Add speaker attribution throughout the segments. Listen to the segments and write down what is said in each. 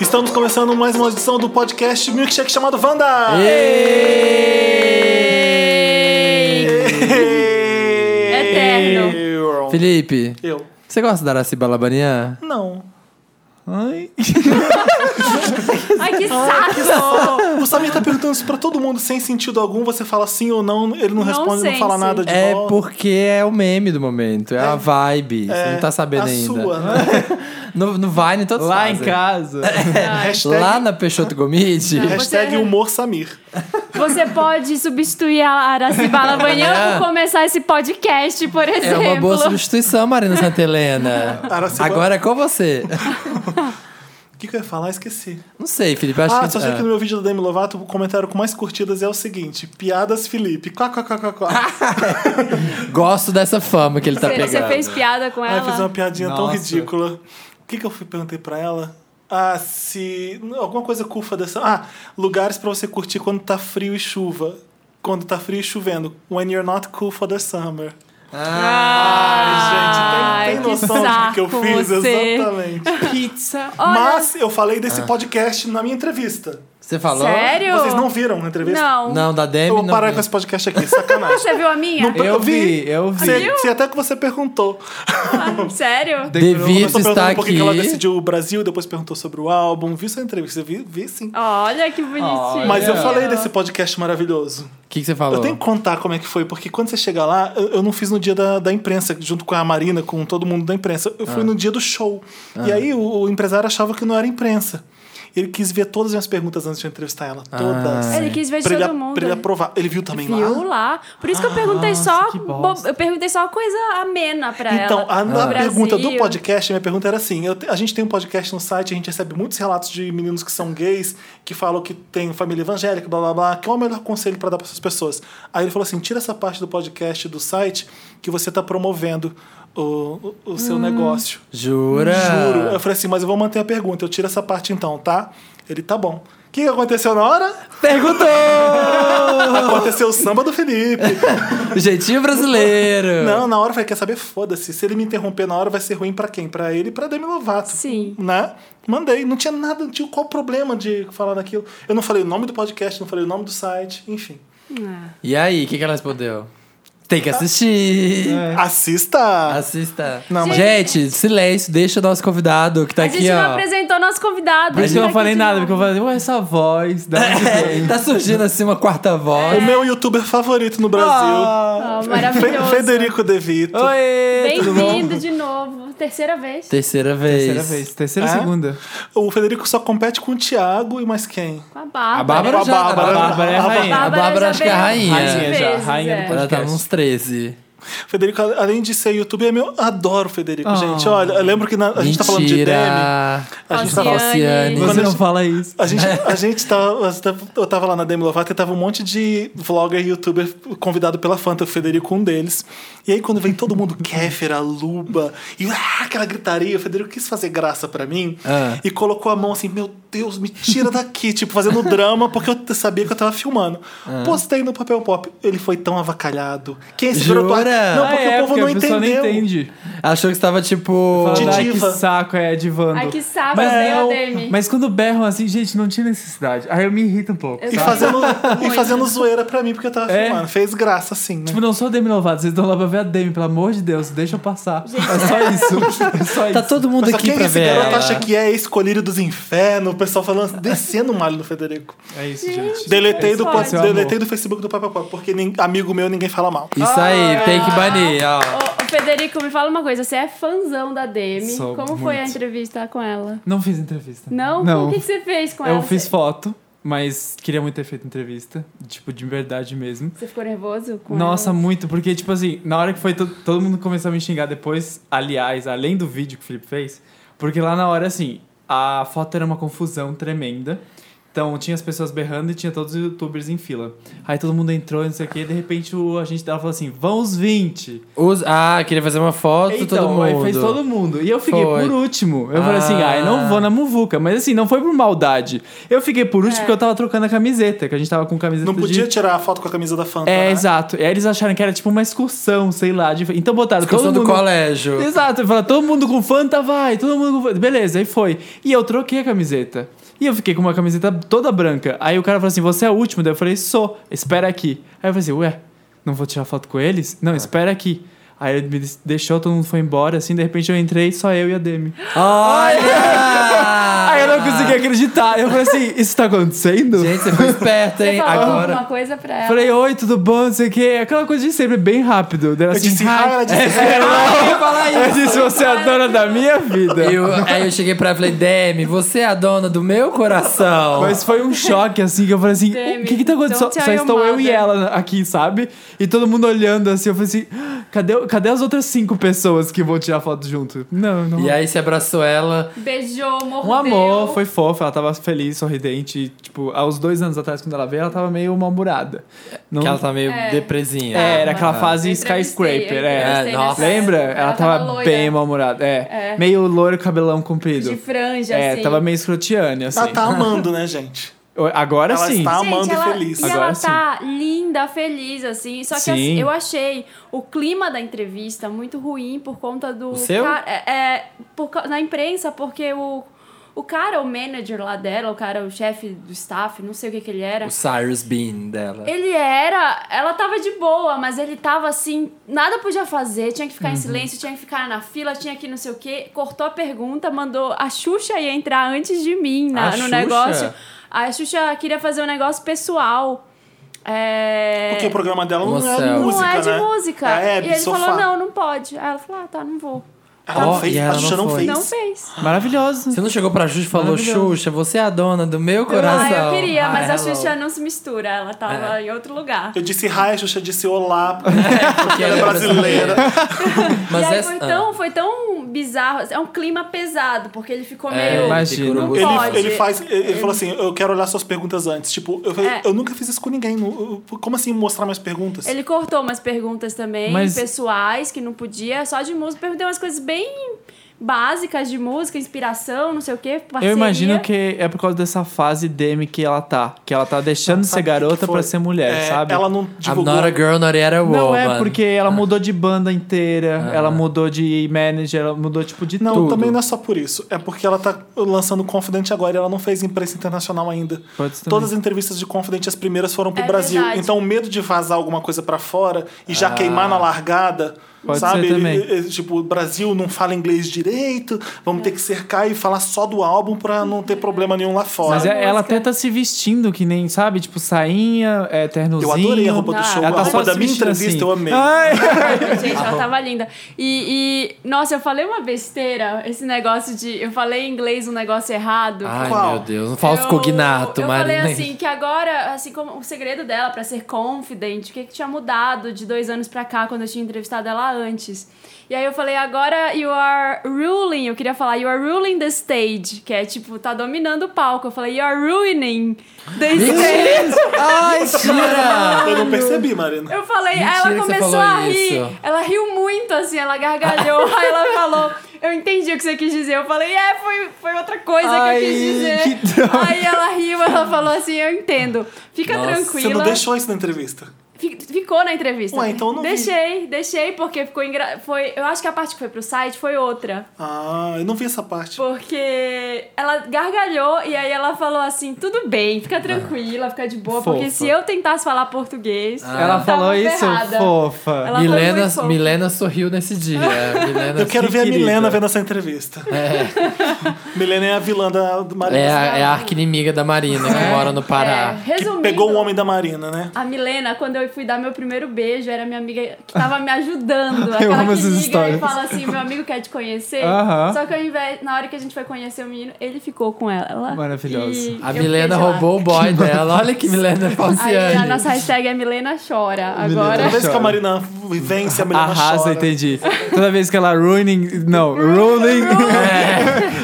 Speaker 1: Estamos começando mais uma edição do podcast Milkshake chamado Wanda!
Speaker 2: Eterno.
Speaker 1: Eu.
Speaker 3: Felipe,
Speaker 1: Eu.
Speaker 3: você gosta da Araci Balabanian?
Speaker 1: Não.
Speaker 3: Ai.
Speaker 2: Ai, que saco!
Speaker 1: O Samir tá perguntando isso pra todo mundo sem sentido algum. Você fala sim ou não, ele não,
Speaker 2: Não
Speaker 1: responde, não
Speaker 2: sei,
Speaker 1: fala
Speaker 2: sim.
Speaker 1: nada de
Speaker 3: É
Speaker 1: volta.
Speaker 3: porque é o meme do momento, é, a vibe. você
Speaker 1: É,
Speaker 3: não tá sabendo
Speaker 1: a
Speaker 3: ainda.
Speaker 1: sua, né?
Speaker 3: No, no Vine todos
Speaker 4: Lá em
Speaker 3: fazem.
Speaker 4: casa.
Speaker 1: hashtag,
Speaker 3: Lá na Peixoto Gomide.
Speaker 2: Não.
Speaker 1: hashtag
Speaker 2: Você- é
Speaker 1: humor Samir.
Speaker 2: Você pode substituir a Aracibala
Speaker 4: É.
Speaker 2: amanhã por começar esse podcast, por
Speaker 3: É
Speaker 2: exemplo.
Speaker 3: uma boa substituição, Marina Santelena.
Speaker 1: Araciba-
Speaker 3: Agora é com você.
Speaker 1: O que, que eu ia falar? Esqueci.
Speaker 3: Não sei, Felipe, acho
Speaker 1: ah,
Speaker 3: que...
Speaker 1: só sei
Speaker 3: ah.
Speaker 1: que no meu vídeo da Demi Lovato, o comentário com mais curtidas é o seguinte: Piadas Felipe. Quá, quá, quá, quá, quá.
Speaker 3: Gosto dessa fama que ele tá
Speaker 2: Você-
Speaker 3: pegando.
Speaker 2: Você fez piada com
Speaker 1: Ai,
Speaker 2: ela?
Speaker 1: fiz uma piadinha tão
Speaker 3: Nossa.
Speaker 1: ridícula. O que, que eu fui perguntei pra ela? Ah, se. Alguma coisa cufa dessa. Ah, lugares pra você curtir quando tá frio e chuva. Quando tá frio e chovendo. When you're not cool for the summer. Ai, gente, tem, tem
Speaker 2: que
Speaker 1: noção do
Speaker 2: saco
Speaker 1: que que eu fiz?
Speaker 2: você.
Speaker 1: Exatamente.
Speaker 4: Pizza.
Speaker 2: Olha-
Speaker 1: Mas eu falei desse podcast na minha entrevista.
Speaker 3: Você falou?
Speaker 2: Sério?
Speaker 1: Vocês não viram a entrevista?
Speaker 2: Não.
Speaker 3: Não, da Demi
Speaker 1: Eu vou
Speaker 3: não
Speaker 1: parar
Speaker 3: vi.
Speaker 1: com esse podcast aqui, sacanagem.
Speaker 2: Você viu a minha?
Speaker 1: Não-
Speaker 4: Eu vi, eu vi.
Speaker 1: Você, você até que você perguntou.
Speaker 2: Ah, Sério?
Speaker 1: Eu
Speaker 3: Devido
Speaker 1: só
Speaker 3: estar
Speaker 1: perguntando um por que que ela
Speaker 3: aqui.
Speaker 1: decidiu o Brasil, depois perguntou sobre o álbum. Vi sua entrevista? Vi, vi sim.
Speaker 2: Ah, Olha que bonitinho.
Speaker 1: Mas eu falei desse podcast maravilhoso.
Speaker 3: O que, que você falou?
Speaker 1: Eu tenho que contar como é que foi, porque quando você chega lá, eu, eu não fiz no dia da, da imprensa, junto com a Marina, com todo mundo da imprensa. Eu
Speaker 3: Ah.
Speaker 1: fui no dia do show. E aí o, o empresário achava que não era imprensa. Ele quis ver todas as minhas perguntas antes de eu entrevistar ela.
Speaker 3: Ah.
Speaker 1: Todas.
Speaker 2: Ele quis ver de
Speaker 1: pra ele,
Speaker 2: todo mundo. né?
Speaker 1: Pra ele aprovar. Ele viu também
Speaker 2: Viu
Speaker 1: lá?
Speaker 2: lá. Por isso que eu perguntei só.
Speaker 4: Ah, que
Speaker 2: bo-
Speaker 4: bosta. Ah.
Speaker 2: Eu perguntei só coisa amena pra
Speaker 1: Então,
Speaker 2: ela.
Speaker 1: a,
Speaker 2: do
Speaker 1: a
Speaker 2: Brasil.
Speaker 1: pergunta do podcast, minha pergunta era assim: eu te- a gente tem um podcast no site, a gente recebe muitos relatos de meninos que são gays, que falam que tem família evangélica, blá blá blá. Qual é o melhor conselho pra dar pra essas pessoas? Aí ele falou assim: tira essa parte do podcast do site que você tá promovendo o, o- o
Speaker 2: Hum.
Speaker 1: seu negócio.
Speaker 3: Jura?
Speaker 1: Juro.
Speaker 3: Ah.
Speaker 1: Eu falei assim: mas eu vou manter a pergunta, eu tiro essa parte então, tá? Ele tá bom. O que aconteceu na hora?
Speaker 3: Perguntou!
Speaker 1: Aconteceu o samba do Felipe.
Speaker 3: Jeitinho brasileiro.
Speaker 1: Não, na hora eu falei, quer saber? Foda-se. Se ele me interromper na hora, vai ser ruim pra quem? Pra ele e pra Demi Lovato.
Speaker 2: Sim.
Speaker 1: Né? Mandei. Não tinha nada, não tinha qual problema de falar daquilo. Eu não falei o nome do podcast, não falei o nome do site, enfim.
Speaker 3: E aí, o que, que ela respondeu? Tem que assistir.
Speaker 1: Assista!
Speaker 3: É. Assista.
Speaker 1: É. Não, mas-
Speaker 3: Gente, silêncio, deixa o nosso convidado que tá
Speaker 2: a
Speaker 3: aqui,
Speaker 2: gente não
Speaker 3: ó.
Speaker 2: apresentou nosso convidado.
Speaker 4: Por isso que eu não
Speaker 2: Tá
Speaker 4: falei
Speaker 2: aqui de
Speaker 4: nada,
Speaker 2: novo.
Speaker 4: porque eu falei, ué, essa voz. Da onde veio?"
Speaker 3: É, tá surgindo assim uma quarta voz.
Speaker 1: O meu youtuber favorito no Brasil.
Speaker 4: Ah.
Speaker 2: Ah,
Speaker 1: Fe-
Speaker 2: maravilhoso.
Speaker 1: Federico De Vito.
Speaker 4: Oi, tudo bom?
Speaker 2: Bem-vindo de novo. Terceira vez.
Speaker 3: Terceira vez.
Speaker 4: Terceira vez, terceira
Speaker 1: É?
Speaker 4: e segunda.
Speaker 1: O Federico só compete com o Thiago e mais quem?
Speaker 2: Com a
Speaker 3: A
Speaker 2: Bárbara.
Speaker 3: Bárbara
Speaker 1: A
Speaker 3: já
Speaker 1: Bárbara-
Speaker 3: a
Speaker 4: A Bárbara é a
Speaker 2: A
Speaker 4: rainha.
Speaker 3: A Bárbara
Speaker 2: já
Speaker 3: acho que é a
Speaker 2: veio
Speaker 3: rainha.
Speaker 2: várias
Speaker 4: Rainha já,
Speaker 2: vezes,
Speaker 4: rainha
Speaker 2: é.
Speaker 4: do
Speaker 3: Ela tá
Speaker 4: Podcast.
Speaker 3: uns 13.
Speaker 1: Federico, a- além de ser youtuber, é meu. Adoro o Federico, gente. Olha, eu lembro que na- a gente tá falando de Demi.
Speaker 3: Mentira.
Speaker 1: A gente tá
Speaker 2: Falciane.
Speaker 3: Falciane.
Speaker 1: Quando
Speaker 4: Você
Speaker 1: eu-
Speaker 4: não fala isso.
Speaker 1: A gente, a gente tá, eu tava lá na Demi Lovato e tava um monte de vlogger e youtuber convidado pela Fanta, o Federico um deles. E aí quando vem todo mundo, Kéfera, Luba, e ah, aquela gritaria, o Federico quis fazer graça pra mim
Speaker 4: É.
Speaker 3: Ah.
Speaker 1: e colocou a mão assim, meu Deus, me tira daqui, tipo, fazendo drama, porque eu sabia que eu tava filmando.
Speaker 4: É.
Speaker 1: Postei no Papel Pop, ele foi tão avacalhado. Quem se virou
Speaker 3: Jura?
Speaker 1: Não, porque
Speaker 4: Ah, é,
Speaker 1: o povo
Speaker 4: porque
Speaker 1: não
Speaker 4: a pessoa
Speaker 1: entendeu.
Speaker 4: nem entende.
Speaker 3: Achou que você tava tipo.
Speaker 1: De
Speaker 4: Fala, Ai, que
Speaker 1: diva.
Speaker 4: saco, é, de Wando.
Speaker 2: Ai, que saco,
Speaker 4: Mas,
Speaker 2: né,
Speaker 4: eu-
Speaker 2: Ademi?
Speaker 4: mas quando berram assim, gente, não tinha necessidade. Aí eu me irrito um pouco.
Speaker 1: E
Speaker 2: Tá.
Speaker 1: fazendo, e
Speaker 2: Muito.
Speaker 1: fazendo zoeira pra mim, porque eu tava
Speaker 4: É.
Speaker 1: filmando. Fez graça, assim, né?
Speaker 4: Tipo, não sou Demi Lovato, vocês estão lá pra ver a Demi, pelo amor de Deus, deixa eu passar. É só isso. É só
Speaker 3: Tá
Speaker 4: isso.
Speaker 3: todo mundo
Speaker 1: Mas só
Speaker 3: aqui
Speaker 1: quem
Speaker 3: pra
Speaker 1: esse
Speaker 3: ver.
Speaker 1: garoto
Speaker 3: ela.
Speaker 1: acha que é escolhido dos infernos, o pessoal falando, assim, descendo o malho do Federico.
Speaker 4: É isso, gente.
Speaker 1: Deletei do,
Speaker 2: Pode. um
Speaker 4: Seu
Speaker 1: deletei
Speaker 4: amor.
Speaker 1: do Facebook do Papa Pop, porque nin- amigo meu ninguém fala mal.
Speaker 3: Isso aí, tem que banir, ó.
Speaker 2: Ô, ô, Federico, me fala uma coisa. Você é fãzão da Demi.
Speaker 4: Sou
Speaker 2: Como foi a
Speaker 4: muito.
Speaker 2: entrevista com ela?
Speaker 4: Não fiz entrevista.
Speaker 2: Não? é assim.
Speaker 4: Não.
Speaker 2: O que que você fez com ela?
Speaker 4: Eu fiz
Speaker 2: Você-
Speaker 4: foto, mas queria muito ter feito entrevista. Tipo, de verdade mesmo.
Speaker 2: Você ficou nervoso com
Speaker 4: Nossa,
Speaker 2: ela?
Speaker 4: muito, porque, tipo assim, na hora que foi, to- todo mundo começou a me xingar depois, aliás, além do vídeo que o Felipe fez, porque lá na hora, assim, a foto era uma confusão tremenda. Então tinha as pessoas berrando e tinha todos os youtubers em fila. Aí todo mundo entrou, não sei o quê, e de repente o agente dela falou assim: vão os 20.
Speaker 3: Os- ah, queria fazer uma foto, todo mundo.
Speaker 4: Então, aí fez todo mundo. E eu fiquei
Speaker 3: Foi.
Speaker 4: por último. Eu falei assim,
Speaker 3: Ah.
Speaker 4: ah, eu não vou na muvuca. Mas assim, não foi por maldade. Eu fiquei por último
Speaker 2: É.
Speaker 4: porque eu tava trocando a camiseta, que a gente tava com camiseta
Speaker 1: Não podia
Speaker 4: de...
Speaker 1: tirar a foto com a camisa da Fanta.
Speaker 4: É,
Speaker 1: né?
Speaker 4: exato. E aí eles acharam que era tipo uma excursão, sei lá. de- Então botaram
Speaker 3: Discussão
Speaker 4: todo
Speaker 3: do
Speaker 4: mundo...
Speaker 3: colégio.
Speaker 4: Exato, eu falei, todo mundo com Fanta vai, todo mundo com Fanta. Beleza, aí foi. E eu troquei a camiseta. E eu fiquei com uma camiseta toda branca. Aí o cara falou assim: você é o último? Daí eu falei, sou, espera aqui. Aí eu falei assim, ué, não vou tirar foto com eles?
Speaker 3: Ah.
Speaker 4: Não, espera aqui. Aí ele me des- deixou, todo mundo foi embora, assim, de repente eu entrei, só eu e a Demi.
Speaker 3: Olha!
Speaker 4: Aí eu não consegui acreditar. Eu falei assim, isso tá acontecendo?
Speaker 3: Ah. Gente, você foi esperta,
Speaker 2: Você
Speaker 3: hein?
Speaker 2: falou
Speaker 3: Agora.
Speaker 2: alguma coisa pra ela?
Speaker 4: Falei, oi, tudo bom, não sei o quê. Aquela coisa de sempre, bem rápido.
Speaker 3: É
Speaker 4: Daí Ela
Speaker 1: Eu
Speaker 4: assim,
Speaker 1: disse, ah,
Speaker 4: "Hi."
Speaker 1: ela disse,
Speaker 3: Eu ia falar
Speaker 4: eu
Speaker 3: isso.
Speaker 4: disse, você é a dona da minha vida.
Speaker 3: Eu- aí eu cheguei pra ela e falei, Demi, você é a dona do meu coração.
Speaker 4: Mas foi um choque, assim, que eu falei assim, o que que tá acontecendo?
Speaker 2: don't
Speaker 4: Só,
Speaker 2: tell
Speaker 4: só
Speaker 2: your
Speaker 4: estão eu e
Speaker 2: mother.
Speaker 4: ela aqui, sabe? E todo mundo olhando, assim, eu falei assim, "Ah, cadê, o- cadê as outras cinco pessoas que vão tirar foto junto? Não, não.
Speaker 3: E aí você abraçou ela.
Speaker 2: Beijou, mordeu.
Speaker 4: Um amor, foi fofo, ela tava feliz, sorridente, e, tipo, há uns dois anos atrás, quando ela veio, ela tava meio mal-humorada. Não...
Speaker 3: Que ela tá meio
Speaker 2: É.
Speaker 3: depresinha.
Speaker 4: É, era
Speaker 2: Tava.
Speaker 4: aquela fase
Speaker 2: Eu entrevistei, eu
Speaker 4: skyscraper, é.
Speaker 2: entrevistei
Speaker 3: É, nossa.
Speaker 2: nessa
Speaker 4: Lembra?
Speaker 2: época.
Speaker 4: Ela, tava,
Speaker 2: loira,
Speaker 4: bem mal-humorada, é.
Speaker 2: É.
Speaker 4: Meio loiro, cabelão comprido.
Speaker 2: De franja,
Speaker 4: é,
Speaker 2: assim.
Speaker 4: tava meio escrotiane,
Speaker 3: é.
Speaker 4: assim.
Speaker 1: Ela tá amando, né, gente?
Speaker 4: Agora
Speaker 1: Ela
Speaker 4: sim.
Speaker 1: está- amando e
Speaker 2: Gente, ela,
Speaker 1: feliz.
Speaker 2: E
Speaker 4: Agora
Speaker 2: ela
Speaker 4: sim.
Speaker 2: tá linda, feliz, assim. Só que
Speaker 4: Sim.
Speaker 2: assim, eu achei o clima da entrevista muito ruim por conta do.
Speaker 3: O seu?
Speaker 2: ca- é, é, por ca- na imprensa, porque o, o cara, o manager lá dela, o cara, o chefe do staff, não sei o que, que ele era.
Speaker 3: O Cyrus Bean dela.
Speaker 2: Ele era, ela tava de boa, mas ele tava assim, nada podia fazer, tinha que ficar em silêncio, tinha que ficar na fila, tinha que não sei o quê. Cortou a pergunta, mandou a Xuxa ia entrar antes de mim na-
Speaker 3: A
Speaker 2: no
Speaker 3: Xuxa?
Speaker 2: negócio. A Xuxa queria fazer um negócio pessoal. É...
Speaker 1: Porque o programa dela não é
Speaker 3: Nossa,
Speaker 1: de
Speaker 2: não
Speaker 1: música,
Speaker 2: é de
Speaker 1: né?
Speaker 2: música.
Speaker 1: É,
Speaker 2: e ele
Speaker 1: sofá.
Speaker 2: falou, não, não pode. Aí ela falou, ah, tá, não vou.
Speaker 1: Ela não
Speaker 3: Ó,
Speaker 1: fez,
Speaker 3: e
Speaker 1: a
Speaker 3: ela
Speaker 1: Xuxa
Speaker 3: não
Speaker 1: não
Speaker 3: foi.
Speaker 1: fez.
Speaker 2: Não fez.
Speaker 4: Maravilhoso.
Speaker 3: Você não chegou pra Xuxa e falou,
Speaker 4: Maravilhoso.
Speaker 3: Xuxa, você é a dona do meu coração.
Speaker 2: Ah, eu queria, mas
Speaker 3: Ah,
Speaker 2: a
Speaker 3: hello.
Speaker 2: Xuxa não se mistura, ela tava em outro lugar.
Speaker 1: Eu disse hi, a Xuxa disse olá.
Speaker 3: Porque
Speaker 1: ela é brasileira.
Speaker 3: Mas
Speaker 2: e aí
Speaker 3: é-
Speaker 2: foi,
Speaker 3: ah.
Speaker 2: tão, foi tão bizarro. assim, É um clima pesado, porque ele ficou
Speaker 3: É,
Speaker 2: meio.
Speaker 4: imagino.
Speaker 3: Não
Speaker 2: Não
Speaker 1: Ele,
Speaker 2: pode.
Speaker 1: ele faz. Ele, ele falou assim: eu quero olhar suas perguntas antes. Tipo, eu falei,
Speaker 2: É.
Speaker 1: eu nunca fiz isso com ninguém. não- eu- Como assim mostrar mais perguntas?
Speaker 2: Ele cortou umas perguntas também,
Speaker 4: Mas-
Speaker 2: pessoais, que não podia, só de música. Perguntei umas coisas bem básicas de música, inspiração, não sei o quê. Parceria.
Speaker 4: Eu imagino que é por causa dessa fase Demi que ela tá. Que ela tá deixando de
Speaker 1: Sabe
Speaker 4: ser
Speaker 1: o que que
Speaker 4: garota
Speaker 1: foi?
Speaker 4: pra ser mulher,
Speaker 1: É,
Speaker 4: sabe?
Speaker 1: Ela não
Speaker 3: I'm
Speaker 1: divulgou.
Speaker 3: not a girl, not yet a woman.
Speaker 4: Não é porque
Speaker 2: Ah.
Speaker 4: ela mudou de banda inteira,
Speaker 3: Ah.
Speaker 4: ela mudou de manager, ela mudou tipo de
Speaker 1: Não,
Speaker 4: tudo.
Speaker 1: também não é só por isso. É porque ela tá lançando Confident agora e ela não fez imprensa internacional ainda.
Speaker 4: Pode ser também.
Speaker 1: Todas as entrevistas de Confident, as primeiras foram pro
Speaker 2: É
Speaker 1: Brasil.
Speaker 2: verdade.
Speaker 1: Então o medo de vazar alguma coisa pra fora e já queimar na largada.
Speaker 4: Ah. Pode
Speaker 1: sabe?
Speaker 4: ser também.
Speaker 1: E- e- Tipo, o Brasil não fala inglês direito, vamos ter que cercar e falar só do álbum pra não ter problema nenhum lá fora.
Speaker 4: Mas é- ela
Speaker 2: música.
Speaker 4: até tá se vestindo que nem, sabe? Tipo, sainha, é,
Speaker 1: eu
Speaker 4: ternozinho.
Speaker 1: adorei a roupa do
Speaker 2: Não,
Speaker 1: show,
Speaker 4: Ela
Speaker 1: a
Speaker 4: tá só
Speaker 1: roupa da
Speaker 4: se
Speaker 1: minha
Speaker 4: vestindo
Speaker 1: entrevista
Speaker 4: assim.
Speaker 1: eu amei.
Speaker 4: Ai,
Speaker 2: Gente, ela tava linda. E, e, nossa, eu falei uma besteira, esse negócio de. Eu falei em inglês um negócio errado.
Speaker 3: Ai,
Speaker 1: Qual?
Speaker 3: meu Deus. Um falso
Speaker 2: Eu-
Speaker 3: cognato,
Speaker 2: Eu
Speaker 3: Marina.
Speaker 2: falei assim, que agora, assim, como o segredo dela pra ser confident, o que, que tinha mudado de dois anos pra cá, quando eu tinha entrevistado ela antes. E aí eu falei, agora you are ruling, eu queria falar, you are ruling the stage, que é tipo, tá dominando o palco. Eu falei, you are ruining the stage.
Speaker 3: Ai, tira!
Speaker 1: Eu não percebi, Marina.
Speaker 2: Eu falei, aí
Speaker 3: Mentira que
Speaker 2: ela
Speaker 3: você
Speaker 2: começou
Speaker 3: falou
Speaker 2: a rir.
Speaker 3: isso.
Speaker 2: Ela riu muito, assim, ela gargalhou. aí ela falou, eu entendi o que você quis dizer. Eu falei, é, foi, foi outra coisa
Speaker 4: Ai,
Speaker 2: que eu quis dizer.
Speaker 4: que droga.
Speaker 2: aí ela riu, ela falou assim, eu entendo. Fica
Speaker 3: Nossa,
Speaker 2: tranquila.
Speaker 1: Você não deixou isso na entrevista.
Speaker 2: Fi- Ficou na entrevista.
Speaker 1: Ué, então eu não vi.
Speaker 2: Deixei, deixei, porque ficou engra... foi Eu acho que a parte que foi pro site foi outra.
Speaker 1: Ah, eu não vi essa parte.
Speaker 2: Porque ela gargalhou e aí ela falou assim: tudo bem,
Speaker 1: Ah.
Speaker 2: fica tranquila, fica de boa, porque
Speaker 4: Fofa.
Speaker 2: se eu tentasse falar português.
Speaker 1: Ah.
Speaker 4: ela
Speaker 2: eu Ah. tava
Speaker 4: falou isso,
Speaker 2: ferrada.
Speaker 4: fofa.
Speaker 2: Ela foi
Speaker 3: Milena,
Speaker 2: muito fofa.
Speaker 3: Milena sorriu nesse dia. Milena
Speaker 1: Eu quero
Speaker 3: se
Speaker 1: ver a
Speaker 3: assim, querida.
Speaker 1: Milena vendo essa entrevista. Milena é a vilã da do Marina.
Speaker 3: É a, é a arqui-inimiga da Marina, que mora no
Speaker 2: É,
Speaker 3: Pará.
Speaker 2: resumindo,
Speaker 1: que pegou o homem da Marina, né?
Speaker 2: A Milena, quando eu fui dar meu primeiro beijo, era minha amiga que tava me ajudando.
Speaker 4: Eu
Speaker 2: aquela
Speaker 4: amo
Speaker 2: que
Speaker 4: essas
Speaker 2: liga
Speaker 4: histórias.
Speaker 2: e fala assim: meu amigo quer te conhecer.
Speaker 4: Aham.
Speaker 2: Só que ao invés, na hora que a gente foi conhecer o menino, ele ficou com ela.
Speaker 4: Maravilhosa.
Speaker 2: E
Speaker 3: A
Speaker 2: eu
Speaker 3: Milena
Speaker 2: fiquei de lá.
Speaker 3: roubou o boy dela. Olha que Milena
Speaker 2: Aí a
Speaker 3: falciane.
Speaker 2: nossa hashtag é Milena chora.
Speaker 4: Milena
Speaker 2: Agora.
Speaker 1: Toda vez que a
Speaker 4: chora.
Speaker 1: Marina vence, a Milena
Speaker 4: Arrasa,
Speaker 1: chora.
Speaker 4: entendi. Toda vez que ela ruining. Não, ruling.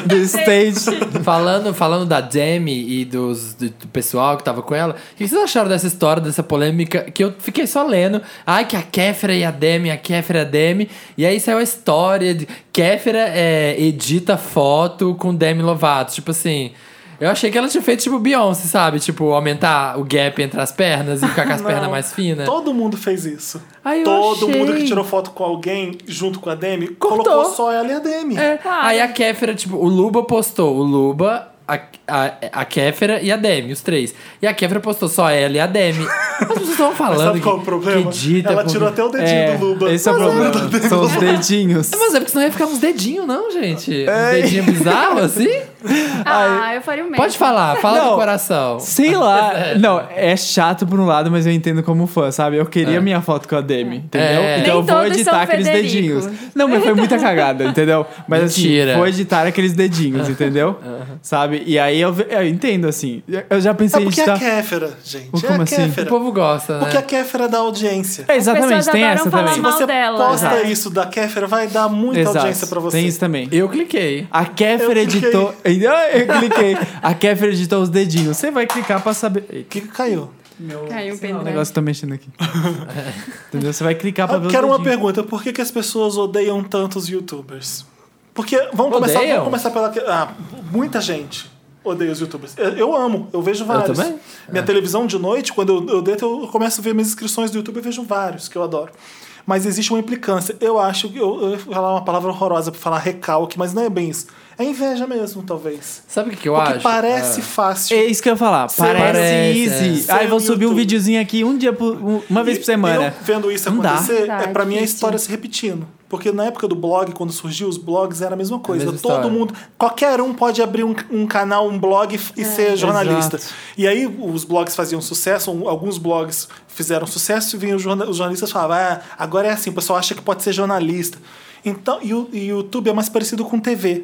Speaker 4: do stage.
Speaker 3: Falando, falando da Demi e dos, do, do pessoal que tava com ela, o que vocês acharam dessa história, dessa polêmica? Que eu fiquei só lendo. Ai, que a Kéfera e a Demi, a Kéfera e a Demi. E aí saiu a história de. Kéfera é, edita foto com Demi Lovato. Tipo assim. Eu achei que ela tinha feito tipo Beyoncé, sabe? Tipo, aumentar o gap entre as pernas e ficar com as pernas mais finas.
Speaker 1: Todo mundo fez isso.
Speaker 3: né? Ai, eu
Speaker 1: Todo
Speaker 3: achei.
Speaker 1: mundo que tirou foto com alguém junto com a Demi colocou só ela e a Demi.
Speaker 3: É.
Speaker 2: Ah,
Speaker 3: Aí a Kéfera, tipo, o Luba postou, o Luba, a, a, a Kéfera e a Demi, os três. E a Kéfera postou só ela e a Demi. As pessoas estavam
Speaker 1: Mas
Speaker 3: falando
Speaker 1: sabe qual é o
Speaker 3: que-
Speaker 1: problema?
Speaker 3: que dita,
Speaker 1: ela
Speaker 3: com-
Speaker 1: tirou até o dedinho
Speaker 4: É,
Speaker 1: do Luba.
Speaker 4: esse é o
Speaker 1: Mas
Speaker 4: problema.
Speaker 1: ela-
Speaker 4: São os dedinhos.
Speaker 3: É, Mas é porque senão ia ficar uns dedinhos, não, gente? Uns dedinhos bizarros, assim?
Speaker 2: Ah, eu faria o mesmo.
Speaker 3: Pode falar, fala
Speaker 4: Não.
Speaker 3: do coração.
Speaker 4: Sei lá. Não, é chato por um lado, mas eu entendo como fã, sabe? Eu queria minha foto com a Demi, entendeu?
Speaker 3: É.
Speaker 4: Então
Speaker 2: É.
Speaker 4: eu
Speaker 2: Nem
Speaker 4: vou
Speaker 2: todos
Speaker 4: editar
Speaker 2: são
Speaker 4: aqueles
Speaker 2: Federico.
Speaker 4: dedinhos. Não, mas foi muita cagada, entendeu? Mas
Speaker 3: Mentira.
Speaker 4: assim, vou editar aqueles dedinhos, entendeu? Sabe? E aí eu, ve- eu entendo, assim. Eu já
Speaker 1: É
Speaker 4: pensei em
Speaker 1: porque é
Speaker 4: editar.
Speaker 1: a Kéfera, gente.
Speaker 4: tá- Como
Speaker 1: é a
Speaker 4: assim?
Speaker 3: O
Speaker 1: Kéfera.
Speaker 3: povo gosta, né?
Speaker 1: Porque a Kéfera dá audiência.
Speaker 4: É, exatamente,
Speaker 2: pessoas
Speaker 4: tem
Speaker 2: adoram
Speaker 4: essa
Speaker 2: falar
Speaker 4: também.
Speaker 2: mal
Speaker 1: Se você
Speaker 2: dela,
Speaker 1: posta
Speaker 2: exato.
Speaker 1: isso da Kéfera, vai dar muita audiência pra você.
Speaker 4: Tem isso também.
Speaker 3: Eu cliquei.
Speaker 4: A Kéfera
Speaker 1: Eu cliquei.
Speaker 4: editou. Eu cliquei. A Kéfera editou os dedinhos. Você vai clicar pra saber. Ei,
Speaker 1: O que que caiu?
Speaker 2: Caiu um
Speaker 4: O
Speaker 2: pendrive.
Speaker 4: negócio tá mexendo aqui. Entendeu? Você vai clicar pra ver
Speaker 1: Eu
Speaker 4: os
Speaker 1: quero uma
Speaker 4: dedinhos.
Speaker 1: pergunta. Por que, que as pessoas odeiam tantos youtubers? Porque, vamos começar,
Speaker 3: Odeiam?
Speaker 1: vamos começar pela... que- Ah, muita gente odeia os youtubers. Eu, eu amo, eu vejo vários.
Speaker 3: também. É.
Speaker 1: Minha televisão de noite, quando eu, eu deito, eu começo a ver minhas inscrições do YouTube e vejo vários, que eu adoro. Mas existe uma implicância. Eu acho que... Eu, eu ia falar uma palavra horrorosa pra falar recalque, mas não é bem isso. É inveja mesmo, talvez.
Speaker 3: Sabe o que, que eu
Speaker 1: Porque
Speaker 3: acho?
Speaker 1: parece
Speaker 3: Ah.
Speaker 1: fácil.
Speaker 4: É isso que eu ia falar. Parece,
Speaker 3: parece,
Speaker 4: easy.
Speaker 1: é.
Speaker 4: Aí vou
Speaker 1: Ser
Speaker 4: subir um
Speaker 1: youtuber.
Speaker 4: videozinho aqui um dia por, um- uma vez por semana.
Speaker 1: Eu vendo isso
Speaker 4: Não dá.
Speaker 1: acontecer,
Speaker 2: Tá,
Speaker 1: é pra mim é a
Speaker 2: difícil.
Speaker 1: história se repetindo. Porque na época do blog, quando surgiu os blogs, era a mesma coisa.
Speaker 3: mesma
Speaker 1: Todo
Speaker 3: história.
Speaker 1: mundo. Qualquer um pode abrir um, um canal, um blog e ser jornalista.
Speaker 4: exato.
Speaker 1: E aí os blogs faziam sucesso, um- alguns blogs fizeram sucesso e vinham os jorna- os jornalistas e falavam: ah, agora é assim, o pessoal acha que pode ser jornalista. Então, e o e o YouTube é mais parecido com TV.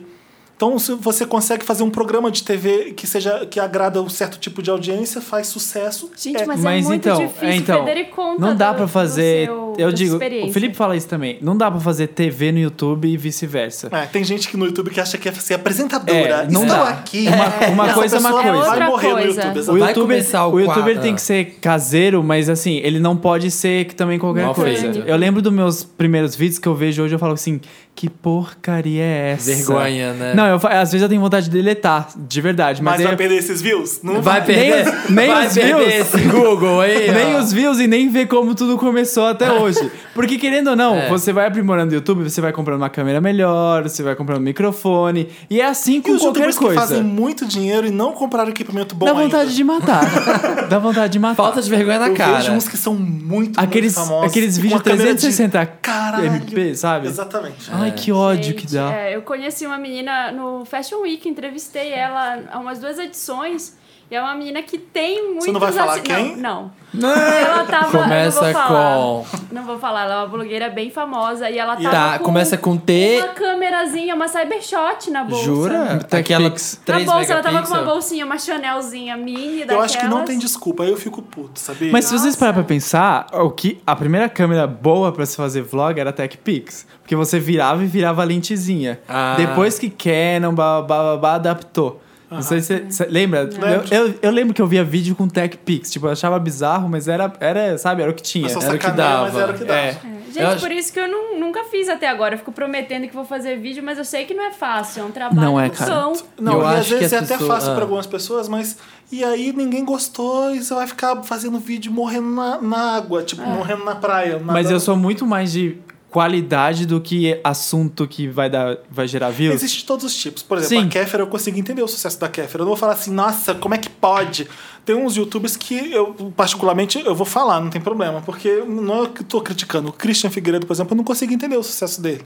Speaker 1: Então, se você consegue fazer um programa de TV que seja que agrada um certo tipo de audiência, faz sucesso.
Speaker 2: Gente,
Speaker 1: é-
Speaker 2: mas, é muito
Speaker 4: então,
Speaker 2: difícil
Speaker 4: é, então
Speaker 2: perder conta
Speaker 4: não dá
Speaker 2: do-
Speaker 4: pra
Speaker 2: do
Speaker 4: fazer.
Speaker 2: seu- da
Speaker 4: eu
Speaker 2: sua
Speaker 4: digo, o
Speaker 2: experiência.
Speaker 4: Felipe fala isso também. Não dá pra fazer TV no YouTube e vice-versa.
Speaker 1: É, tem gente que no YouTube que acha que é ser apresentadora.
Speaker 4: É, não
Speaker 1: Estou
Speaker 4: dá.
Speaker 1: aqui.
Speaker 4: Uma- uma
Speaker 1: Essa
Speaker 4: coisa é uma
Speaker 1: pessoa
Speaker 4: coisa.
Speaker 1: Vai
Speaker 2: É outra
Speaker 1: morrer
Speaker 2: coisa.
Speaker 1: no YouTube.
Speaker 4: O
Speaker 1: exato.
Speaker 3: Vai
Speaker 4: youtuber,
Speaker 3: começar o
Speaker 4: o youtuber
Speaker 3: quadro.
Speaker 4: tem que ser caseiro, mas assim, ele não pode ser que também qualquer
Speaker 3: Mal
Speaker 4: coisa.
Speaker 3: feito.
Speaker 4: Eu lembro dos meus primeiros vídeos que eu vejo hoje, eu falo assim, que porcaria é essa?
Speaker 3: Vergonha, né?
Speaker 4: Não, eu, fa- às vezes eu tenho vontade de deletar, de verdade. Mas, é-
Speaker 1: Mas vai
Speaker 4: aí-
Speaker 1: perder esses views? Não
Speaker 3: Vai perder,
Speaker 4: os- nem
Speaker 3: vai
Speaker 4: os
Speaker 3: perder
Speaker 4: views.
Speaker 3: esse Google aí.
Speaker 4: nem
Speaker 3: ó.
Speaker 4: os views e nem ver como tudo começou até hoje. Porque querendo ou não,
Speaker 3: É.
Speaker 4: você vai aprimorando o YouTube, você vai comprando uma câmera melhor, você vai comprando um microfone. E é assim
Speaker 1: E
Speaker 4: com
Speaker 1: os
Speaker 4: qualquer
Speaker 1: youtubers que
Speaker 4: coisa.
Speaker 1: fazem muito dinheiro e não compraram equipamento bom
Speaker 4: Dá
Speaker 1: ainda.
Speaker 4: vontade de matar. Dá vontade de matar.
Speaker 3: Falta de vergonha na
Speaker 1: Eu
Speaker 3: cara.
Speaker 1: vejo uns que são muito,
Speaker 4: Aqueles,
Speaker 1: muito famosos.
Speaker 4: aqueles
Speaker 1: com
Speaker 4: vídeos
Speaker 1: uma câmera de
Speaker 4: 360
Speaker 1: Caralho.
Speaker 4: MP, sabe?
Speaker 1: Exatamente.
Speaker 4: Ai, que ódio
Speaker 2: Gente,
Speaker 4: que dá.
Speaker 2: é, eu conheci uma menina no Fashion Week, entrevistei ela há umas duas edições. E é uma menina que tem muitos...
Speaker 1: não vai falar
Speaker 2: assi-
Speaker 1: quem?
Speaker 2: Não, não. Ela tava...
Speaker 3: Começa
Speaker 2: eu não vou falar.
Speaker 3: com-
Speaker 2: Não vou falar, ela é uma blogueira bem famosa. E ela tava
Speaker 3: Tá,
Speaker 2: com
Speaker 3: começa com T.
Speaker 2: uma câmerazinha, uma cybershot na bolsa.
Speaker 3: Jura?
Speaker 4: Tech
Speaker 1: Tá
Speaker 3: Aquela
Speaker 4: Pix.
Speaker 3: 3
Speaker 2: na bolsa, ela tava com uma
Speaker 3: megapixel.
Speaker 2: bolsinha, uma Chanelzinha mini daquelas.
Speaker 1: Eu acho que não tem desculpa. Aí eu fico puto, sabia?
Speaker 4: Mas se vocês
Speaker 2: Nossa.
Speaker 4: pararem pra pensar, o que a primeira câmera boa pra se fazer vlog era a TechPix. Porque você virava e virava a lentezinha.
Speaker 3: Ah.
Speaker 4: Depois que Canon, blá, blá, blá, blá, adaptou. Não sei se você lembra. Eu,
Speaker 1: Lembro.
Speaker 4: eu, eu lembro que eu via vídeo com TechPix. Tipo, eu achava bizarro, mas era, era sabe, era o que tinha.
Speaker 1: Mas são
Speaker 3: era o que
Speaker 1: sacanagem, mas
Speaker 3: dava.
Speaker 1: era o que dava.
Speaker 4: É.
Speaker 2: Gente,
Speaker 3: Eu acho-
Speaker 2: por isso que eu nu- nunca fiz até agora. Eu fico prometendo que vou fazer vídeo, mas eu sei que não é fácil. É um trabalho.
Speaker 4: Não é,
Speaker 2: de
Speaker 4: cara.
Speaker 2: produção.
Speaker 1: Não,
Speaker 3: Eu
Speaker 1: e às
Speaker 3: acho que
Speaker 1: vezes é
Speaker 3: as
Speaker 1: até
Speaker 3: pessoas-
Speaker 1: fácil
Speaker 3: ah.
Speaker 1: pra algumas pessoas, mas. E aí ninguém gostou e você vai ficar fazendo vídeo morrendo na, na água, tipo, morrendo na praia.
Speaker 4: Mas
Speaker 1: nadando.
Speaker 4: eu sou muito mais de qualidade do que assunto que vai, dar, vai gerar views.
Speaker 1: Existe de todos os tipos. Por exemplo,
Speaker 4: Sim.
Speaker 1: a Kéfera, eu consegui entender o sucesso da Kéfera. Eu não vou falar assim, nossa, como é que pode? Tem uns youtubers que eu, particularmente, eu vou falar, não tem problema. Porque não é que eu tô criticando. O Christian Figueiredo, por exemplo, eu não consigo entender o sucesso dele.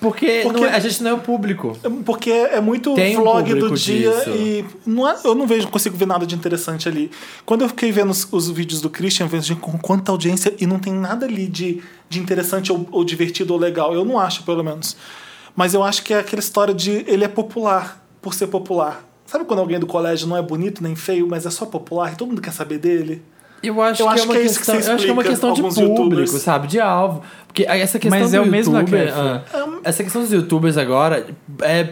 Speaker 3: Porque,
Speaker 1: Porque-
Speaker 3: não é- a gente não é o público.
Speaker 1: Porque é muito
Speaker 3: Tem um
Speaker 1: vlog do
Speaker 3: público
Speaker 1: dia
Speaker 3: disso.
Speaker 1: e não é- eu não vejo, consigo ver nada de interessante ali. Quando eu fiquei vendo os, os vídeos do Christian, eu vejo gente, com quanta audiência e não tem nada ali de, de interessante ou, ou divertido ou legal. Eu não acho, pelo menos. Mas eu acho que é aquela história de ele é popular por ser popular. Sabe quando alguém do colégio não é bonito nem feio, mas é só popular e todo mundo quer saber dele?
Speaker 3: Eu acho,
Speaker 1: Eu
Speaker 3: que,
Speaker 1: acho
Speaker 3: é uma
Speaker 1: que é isso que
Speaker 3: questão,
Speaker 1: você
Speaker 3: eu acho que é uma
Speaker 1: explica
Speaker 3: questão de
Speaker 1: alguns
Speaker 3: público,
Speaker 1: youtubers.
Speaker 3: sabe? De alvo. Porque essa questão
Speaker 4: Mas
Speaker 3: do
Speaker 4: é o mesmo da
Speaker 3: youtuber,
Speaker 4: Kéfera.
Speaker 3: ah, essa questão dos youtubers agora é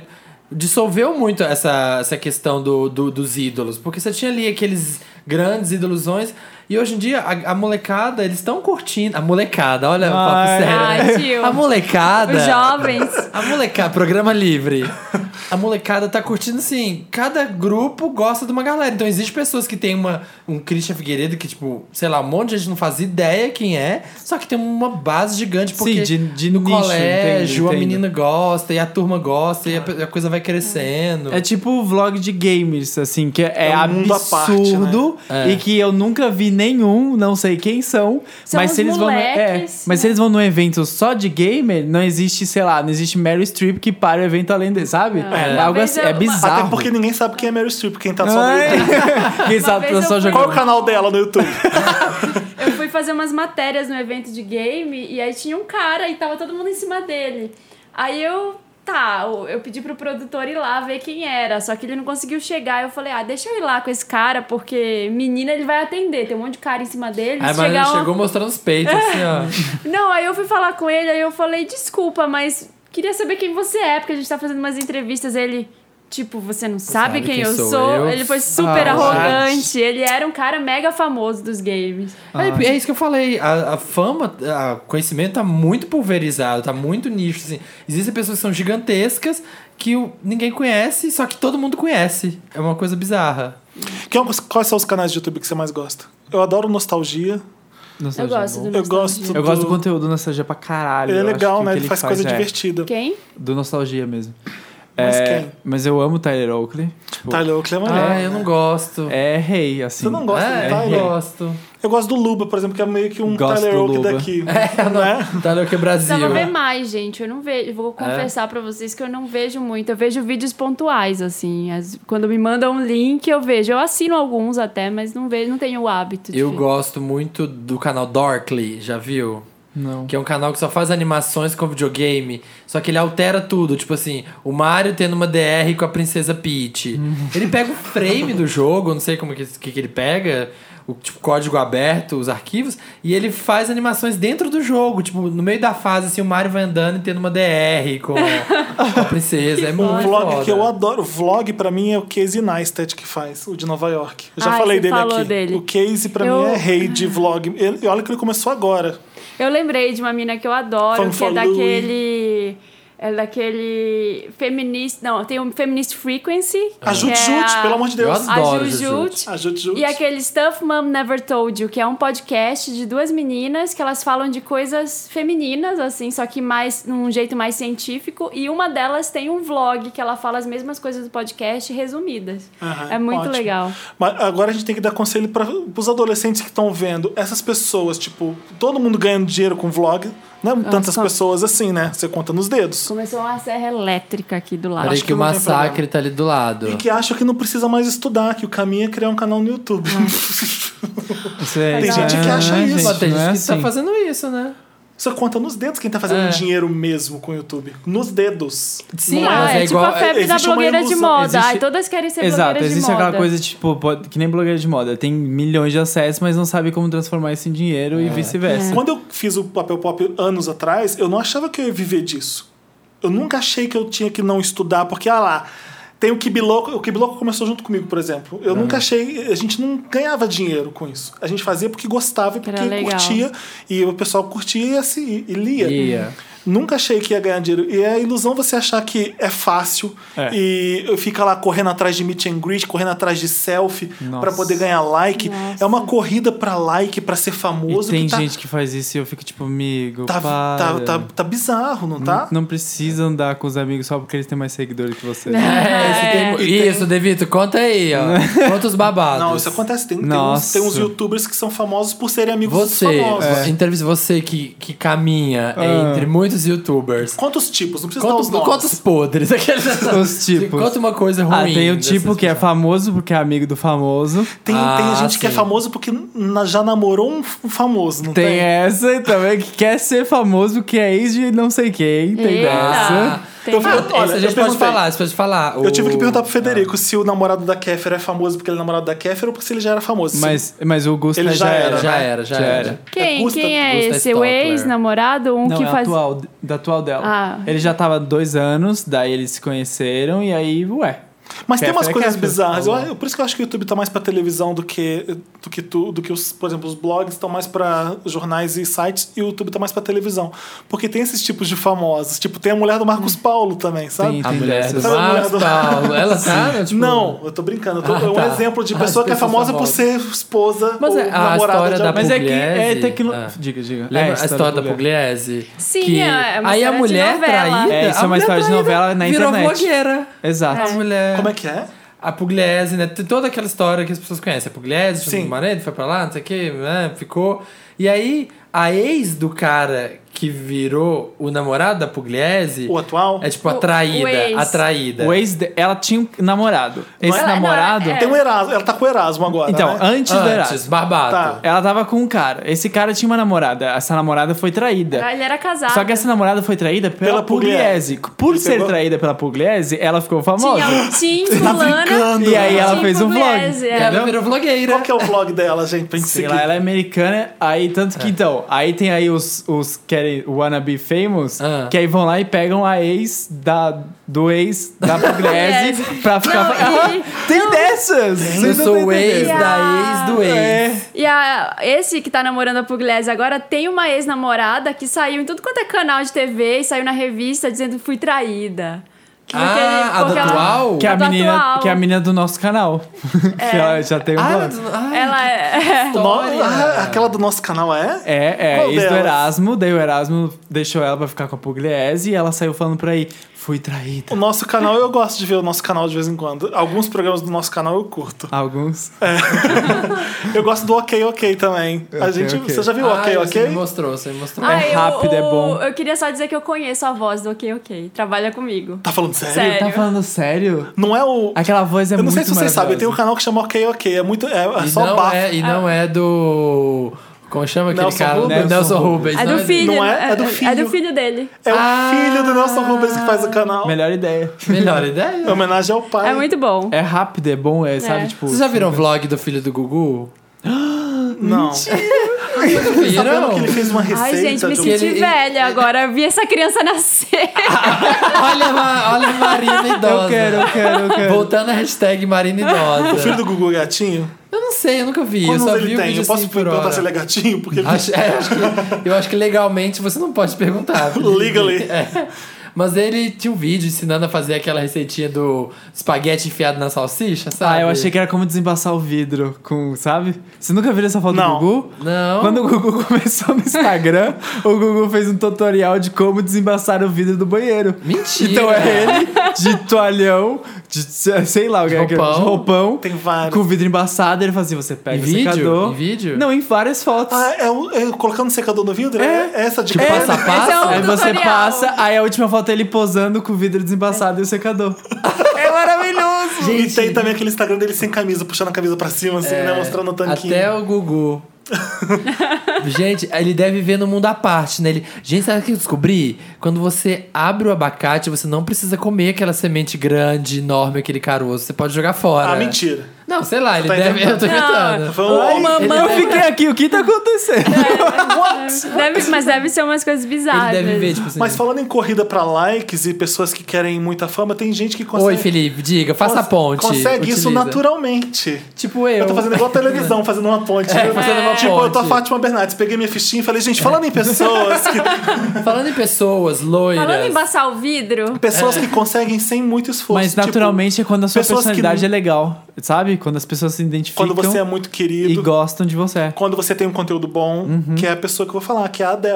Speaker 3: dissolveu muito essa, essa questão do, do- dos ídolos. Porque você tinha ali aqueles grandes ídolosões. E hoje em dia, a, a molecada, eles estão curtindo. A molecada, olha o papo
Speaker 4: Ai.
Speaker 3: sério.
Speaker 2: Ai, tio.
Speaker 3: A molecada.
Speaker 2: Os jovens.
Speaker 3: A molecada, programa livre. A molecada tá curtindo assim. Cada grupo gosta de uma galera. Então existe pessoas que tem uma, um Christian Figueiredo que, tipo, sei lá, um monte de gente não faz ideia quem é, só que tem uma base gigante porque
Speaker 4: Sim, de, de
Speaker 3: no
Speaker 4: nicho,
Speaker 3: colégio
Speaker 4: entendo,
Speaker 3: a
Speaker 4: entendo.
Speaker 3: menina gosta e a turma gosta e a, pe- a coisa vai crescendo.
Speaker 4: É tipo o vlog de gamers, assim, que é,
Speaker 1: É um mundo à parte,
Speaker 4: absurdo
Speaker 3: né? É.
Speaker 4: e que eu nunca vi nenhum, não sei quem são.
Speaker 2: São
Speaker 4: mas
Speaker 2: uns
Speaker 4: se eles vão. no- é,
Speaker 2: moleques,
Speaker 4: mas se
Speaker 2: né?
Speaker 4: eles vão num evento só de gamer, não existe, sei lá, não existe Mary Streep que para o evento além dele, sabe? É,
Speaker 2: Uma
Speaker 4: algo
Speaker 2: vez
Speaker 4: assim,
Speaker 2: eu-
Speaker 4: é
Speaker 2: uma-
Speaker 4: bizarro.
Speaker 1: Até porque ninguém sabe quem é Meryl Streep, quem tá
Speaker 3: Ah,
Speaker 1: só no
Speaker 4: Ai,
Speaker 3: é.
Speaker 1: YouTube.
Speaker 4: Quem
Speaker 2: Uma
Speaker 4: sabe
Speaker 2: vez
Speaker 4: tá só
Speaker 2: eu-
Speaker 1: Qual é o
Speaker 4: jogando.
Speaker 1: canal dela no YouTube?
Speaker 2: Eu fui fazer umas matérias no evento de game e aí tinha um cara e tava todo mundo em cima dele. Aí eu, tá, eu- eu pedi pro produtor ir lá ver quem era, só que ele não conseguiu chegar. Eu falei, ah, deixa eu ir lá com esse cara, porque menina ele vai atender, tem um monte de cara em cima dele.
Speaker 3: Aí a
Speaker 2: se
Speaker 3: Marina
Speaker 2: chegar um-
Speaker 3: Ah, chegou mostrando os peitos, assim, ó.
Speaker 2: Não, aí eu fui falar com ele, aí eu falei, desculpa, mas queria saber quem você é, porque a gente tá fazendo umas entrevistas, ele. Tipo, você não sabe,
Speaker 3: sabe
Speaker 2: quem,
Speaker 3: quem
Speaker 2: eu
Speaker 3: sou
Speaker 2: sou?
Speaker 3: eu?
Speaker 2: Ele foi super
Speaker 4: Ah,
Speaker 2: arrogante. Ele era um cara mega famoso dos games.
Speaker 3: É, é isso que eu falei. A, a fama, a- o conhecimento tá muito pulverizado, tá muito nicho. Assim. Existem pessoas que são gigantescas que o- ninguém conhece, só que todo mundo conhece. É uma coisa bizarra.
Speaker 1: Quem- é um quais são os canais de YouTube que você mais gosta? Eu adoro Nostalgia.
Speaker 4: Nossa,
Speaker 2: Eu
Speaker 4: já
Speaker 2: gosto
Speaker 4: bom.
Speaker 2: do
Speaker 1: Eu
Speaker 2: Nostalgia.
Speaker 1: gosto
Speaker 4: Eu gosto do conteúdo do
Speaker 1: né?
Speaker 4: Nostalgia pra caralho.
Speaker 1: Ele é
Speaker 4: eu acho que
Speaker 1: legal,
Speaker 4: o
Speaker 1: né?
Speaker 4: que
Speaker 1: Ele faz, coisa
Speaker 4: é
Speaker 1: divertida.
Speaker 2: Quem?
Speaker 4: Do Nostalgia mesmo.
Speaker 1: Mas
Speaker 4: É,
Speaker 1: quem?
Speaker 4: Mas eu amo o Tyler Oakley. Tipo,
Speaker 1: Tyler Oakley é maneiro.
Speaker 3: Ah, eu não gosto.
Speaker 4: É rei, assim.
Speaker 1: Você não gosta
Speaker 3: é,
Speaker 1: do
Speaker 3: eu
Speaker 1: Tyler?
Speaker 3: gosto.
Speaker 1: Eu gosto do Luba, por exemplo, que é meio que um
Speaker 4: Gosto
Speaker 1: Tyler
Speaker 4: do
Speaker 1: Oakley
Speaker 4: Luba.
Speaker 1: daqui.
Speaker 2: É,
Speaker 1: né?
Speaker 3: Tá que Brasil.
Speaker 2: Precisava ver mais, gente. Eu não vejo. Vou
Speaker 3: É?
Speaker 2: confessar pra vocês que eu não vejo muito. Eu vejo vídeos pontuais, assim. As- Quando me mandam um link, eu vejo. Eu assino alguns até, mas não vejo, não tenho o hábito. de
Speaker 3: Eu
Speaker 2: ver.
Speaker 3: gosto muito do canal Dorkly, já viu?
Speaker 4: Não.
Speaker 3: Que é um canal que só faz animações com videogame. Só que ele altera tudo. Tipo assim, o Mario tendo uma DR com a Princesa Peach.
Speaker 4: Uhum.
Speaker 3: ele pega o frame do jogo, não sei como que, que, que ele pega. O tipo, código aberto, os arquivos. E ele faz animações dentro do jogo. Tipo, no meio da fase, assim, o Mario vai andando e tendo uma DR com, com a princesa. É
Speaker 1: Um
Speaker 3: muito
Speaker 1: vlog
Speaker 3: foda.
Speaker 1: que eu adoro. Vlog, pra mim, é o Casey Neistat que faz, o de Nova York. Eu já
Speaker 2: Ai,
Speaker 1: falei
Speaker 2: você
Speaker 1: dele
Speaker 2: falou
Speaker 1: aqui.
Speaker 2: dele.
Speaker 1: O Casey, pra
Speaker 2: Eu-
Speaker 1: mim, é rei de vlog. Ele, e olha que ele começou agora.
Speaker 2: Eu lembrei de uma mina que eu adoro,
Speaker 1: Fun
Speaker 2: que
Speaker 1: for
Speaker 2: é daquele. É daquele. Feminist. Não, tem um Feminist Frequency.
Speaker 1: A
Speaker 2: que é
Speaker 1: Jujut, pelo amor de
Speaker 3: Eu
Speaker 1: Deus.
Speaker 3: adoro.
Speaker 2: A
Speaker 3: Adoro
Speaker 2: Jujut.
Speaker 1: A Jujut.
Speaker 2: E aquele Stuff Mom Never Told You, que é um podcast de duas meninas que elas falam de coisas femininas, assim, só que mais num jeito mais científico. E uma delas tem um vlog que ela fala as mesmas coisas do podcast resumidas.
Speaker 1: Aham,
Speaker 2: é muito
Speaker 1: ótimo.
Speaker 2: legal.
Speaker 1: Mas agora a gente tem que dar conselho para os adolescentes que estão vendo. Essas pessoas, tipo, todo mundo ganhando dinheiro com vlog. Não é tantas
Speaker 2: só-
Speaker 1: pessoas assim, né? Você conta nos dedos.
Speaker 2: Começou uma serra elétrica aqui do lado.
Speaker 3: Peraí
Speaker 1: Acho
Speaker 3: que,
Speaker 1: que
Speaker 3: o
Speaker 1: não tem
Speaker 3: massacre
Speaker 1: problema.
Speaker 3: tá ali do lado.
Speaker 1: E que acham que não precisa mais estudar, que o caminho é criar um canal no YouTube. Tem gente que acha isso.
Speaker 3: Mas tem
Speaker 4: é,
Speaker 3: gente que
Speaker 4: não é
Speaker 3: tá
Speaker 4: assim.
Speaker 3: fazendo isso, né?
Speaker 1: Você conta nos dedos quem tá fazendo
Speaker 3: É.
Speaker 1: dinheiro mesmo com o YouTube. Nos dedos.
Speaker 3: Sim,
Speaker 2: ah,
Speaker 3: mas
Speaker 2: é,
Speaker 3: é
Speaker 2: tipo
Speaker 3: igual-
Speaker 2: a febre da
Speaker 1: existe uma
Speaker 2: blogueira de
Speaker 1: ilusão,
Speaker 2: moda.
Speaker 4: existe-
Speaker 2: Ai, todas querem ser
Speaker 4: Exato,
Speaker 2: blogueiras de
Speaker 4: existe
Speaker 2: moda.
Speaker 4: aquela coisa, tipo, pode- que nem blogueira de moda. Tem milhões de acessos, mas não sabe como transformar isso em dinheiro e
Speaker 3: É.
Speaker 4: vice-versa.
Speaker 1: Quando eu fiz o papel pop anos atrás, eu não achava que eu ia viver disso. Eu nunca achei que eu tinha que não estudar, porque, ah lá, tem o Kibiloco. O Kibiloco começou junto comigo, por exemplo. Eu nunca achei. A gente não ganhava dinheiro com isso. A gente fazia porque gostava e porque
Speaker 2: Era legal.
Speaker 1: curtia. E o pessoal curtia e, assim, e lia.
Speaker 3: Lia.
Speaker 1: Nunca achei que ia ganhar dinheiro. E é a ilusão você achar que é fácil
Speaker 4: É.
Speaker 1: e fica lá correndo atrás de meet and greet, correndo atrás de selfie
Speaker 4: Nossa.
Speaker 1: pra poder ganhar like.
Speaker 2: Nossa.
Speaker 1: É uma corrida pra like, pra ser
Speaker 4: E
Speaker 1: famoso.
Speaker 4: tem
Speaker 1: que tá-
Speaker 4: gente que faz isso e eu fico tipo, amigo,
Speaker 1: Tá,
Speaker 4: para.
Speaker 1: tá, tá, tá bizarro, não tá?
Speaker 4: Não precisa andar com os amigos só porque eles têm mais seguidores que você.
Speaker 3: É, esse
Speaker 2: É.
Speaker 3: tempo- Isso, Devito, conta aí, ó. Conta os babados.
Speaker 1: Não, isso é acontece. Tem, tem uns,
Speaker 4: Nossa.
Speaker 1: tem uns youtubers que são famosos por serem amigos dos
Speaker 3: Você,
Speaker 1: famosos.
Speaker 3: é. entrevista você que, que caminha
Speaker 4: Ah.
Speaker 3: entre muitos youtubers.
Speaker 1: Quantos tipos? Não precisa dar
Speaker 3: Conta,
Speaker 1: os nomes.
Speaker 3: conta os podres. aqueles-
Speaker 4: Os tipos.
Speaker 3: Conta uma coisa ruim.
Speaker 4: Ah, tem o
Speaker 3: dessas
Speaker 4: tipo que é
Speaker 3: pessoas.
Speaker 4: famoso porque é amigo do famoso.
Speaker 1: Tem, tem
Speaker 3: Ah,
Speaker 1: gente que é
Speaker 3: sim.
Speaker 1: famoso porque na- já namorou um f- um famoso, não tem?
Speaker 4: é. Tem essa também que quer ser famoso porque é ex de não sei quem. Tem
Speaker 2: Eita.
Speaker 4: dessa.
Speaker 2: Tem.
Speaker 1: Eu,
Speaker 3: Ah,
Speaker 1: eu,
Speaker 3: essa a
Speaker 1: olha, eu
Speaker 3: gente pode
Speaker 1: perguntei.
Speaker 3: falar, você pode falar.
Speaker 1: Eu tive que
Speaker 3: O- Ah.
Speaker 1: perguntar pro Federico se o namorado da Kéfera é famoso porque ele é namorado da Kéfera ou porque se ele já era famoso.
Speaker 4: Mas, mas o Gusta
Speaker 1: Ele
Speaker 4: já,
Speaker 1: já
Speaker 4: era.
Speaker 1: era,
Speaker 3: Ah. Já
Speaker 1: né?
Speaker 3: era, já,
Speaker 4: Já
Speaker 3: era.
Speaker 4: era.
Speaker 2: Quem,
Speaker 1: Gusta-
Speaker 2: quem é
Speaker 3: Gusta
Speaker 2: esse? O
Speaker 3: Stockler.
Speaker 2: ex-namorado? Um
Speaker 4: Não,
Speaker 2: que
Speaker 4: é
Speaker 2: faz.
Speaker 4: atual, da atual dela.
Speaker 2: Ah.
Speaker 4: Ele já tava há dois anos, daí eles se conheceram e aí, ué.
Speaker 1: Mas tem
Speaker 4: Kéfera
Speaker 1: umas
Speaker 4: é
Speaker 1: coisas
Speaker 4: Kéfera.
Speaker 1: bizarras. Eu- eu- por isso que eu acho que o YouTube tá mais pra televisão do que, do que, tu, do que os, por exemplo, os blogs estão mais pra jornais e sites e o YouTube tá mais pra televisão. Porque tem esses tipos de famosos. Tipo, tem a mulher do Marcos
Speaker 3: Hum.
Speaker 1: Paulo também, sabe?
Speaker 4: Tem,
Speaker 3: A
Speaker 4: tem
Speaker 3: mulher do
Speaker 4: dessas.
Speaker 1: Sabe a mulher
Speaker 3: Marcos
Speaker 1: do-
Speaker 3: Paulo. Ela tá? né, tipo-
Speaker 1: Não, eu tô brincando. Eu tô-
Speaker 3: Ah,
Speaker 1: é um
Speaker 3: tá.
Speaker 1: exemplo de
Speaker 3: As
Speaker 1: pessoa que é
Speaker 3: pessoas
Speaker 1: famosa por
Speaker 3: famosas.
Speaker 1: ser esposa
Speaker 3: Mas
Speaker 1: ou
Speaker 3: é- a
Speaker 1: namorada
Speaker 3: história
Speaker 1: de
Speaker 3: da
Speaker 1: alguém.
Speaker 4: Mas é que é
Speaker 3: Pugliese.
Speaker 4: tecnologia.
Speaker 3: Ah.
Speaker 4: Diga, diga.
Speaker 3: Lembra
Speaker 4: É,
Speaker 3: a história da
Speaker 4: Pugliese.
Speaker 3: Pugliese?
Speaker 2: Sim,
Speaker 3: Que-
Speaker 2: é uma
Speaker 3: Aí a
Speaker 2: história de
Speaker 3: mulher
Speaker 2: novela.
Speaker 3: traída.
Speaker 4: É, isso
Speaker 3: a
Speaker 4: é uma
Speaker 3: mulher
Speaker 4: história de
Speaker 3: traída
Speaker 4: novela na
Speaker 3: virou
Speaker 4: internet.
Speaker 3: blogueira.
Speaker 4: Exato.
Speaker 3: A mulher.
Speaker 1: Como é que é?
Speaker 3: A Pugliese, né? Tem toda aquela história que as pessoas conhecem. A Pugliese,
Speaker 1: Sim.
Speaker 3: Sim. marido, foi pra lá, não sei o que, ficou. E aí, a ex do cara que virou o namorado da Pugliese
Speaker 1: O atual?
Speaker 3: é tipo a
Speaker 2: O- o ex.
Speaker 3: traída. A traída.
Speaker 4: O ex de- ela tinha um namorado. Esse
Speaker 2: Ela- É. não,
Speaker 4: namorado.
Speaker 2: é-
Speaker 1: Tem o Erasmo. Ela tá com o Erasmo agora.
Speaker 4: Então,
Speaker 1: né?
Speaker 4: antes, do
Speaker 3: Antes,
Speaker 4: Erasmo.
Speaker 3: barbado.
Speaker 4: Ela tava com um cara. Esse cara tinha uma namorada. Essa namorada foi traída.
Speaker 2: Ah, Ele era casado.
Speaker 4: Só que essa namorada foi traída pela,
Speaker 1: Pela Pugliese.
Speaker 4: Pugliese. Por
Speaker 1: Ele
Speaker 4: ser
Speaker 1: pegou-
Speaker 4: traída pela Pugliese, ela ficou famosa.
Speaker 2: Tinha um o Tim
Speaker 3: tá
Speaker 2: Fulana.
Speaker 4: E
Speaker 3: né?
Speaker 4: aí ela
Speaker 2: Tim
Speaker 4: fez um vlog.
Speaker 2: Pugliese, é.
Speaker 3: Ela virou vlogueira.
Speaker 1: Qual que é o vlog dela, gente? Pra gente
Speaker 4: Sei
Speaker 1: seguir.
Speaker 4: lá, ela é americana, aí tanto
Speaker 1: É.
Speaker 4: que então, aí tem aí os, os querem wanna be famous,
Speaker 3: Ah.
Speaker 4: que aí vão lá e pegam a ex da, do ex da Pugliese
Speaker 2: Pugliese.
Speaker 4: pra ficar.
Speaker 2: Não, e-
Speaker 4: Ah, tem dessas!
Speaker 3: Eu
Speaker 4: Vocês não
Speaker 3: sou
Speaker 4: tão
Speaker 3: o ex
Speaker 4: entendendo.
Speaker 3: da ex do ex.
Speaker 4: É.
Speaker 2: E a, esse que tá namorando a Pugliese agora tem uma ex-namorada que saiu em tudo quanto é canal de TV e saiu na revista dizendo fui traída. Que- porque-
Speaker 3: Ah, a
Speaker 2: porque
Speaker 3: da
Speaker 2: ela-
Speaker 3: atual?
Speaker 4: Que é, a
Speaker 2: A do
Speaker 4: menina,
Speaker 2: atual. É.
Speaker 4: que é a menina do nosso canal. que ela já tem um
Speaker 3: Ah,
Speaker 4: nome.
Speaker 3: ela do- ai,
Speaker 2: Ela é.
Speaker 3: que
Speaker 1: No-
Speaker 3: história.
Speaker 1: Ah, aquela do nosso canal é?
Speaker 4: É, é,
Speaker 1: Qual
Speaker 4: ex do
Speaker 1: delas?
Speaker 4: Erasmo, daí o Erasmo deixou ela pra ficar com a Pugliese e ela saiu falando pra aí, fui traída.
Speaker 1: O nosso canal, eu gosto de ver o nosso canal de vez em quando. Alguns programas do nosso canal eu curto.
Speaker 4: Alguns.
Speaker 1: Eu gosto do Ok Ok também. a
Speaker 4: Ok,
Speaker 1: gente,
Speaker 4: Ok.
Speaker 1: Você já viu o
Speaker 3: Ai,
Speaker 1: Ok
Speaker 3: Ah, Você me
Speaker 1: Ok?
Speaker 3: mostrou, você me mostrou.
Speaker 2: Ai, eu-
Speaker 4: rápido, é bom.
Speaker 2: Eu queria só dizer que eu conheço a voz do Ok Ok. Trabalha comigo.
Speaker 1: Tá falando sério?
Speaker 2: Sério.
Speaker 4: Tá falando sério?
Speaker 1: Não é o.
Speaker 4: Aquela voz é
Speaker 1: eu não
Speaker 4: muito
Speaker 1: sei se vocês sabem, tem um
Speaker 4: maravilhosa.
Speaker 1: canal que chama Ok Ok. É muito. É, é
Speaker 3: E
Speaker 1: só
Speaker 3: não
Speaker 1: bafo.
Speaker 3: é, e
Speaker 2: Ah.
Speaker 3: não é do. Como chama aquele
Speaker 1: Nelson
Speaker 3: cara?
Speaker 1: Rubens.
Speaker 3: Do Nelson
Speaker 4: Nelson
Speaker 3: Rubens.
Speaker 2: É
Speaker 3: não
Speaker 2: do filho.
Speaker 1: Não é? É do
Speaker 2: É
Speaker 1: filho.
Speaker 2: do filho dele.
Speaker 1: É o
Speaker 3: Ah!
Speaker 1: filho do Nelson Rubens que faz o canal.
Speaker 4: Melhor ideia.
Speaker 3: Melhor
Speaker 1: É
Speaker 3: ideia.
Speaker 1: homenagem ao pai.
Speaker 2: É muito bom.
Speaker 4: É rápido, é bom, é, sabe,
Speaker 2: É.
Speaker 4: tipo...
Speaker 3: Vocês já viram o vlog do filho do Gugu?
Speaker 1: Não. Sabendo
Speaker 3: Viram?
Speaker 1: que ele fez uma receita.
Speaker 2: Ai, gente, me
Speaker 1: de um-
Speaker 2: senti
Speaker 3: ele-
Speaker 2: velha agora. Vi essa criança nascer.
Speaker 3: Olha, a Ma- olha a Marina idosa.
Speaker 4: Eu quero, eu quero, eu quero.
Speaker 3: Voltando à hashtag Marina idosa.
Speaker 1: O filho do Gugu é gatinho?
Speaker 3: Eu não sei, eu nunca vi.
Speaker 1: Quantos
Speaker 3: eu só
Speaker 1: anos
Speaker 3: vi
Speaker 1: ele
Speaker 3: o
Speaker 1: tem?
Speaker 3: vídeo
Speaker 1: Eu posso
Speaker 3: assim por hora.
Speaker 1: perguntar se ele é gatinho? Porque
Speaker 3: Acho- é, acho que- eu acho que legalmente você não pode perguntar. Felipe.
Speaker 1: Legally.
Speaker 3: É. Mas ele tinha um vídeo ensinando a fazer aquela receitinha do espaguete enfiado na salsicha, sabe?
Speaker 4: Ah, eu achei que era como desembaçar o vidro com, sabe? Você nunca viu essa foto
Speaker 1: Não.
Speaker 4: do Gugu?
Speaker 3: Não.
Speaker 4: Quando o Gugu começou no Instagram, o Gugu fez um tutorial de como desembaçar o vidro do banheiro.
Speaker 3: Mentira.
Speaker 4: Então é ele de toalhão, de se- sei lá, o que é que é,
Speaker 3: roupão.
Speaker 4: de roupão
Speaker 1: Tem vários.
Speaker 4: com o vidro embaçado. Ele fala assim: você pega
Speaker 3: Em
Speaker 4: o
Speaker 3: vídeo?
Speaker 4: secador.
Speaker 3: Em vídeo?
Speaker 4: Não, em várias fotos.
Speaker 1: Ah, é, o- é colocando secador no vidro?
Speaker 4: É.
Speaker 1: É, essa de
Speaker 3: Tipo, passa a
Speaker 2: Esse é
Speaker 3: passa?
Speaker 2: o-
Speaker 4: Aí você
Speaker 2: tutorial.
Speaker 4: passa, aí a última foto é ele posando com o vidro desembaçado e o secador. É maravilhoso!
Speaker 1: E Tipo, tem também aquele Instagram dele sem camisa, puxando a camisa pra cima, assim, né? Mostrando o tanquinho.
Speaker 3: É, Até o Gugu. gente, ele deve viver num mundo à parte, né? Ele, gente, sabe o que eu descobri? Quando você abre o abacate, você não precisa comer aquela semente grande, enorme, aquele caroço. Você pode jogar fora.
Speaker 1: Ah, mentira.
Speaker 3: Não, sei lá, ele
Speaker 1: tá
Speaker 3: deve. Eu tô
Speaker 2: inventando.
Speaker 3: inventando.
Speaker 1: Vamos lá.
Speaker 2: Ô, mamãe.
Speaker 4: Eu fiquei aqui, o que tá acontecendo?
Speaker 2: Deve- mas deve ser umas coisas
Speaker 3: Ele
Speaker 2: bizarras.
Speaker 3: deve ver, tipo assim.
Speaker 1: Mas falando em corrida pra likes e pessoas que querem muita fama, tem gente que consegue.
Speaker 3: Oi, Felipe, diga, faça a
Speaker 1: cons-
Speaker 3: ponte.
Speaker 1: Consegue isso
Speaker 3: Utiliza.
Speaker 1: naturalmente.
Speaker 3: Tipo eu.
Speaker 1: Eu tô fazendo igual a televisão, fazendo uma ponte.
Speaker 3: É, fazendo uma
Speaker 1: tipo, eu tô a
Speaker 3: ponte. É.
Speaker 1: Fátima Bernardes, peguei minha fichinha e falei, gente, falando em pessoas que,
Speaker 3: Falando em pessoas loiras.
Speaker 2: Falando em embaçar o vidro,
Speaker 1: pessoas que conseguem sem muito esforço.
Speaker 4: Mas
Speaker 1: tipo,
Speaker 4: naturalmente é quando a sua
Speaker 1: pessoas que
Speaker 4: personalidade
Speaker 1: não-
Speaker 4: é legal, sabe? Quando as pessoas se identificam
Speaker 1: quando você é muito
Speaker 4: e
Speaker 1: querido,
Speaker 4: gostam de você.
Speaker 1: quando você tem um conteúdo bom,
Speaker 4: Uhum.
Speaker 1: que é a pessoa que eu vou falar, que é a Adele.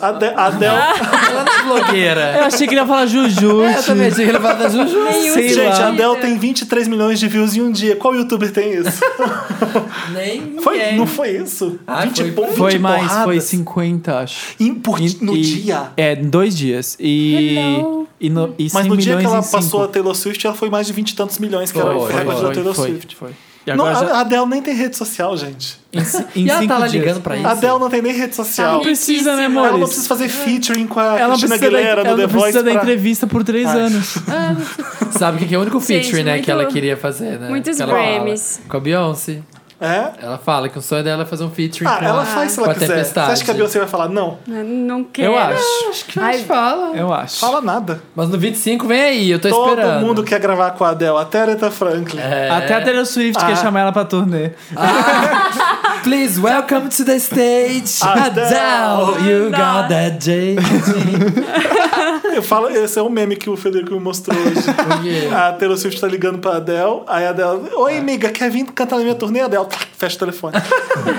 Speaker 1: Ade Adele.
Speaker 4: Ah,
Speaker 3: Falando em blogueira.
Speaker 4: Eu achei que ele ia falar Juju. tipo
Speaker 3: eu também achei que ele falava da Juju.
Speaker 2: Nenhum
Speaker 4: sei
Speaker 1: Gente,
Speaker 4: lá.
Speaker 1: a Adele tem 23 milhões de views em um dia. Qual youtuber tem isso?
Speaker 3: Nem
Speaker 1: Foi-
Speaker 3: ninguém.
Speaker 1: não foi isso?
Speaker 3: Ah,
Speaker 1: 20
Speaker 3: foi-
Speaker 1: pon- 20
Speaker 4: Foi mais, foi
Speaker 1: é porradas?
Speaker 4: 50, acho.
Speaker 1: Em- por-
Speaker 4: E-
Speaker 1: no
Speaker 4: e-
Speaker 1: dia.
Speaker 4: É, em dois dias. E.
Speaker 2: Hello.
Speaker 4: E, no, e
Speaker 1: Mas
Speaker 4: 100
Speaker 1: no dia
Speaker 4: milhões
Speaker 1: que ela
Speaker 4: em cinco.
Speaker 1: passou a Taylor Swift, ela foi mais de 20 e tantos milhões, que era o
Speaker 3: Foi,
Speaker 1: recorde da
Speaker 3: foi,
Speaker 1: Taylor
Speaker 4: foi,
Speaker 1: Swift.
Speaker 4: foi. E
Speaker 1: Não,
Speaker 4: agora já...
Speaker 1: A Adele nem tem rede social, gente.
Speaker 4: em ci- em
Speaker 3: E ela
Speaker 4: cinco
Speaker 3: tá lá
Speaker 4: dias.
Speaker 3: ligando pra
Speaker 1: A
Speaker 3: isso.
Speaker 1: Adele não tem nem rede social.
Speaker 2: tá
Speaker 4: Não precisa, né,
Speaker 2: Riquíssima.
Speaker 4: amor?
Speaker 1: Ela não
Speaker 4: Eles-
Speaker 1: precisa fazer featuring com a
Speaker 4: Ela não
Speaker 1: Cristina
Speaker 4: precisa, da,
Speaker 1: Aguilera
Speaker 4: ela
Speaker 1: no The
Speaker 4: não
Speaker 1: Voice.
Speaker 4: precisa da
Speaker 1: pra- Ah.
Speaker 4: entrevista por três
Speaker 1: Ai.
Speaker 4: anos.
Speaker 3: Sabe o que que é o único
Speaker 2: Gente,
Speaker 3: feature, né, que
Speaker 2: muito-
Speaker 3: ela queria fazer, né?
Speaker 2: muitos
Speaker 3: que ela fala.
Speaker 2: Grammys.
Speaker 3: Com a Beyoncé.
Speaker 1: É?
Speaker 3: Ela fala que o sonho dela é fazer um feature
Speaker 1: Ah,
Speaker 3: com
Speaker 1: ela
Speaker 3: a...
Speaker 1: faz se
Speaker 3: com
Speaker 1: ela
Speaker 3: a
Speaker 1: quiser. Você
Speaker 3: tempestade.
Speaker 1: acha que a Beyoncé vai falar? Não,
Speaker 2: Não quero.
Speaker 4: Eu acho.
Speaker 3: Acho que
Speaker 2: Ai,
Speaker 3: elas falam.
Speaker 4: Eu acho.
Speaker 1: fala nada.
Speaker 3: Mas no 25 vem aí, eu tô
Speaker 1: Todo
Speaker 3: Tá esperando.
Speaker 1: mundo quer gravar com a Adele, até a Aretha Franklin.
Speaker 3: É.
Speaker 4: Até a Taylor Swift
Speaker 1: Ah.
Speaker 4: quer chamar ela pra turnê.
Speaker 3: Please welcome to the stage,
Speaker 1: Adele.
Speaker 3: Adele. You
Speaker 2: Nossa.
Speaker 3: got that J.
Speaker 1: Eu falo, esse é o meme que o Federico me mostrou hoje. A Taylor Swift tá ligando pra Adele, aí a Adele,
Speaker 3: É.
Speaker 1: oi amiga, quer vir cantar na minha turnê? A Adele, tac, fecha o telefone.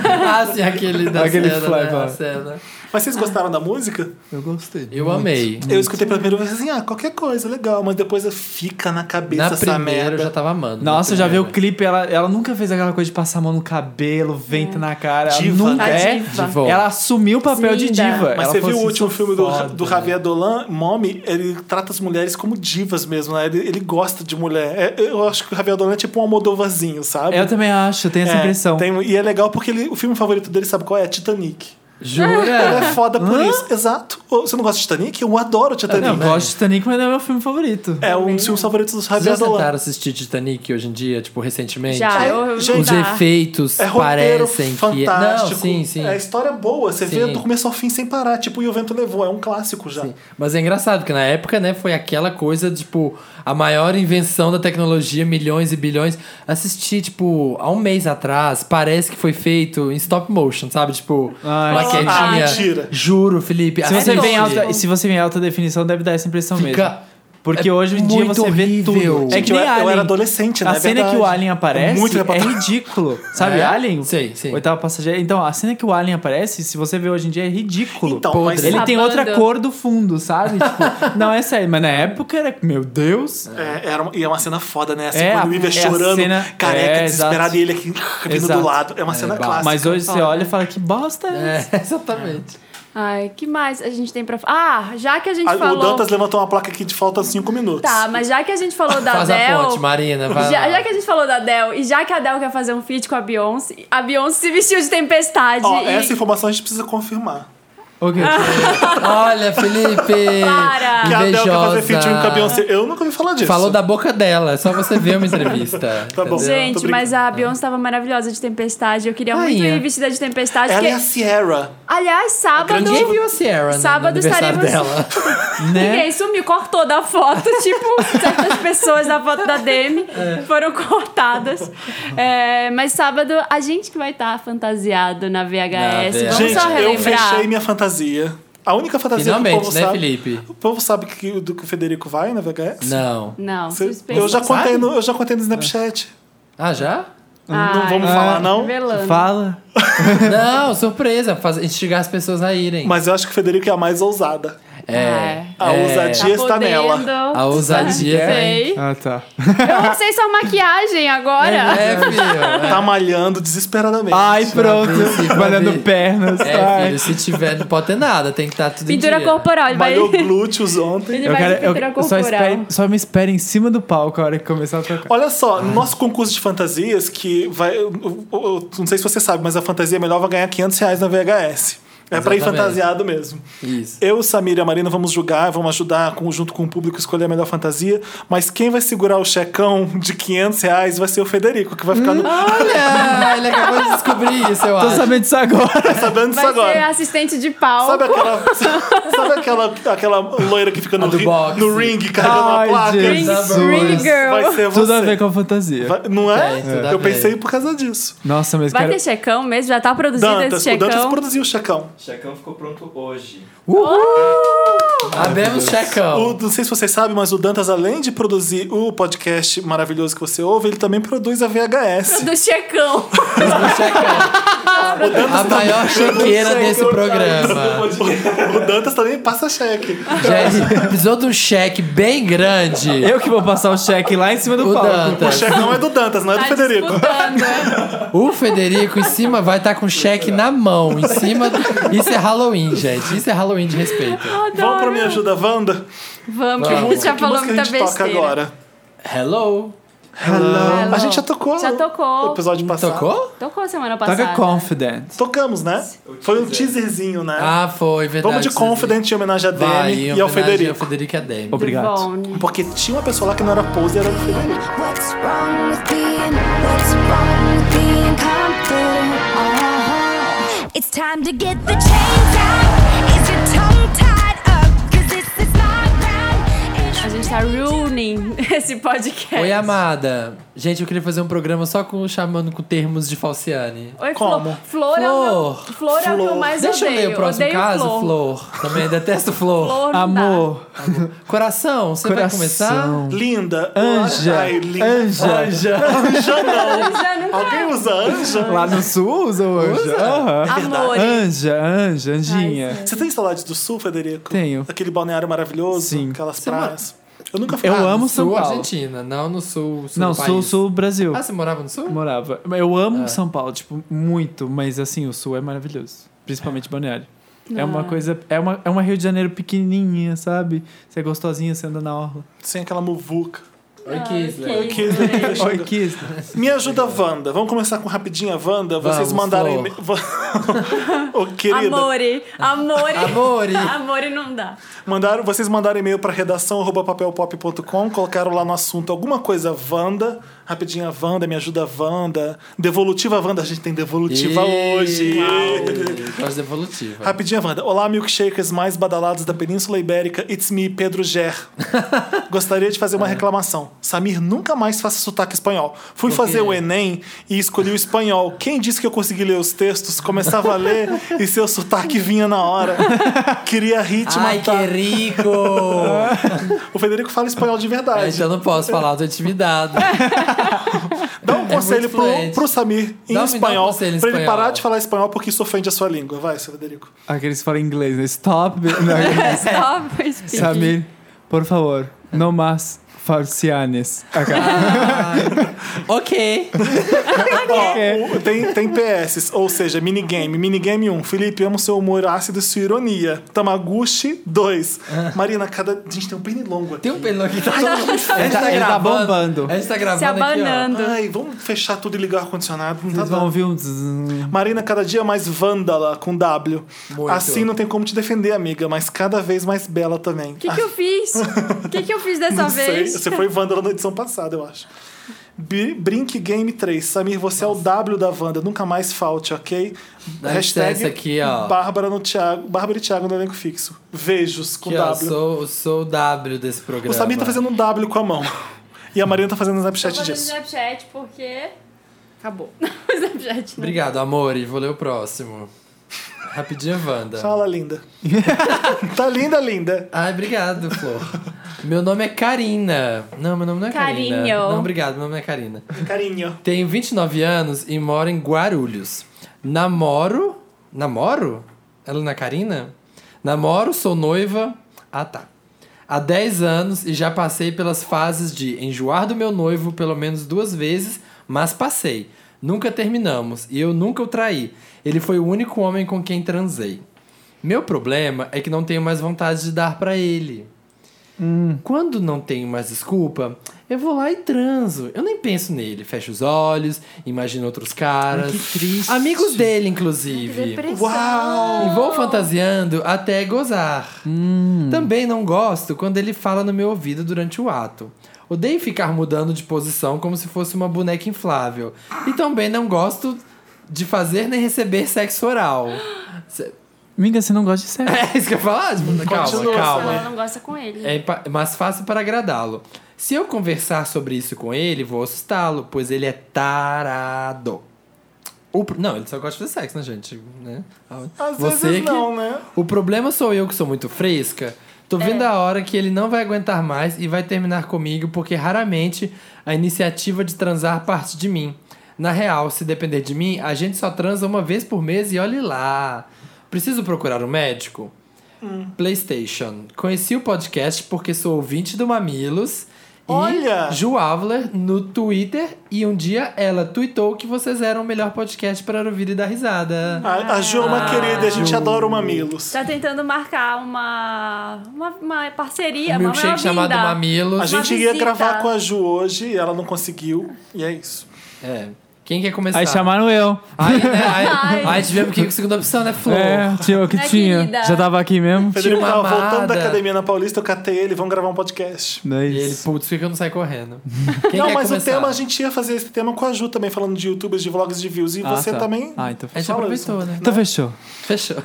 Speaker 3: Ah, sim, aquele da
Speaker 4: Aquele
Speaker 3: cena,
Speaker 4: fly,
Speaker 3: né,
Speaker 4: vai.
Speaker 3: a cena.
Speaker 1: Mas vocês gostaram da música?
Speaker 4: Eu gostei.
Speaker 3: Eu amei.
Speaker 1: Eu escutei pela primeira vez assim, ah, qualquer coisa, legal, mas depois fica na cabeça
Speaker 3: Na
Speaker 1: essa
Speaker 3: primeira eu
Speaker 1: merda.
Speaker 3: já tava amando.
Speaker 4: Nossa, eu já vi
Speaker 3: viu
Speaker 4: o clipe, ela, ela nunca fez aquela coisa de passar a mão no cabelo, vento na cara. Ela
Speaker 1: Diva,
Speaker 4: nunca
Speaker 2: É. A
Speaker 4: é.
Speaker 2: diva.
Speaker 3: De volta.
Speaker 4: Ela assumiu o papel de
Speaker 2: Linda.
Speaker 4: diva.
Speaker 1: Mas
Speaker 4: Ela
Speaker 1: você
Speaker 4: falou
Speaker 1: viu o
Speaker 4: assim,
Speaker 1: último
Speaker 4: "Sou
Speaker 3: é
Speaker 1: filme do,
Speaker 4: foda".
Speaker 3: né?"
Speaker 1: do Javier Dolan, Mommy, ele trata as mulheres como divas mesmo, né? Ele, ele gosta de mulher. É, eu acho que o Javier Dolan é tipo um almodovazinho, sabe?
Speaker 3: É,
Speaker 4: Eu também acho, eu tenho essa
Speaker 1: É,
Speaker 4: impressão.
Speaker 1: tem- e é legal porque ele- o filme favorito dele, sabe qual é? Titanic. Ele
Speaker 3: Jura?
Speaker 1: é foda por isso. Exato. Ô, Você não gosta de Titanic? Eu adoro Titanic.
Speaker 4: Não, eu gosto de Titanic, mas não é meu filme favorito.
Speaker 1: É um dos filmes favoritos do
Speaker 3: Vocês já
Speaker 1: Javier Dolan.
Speaker 3: tentaram assistir Titanic hoje em dia, tipo, recentemente?
Speaker 2: Já,
Speaker 1: É,
Speaker 2: eu
Speaker 1: gente,
Speaker 3: Os
Speaker 2: tá.
Speaker 3: efeitos
Speaker 1: É roteiro
Speaker 3: parecem
Speaker 4: é-
Speaker 3: que. é- Não,
Speaker 1: fantástico.
Speaker 3: sim, sim.
Speaker 1: É história boa. Você vê
Speaker 3: Sim.
Speaker 1: do começo ao fim sem parar. Tipo, E o Vento Levou. É um clássico já.
Speaker 3: Sim. Mas é engraçado, porque na época, né, foi aquela coisa, tipo, a maior invenção da tecnologia, milhões e bilhões. Assisti, tipo, há um mês atrás, parece que foi feito em stop motion, sabe? Tipo,
Speaker 4: Ai,
Speaker 3: maquetinha.
Speaker 1: Ah, mentira.
Speaker 3: Juro, Felipe.
Speaker 4: Se você,
Speaker 2: É
Speaker 3: assiste.
Speaker 4: vem em alta, se você vem em alta definição, deve dar essa impressão
Speaker 3: Fica-
Speaker 4: mesmo. Porque
Speaker 3: é
Speaker 4: hoje em dia
Speaker 3: muito
Speaker 4: você
Speaker 3: horrível.
Speaker 4: vê tudo.
Speaker 3: Gente,
Speaker 4: é que
Speaker 1: eu
Speaker 4: nem
Speaker 1: era- eu
Speaker 4: Alien.
Speaker 1: era adolescente, né?
Speaker 4: A
Speaker 1: É
Speaker 4: cena
Speaker 1: verdade.
Speaker 4: que o Alien aparece
Speaker 1: Muito tempo
Speaker 4: é
Speaker 1: atrás.
Speaker 4: ridículo. Sabe,
Speaker 3: É?
Speaker 4: Alien?
Speaker 3: Sei, sei.
Speaker 4: Oitava passageiro. Então, a cena que o Alien aparece, se você vê hoje em dia, é ridículo.
Speaker 1: Então,
Speaker 3: Podre.
Speaker 1: mas...
Speaker 4: Ele tem
Speaker 2: Sabando.
Speaker 4: outra cor do fundo, sabe? Tipo, não é sério, mas na época era. Meu Deus!
Speaker 1: É, era uma- e é uma cena foda, né? Assim,
Speaker 4: É,
Speaker 1: quando o
Speaker 4: a-
Speaker 1: Weaver
Speaker 4: é a
Speaker 1: chorando,
Speaker 4: cena-
Speaker 1: careca,
Speaker 4: é, exato.
Speaker 1: desesperado, e ele aqui vindo do
Speaker 4: Exato.
Speaker 1: lado. É uma cena
Speaker 3: ba-
Speaker 1: clássica.
Speaker 4: Mas hoje você
Speaker 2: foda.
Speaker 4: olha e fala que bosta é essa?
Speaker 3: É, exatamente.
Speaker 2: Ai, que mais a gente tem pra falar? Ah, já que a gente
Speaker 1: Ah, O
Speaker 2: falou.
Speaker 1: Dantas levantou uma placa aqui de falta 5 minutos.
Speaker 2: Tá, mas já que a gente falou da
Speaker 3: Faz
Speaker 2: Adele.
Speaker 3: a ponte, Marina. Vai
Speaker 2: Já,
Speaker 3: lá.
Speaker 2: já que a gente falou da Adele e já que a Adele quer fazer um feat com a Beyoncé, a Beyoncé se vestiu de tempestade.
Speaker 1: Ó,
Speaker 2: e...
Speaker 1: essa informação a gente precisa confirmar.
Speaker 4: Ok.
Speaker 2: Ah,
Speaker 3: Olha, Felipe!
Speaker 2: Para!
Speaker 1: Que a Adele quer fazer
Speaker 3: invejosa.
Speaker 1: featuring com a Beyoncé. Eu nunca ouvi falar disso.
Speaker 3: Falou da boca dela, é só você ver uma entrevista.
Speaker 1: Tá bom.
Speaker 3: entendeu?
Speaker 1: Gente,
Speaker 2: Gente,
Speaker 1: tô
Speaker 2: mas a Beyoncé tava maravilhosa de tempestade. Eu queria muito
Speaker 3: Rainha.
Speaker 2: ir vestida de tempestade.
Speaker 1: Ela
Speaker 2: porque-
Speaker 1: é a Sierra.
Speaker 2: Aliás, sábado.
Speaker 1: grande
Speaker 3: Ninguém viu a Sierra, né,
Speaker 2: Sábado
Speaker 3: no aniversário
Speaker 2: estaremos-
Speaker 3: dela.
Speaker 4: né?
Speaker 2: Ninguém é sumiu, cortou da foto, tipo, certas pessoas da foto da Demi foram cortadas. É, mas sábado a gente que vai estar fantasiado na VHS.
Speaker 3: Na
Speaker 2: Vamos
Speaker 1: Gente,
Speaker 2: só
Speaker 1: eu
Speaker 2: relembrar.
Speaker 1: fechei minha fantasia. A única fantasia que o
Speaker 3: Finalmente,
Speaker 1: povo
Speaker 3: né,
Speaker 1: sabe.
Speaker 3: Felipe?
Speaker 1: O povo sabe que, do que o Federico vai na VHS?
Speaker 3: Não.
Speaker 2: Não,
Speaker 1: Cê-
Speaker 2: suspeito.
Speaker 1: eu, já
Speaker 3: Sabe?
Speaker 1: contei no, eu já contei no Snapchat.
Speaker 3: Ah, já?
Speaker 1: Não
Speaker 2: Ai,
Speaker 1: vamos
Speaker 4: Ah.
Speaker 1: falar, não.
Speaker 2: revelando.
Speaker 4: Fala.
Speaker 3: Não, surpresa, faz, instigar as pessoas a irem.
Speaker 1: Mas eu acho que o Federico é a mais ousada.
Speaker 3: é,
Speaker 1: A
Speaker 3: é.
Speaker 1: ousadia está nela.
Speaker 3: A ousadia
Speaker 2: Tá Sei.
Speaker 4: Ah, tá.
Speaker 2: Eu não sei sua maquiagem agora.
Speaker 3: É, filho.
Speaker 1: Tá malhando desesperadamente.
Speaker 4: Ai, pronto.
Speaker 3: Fabrício,
Speaker 4: Malhando
Speaker 3: Fabrício.
Speaker 4: pernas.
Speaker 3: É,
Speaker 4: ai.
Speaker 3: filho, se tiver, não pode ter nada, tem que estar tudo em
Speaker 2: Pintura
Speaker 3: dia.
Speaker 2: corporal. Ele vai,
Speaker 1: Malhou glúteos ontem.
Speaker 2: ele
Speaker 4: Eu
Speaker 2: vai
Speaker 4: quero,
Speaker 2: de pintura
Speaker 4: eu, só,
Speaker 2: corporal.
Speaker 4: espere, só me espere em cima do palco a hora que começar a tocar.
Speaker 1: Olha só, no nosso concurso de fantasias, que vai. Eu, eu- eu não sei se você sabe, mas a fantasia é melhor vai ganhar 500 reais na VHS. É pra ir
Speaker 3: Exatamente.
Speaker 1: fantasiado mesmo.
Speaker 3: Isso.
Speaker 1: Eu, Samir e a Marina vamos julgar, vamos ajudar com- junto com o público a escolher a melhor fantasia, mas quem vai segurar o checão de 500 reais vai ser o Federico, que vai ficar no.
Speaker 3: Hum. Olha, ele acabou de descobrir isso, eu
Speaker 4: Tô
Speaker 3: acho.
Speaker 4: sabendo disso agora.
Speaker 1: tá dando isso
Speaker 2: Vai ser
Speaker 1: agora.
Speaker 2: assistente de palco.
Speaker 1: Sabe aquela, sabe aquela, aquela loira que fica no,
Speaker 3: A do
Speaker 1: ri-
Speaker 3: boxe.
Speaker 1: no ring carregando
Speaker 4: Ai,
Speaker 1: a placa?
Speaker 4: gente.
Speaker 2: Ring,
Speaker 3: Jesus.
Speaker 2: ring girl.
Speaker 1: Vai ser você.
Speaker 4: Tudo a ver com a fantasia.
Speaker 1: Vai- Não é?
Speaker 3: Tem, tudo a
Speaker 1: Eu
Speaker 3: ver.
Speaker 1: pensei por causa disso.
Speaker 4: Nossa, mas
Speaker 2: Vai
Speaker 4: cara.
Speaker 2: ter checão mesmo? Já tá produzido
Speaker 1: Dantas,
Speaker 2: esse
Speaker 1: o Dantas
Speaker 2: checão?
Speaker 1: produziu o checão.
Speaker 5: Chacão ficou pronto hoje.
Speaker 3: Abemos
Speaker 1: O-
Speaker 3: checão.
Speaker 1: não sei se vocês sabem, mas o Dantas, além de produzir o podcast maravilhoso que você ouve, ele também produz a VHS.
Speaker 2: Do checão.
Speaker 3: Abemos checão. A maior chequeira desse programa.
Speaker 1: O Dantas também passa cheque.
Speaker 3: Gente, precisou de um cheque bem grande.
Speaker 4: Eu que vou passar o cheque lá em cima do
Speaker 3: O
Speaker 4: palco.
Speaker 1: O
Speaker 3: Dantas.
Speaker 1: cheque não é do Dantas, não é do
Speaker 2: Tá
Speaker 1: Federico.
Speaker 2: disputando.
Speaker 3: O Federico em cima vai estar com cheque na mão. Em cima. do- Isso é Halloween, gente. Isso é Halloween de respeito.
Speaker 1: Vamos pra Me Ajuda Wanda?
Speaker 2: Vamos, que a
Speaker 3: Vamos.
Speaker 2: gente já
Speaker 1: que
Speaker 2: falou
Speaker 1: música a
Speaker 2: muita
Speaker 1: gente toca
Speaker 2: besteira.
Speaker 1: agora?
Speaker 3: Hello.
Speaker 1: Hello.
Speaker 2: Hello.
Speaker 1: A gente já tocou.
Speaker 2: Já tocou.
Speaker 1: No episódio passado.
Speaker 3: Tocou?
Speaker 2: Tocou semana passada.
Speaker 4: Toca Confident.
Speaker 1: Tocamos, né?
Speaker 5: O
Speaker 1: Foi um
Speaker 5: teaser.
Speaker 1: teaserzinho, né?
Speaker 3: Ah, foi, verdade.
Speaker 1: Vamos de Confident em homenagem a Demi
Speaker 3: Vai, em
Speaker 1: e ao
Speaker 3: homenagem
Speaker 1: Federico.
Speaker 3: ao Federico e a Demi.
Speaker 4: Obrigado.
Speaker 2: Devone.
Speaker 1: Porque tinha uma pessoa lá que não era pose, era o Federico.
Speaker 6: What's wrong with being, what's wrong with being confident? Uh-huh. It's time to get the chains out. Is your tongue tied up? Cause this is not round. It's
Speaker 2: A gente tá ruining esse podcast.
Speaker 3: Oi, amada. Gente, eu queria fazer um programa só com, chamando com termos de Falciane.
Speaker 2: Oi,
Speaker 1: Como?
Speaker 2: Flor. Flor, é o meu,
Speaker 3: Flor.
Speaker 2: Flor é o que eu
Speaker 1: Flor.
Speaker 2: mais
Speaker 3: Deixa
Speaker 2: odeio.
Speaker 3: eu ler o próximo
Speaker 2: odeio
Speaker 3: caso,
Speaker 2: Flor.
Speaker 3: Flor. Também detesto Flor.
Speaker 2: Flor não dá.
Speaker 4: Amor,
Speaker 3: Coração, você
Speaker 4: coração.
Speaker 3: Então vai começar?
Speaker 1: Linda.
Speaker 4: Anja.
Speaker 1: Ai, linda.
Speaker 4: Anja.
Speaker 1: Anja não.
Speaker 2: Já nunca-
Speaker 1: Alguém usa anja?
Speaker 4: Lá no sul usa o anja.
Speaker 2: É
Speaker 4: Aham.
Speaker 2: Amores.
Speaker 4: Anja, anja, anjinha.
Speaker 1: Você tem saudades do sul, Federico?
Speaker 4: Tenho.
Speaker 1: Aquele balneário maravilhoso,
Speaker 4: Sim.
Speaker 1: aquelas
Speaker 3: mora-
Speaker 1: praias. Eu nunca fui.
Speaker 4: Eu
Speaker 1: Ah,
Speaker 4: amo São
Speaker 3: sul
Speaker 4: Paulo.
Speaker 3: Argentina, não no sul, sul
Speaker 4: Não,
Speaker 3: do
Speaker 4: sul,
Speaker 3: país.
Speaker 4: sul, Brasil.
Speaker 3: Ah, você morava no sul?
Speaker 4: Morava. Eu amo
Speaker 3: É.
Speaker 4: São Paulo, tipo, muito, mas assim, o sul é maravilhoso. Principalmente Balneário. É
Speaker 2: Ah.
Speaker 4: uma coisa. É uma, é uma Rio de Janeiro pequenininha, sabe? Você é gostosinha, você anda na orla.
Speaker 1: Sem aquela muvuca.
Speaker 3: Oi,
Speaker 2: Ah,
Speaker 3: Kisler.
Speaker 2: ok.
Speaker 1: Que-
Speaker 4: Oi, Kiss.
Speaker 1: Me ajuda, Wanda. Vamos começar com rapidinho a Wanda.
Speaker 3: Vamos,
Speaker 1: Vocês mandaram
Speaker 3: Flor.
Speaker 1: e-mail. Ô, querida.
Speaker 2: Amore. Amore.
Speaker 3: Amore.
Speaker 2: Amore não dá.
Speaker 1: Mandaram, vocês mandaram e-mail para redação arroba papelpop.com, colocaram lá no assunto alguma coisa Wanda, rapidinha Wanda, me ajuda Wanda, devolutiva Wanda, a gente tem devolutiva hoje.
Speaker 3: Gosto de evolutiva.
Speaker 1: Rapidinha, Wanda. Olá, milkshakers mais badalados da Península Ibérica. It's me, Pedro Ger. Gostaria de fazer
Speaker 3: É.
Speaker 1: uma reclamação. Samir, nunca mais faça sotaque espanhol. Fui fazer o Enem e escolhi o espanhol. Quem disse que eu consegui ler os textos? Começava a ler e seu sotaque vinha na hora. Queria rir te
Speaker 3: Ai, que
Speaker 1: matar.
Speaker 3: rico!
Speaker 1: O Federico fala espanhol de
Speaker 3: Ai,
Speaker 1: verdade.
Speaker 3: Gente, eu Ah, então não posso falar, eu tô intimidado.
Speaker 1: Dá um conselho
Speaker 3: é muito
Speaker 1: pro,
Speaker 3: fluente.
Speaker 1: pro Samir
Speaker 3: Dá um- me
Speaker 1: em
Speaker 3: dá um
Speaker 1: espanhol. pra
Speaker 3: conselho em
Speaker 1: ele
Speaker 3: espanhol.
Speaker 1: parar de falar espanhol porque isso ofende a sua língua. Vai, seu Federico.
Speaker 4: Aqueles que falam inglês, né? Stop. Não,
Speaker 2: Stop speaking.
Speaker 4: Samir, por favor, não mais falcianes.
Speaker 3: ok.
Speaker 1: Ó, o- tem, tem PS, ou seja, minigame. Minigame 1. Felipe, amo seu humor ácido e sua ironia. Tamaguchi 2. Marina, cada. Gente, tem um pernilongo aqui.
Speaker 3: Tem um pelo aqui. Tá todo mundo... Ele
Speaker 4: tá- ele tá bombando.
Speaker 3: A gente tá
Speaker 2: Se
Speaker 3: gravando aqui, ó.
Speaker 2: abanando.
Speaker 1: Ai, vamos fechar tudo e ligar o ar-condicionado. Não tá
Speaker 4: Vocês vão
Speaker 1: dando.
Speaker 4: ouvir um. zzz.
Speaker 1: Marina, cada dia mais vândala com W.
Speaker 3: Muito.
Speaker 1: Assim não tem como te defender, amiga, mas cada vez mais bela também.
Speaker 2: O que, que eu fiz? O que, que eu fiz dessa
Speaker 1: Não sei.
Speaker 2: vez?
Speaker 1: Você foi Wanda na edição passada, eu acho. Bi- Brink Game 3. Samir, você é o W da Wanda. Nunca mais falte, ok?
Speaker 3: Dá licença aqui, ó.
Speaker 1: Bárbara, no Thiago, Bárbara e Thiago no elenco fixo. Vejos com
Speaker 3: Aqui, ó,
Speaker 1: W.
Speaker 3: sou, sou o W desse programa.
Speaker 1: o Samir tá fazendo um W com a mão. E a Marina tá fazendo um
Speaker 2: Tô
Speaker 1: Snapchat
Speaker 2: fazendo
Speaker 1: disso.
Speaker 2: Snapchat porque... Acabou. O Snapchat não.
Speaker 3: Obrigado, amor. E vou ler o próximo. Rapidinho,
Speaker 2: um
Speaker 3: Wanda.
Speaker 1: Fala, linda. tá linda, linda.
Speaker 3: Ai, obrigado, Flor. Meu nome é Karina. Não, meu nome não é Karina.
Speaker 2: Carinho.
Speaker 3: Não, obrigado, meu nome é Karina.
Speaker 1: Carinho.
Speaker 3: Tenho 29 anos e moro em Guarulhos. Namoro. Namoro? Ela não é Karina? Namoro, sou noiva. Ah, tá. Há 10 anos e já passei pelas fases de enjoar do meu noivo pelo menos duas vezes, mas passei. Nunca terminamos e eu nunca o traí. Ele foi o único homem com quem transei. Meu problema é que não tenho mais vontade de dar pra ele. Quando não tenho mais desculpa, eu vou lá e transo. Eu nem penso nele. Fecho os olhos, imagino outros caras. que triste. Amigos dele, inclusive.
Speaker 1: Uau!
Speaker 3: E vou fantasiando até gozar. Também não gosto quando ele fala no meu ouvido durante o ato. Odeio ficar mudando de posição como se fosse uma boneca inflável. E também não gosto de fazer nem receber sexo oral. Cê-
Speaker 4: Amiga, você não gosta de sexo.
Speaker 3: É isso que eu ia falar? Tipo, calma,
Speaker 1: Continua,
Speaker 3: calma.
Speaker 2: Ela não gosta com ele.
Speaker 3: É pa- mais fácil para agradá-lo. Se eu conversar sobre isso com ele, vou assustá-lo, pois ele é tarado. O pro- Não, ele só gosta de fazer sexo, né, gente? Né?
Speaker 1: Às
Speaker 3: Você
Speaker 1: vezes
Speaker 3: que-
Speaker 1: não, né?
Speaker 3: O problema sou eu que sou muito fresca. Tô vendo a hora que ele não vai aguentar mais e vai terminar comigo, porque raramente a iniciativa de transar parte de mim. Na real, se depender de mim, a gente só transa uma vez por mês e olhe lá. Preciso procurar um médico? PlayStation. Conheci o podcast porque sou ouvinte do Mamilos
Speaker 1: Olha!
Speaker 3: E Ju Avler no Twitter. E um dia ela tweetou que vocês eram o melhor podcast para ouvir e dar risada.
Speaker 1: A, a Ju é uma querida, a gente
Speaker 3: Ah, Ju.
Speaker 1: adora o Mamilos.
Speaker 2: Tá tentando marcar uma, uma, uma parceria,
Speaker 3: um
Speaker 2: é uma
Speaker 3: milkshake chamado
Speaker 2: maior-vinda.
Speaker 3: Mamilos.
Speaker 1: A gente ia
Speaker 2: visita.
Speaker 1: gravar com a Ju hoje, ela não conseguiu, e é isso.
Speaker 3: É. Quem quer começar?
Speaker 4: Aí chamaram eu.
Speaker 3: Aí, né, aí,
Speaker 2: Ai.
Speaker 3: aí tivemos que ir com a segunda opção, né, Flor?
Speaker 4: É, tinha o que
Speaker 2: É,
Speaker 4: tinha.
Speaker 2: querida.
Speaker 4: Já tava aqui mesmo.
Speaker 1: Federico
Speaker 3: uma
Speaker 1: tava voltando
Speaker 3: amada.
Speaker 1: da academia na Paulista, eu catei ele, vamos gravar um podcast.
Speaker 3: E ele,
Speaker 4: Nice.
Speaker 3: putz, fica eu não sai correndo. Quem
Speaker 1: não,
Speaker 3: quer
Speaker 1: mas
Speaker 3: começar?
Speaker 1: o tema, a gente ia fazer esse tema com a Ju também, falando de youtubers, de vlogs de views. E
Speaker 4: Ah,
Speaker 1: você
Speaker 4: tá.
Speaker 1: também.
Speaker 4: Ah, então
Speaker 3: A gente
Speaker 1: Fala
Speaker 3: aproveitou, né?
Speaker 4: Então fechou.
Speaker 3: Fechou.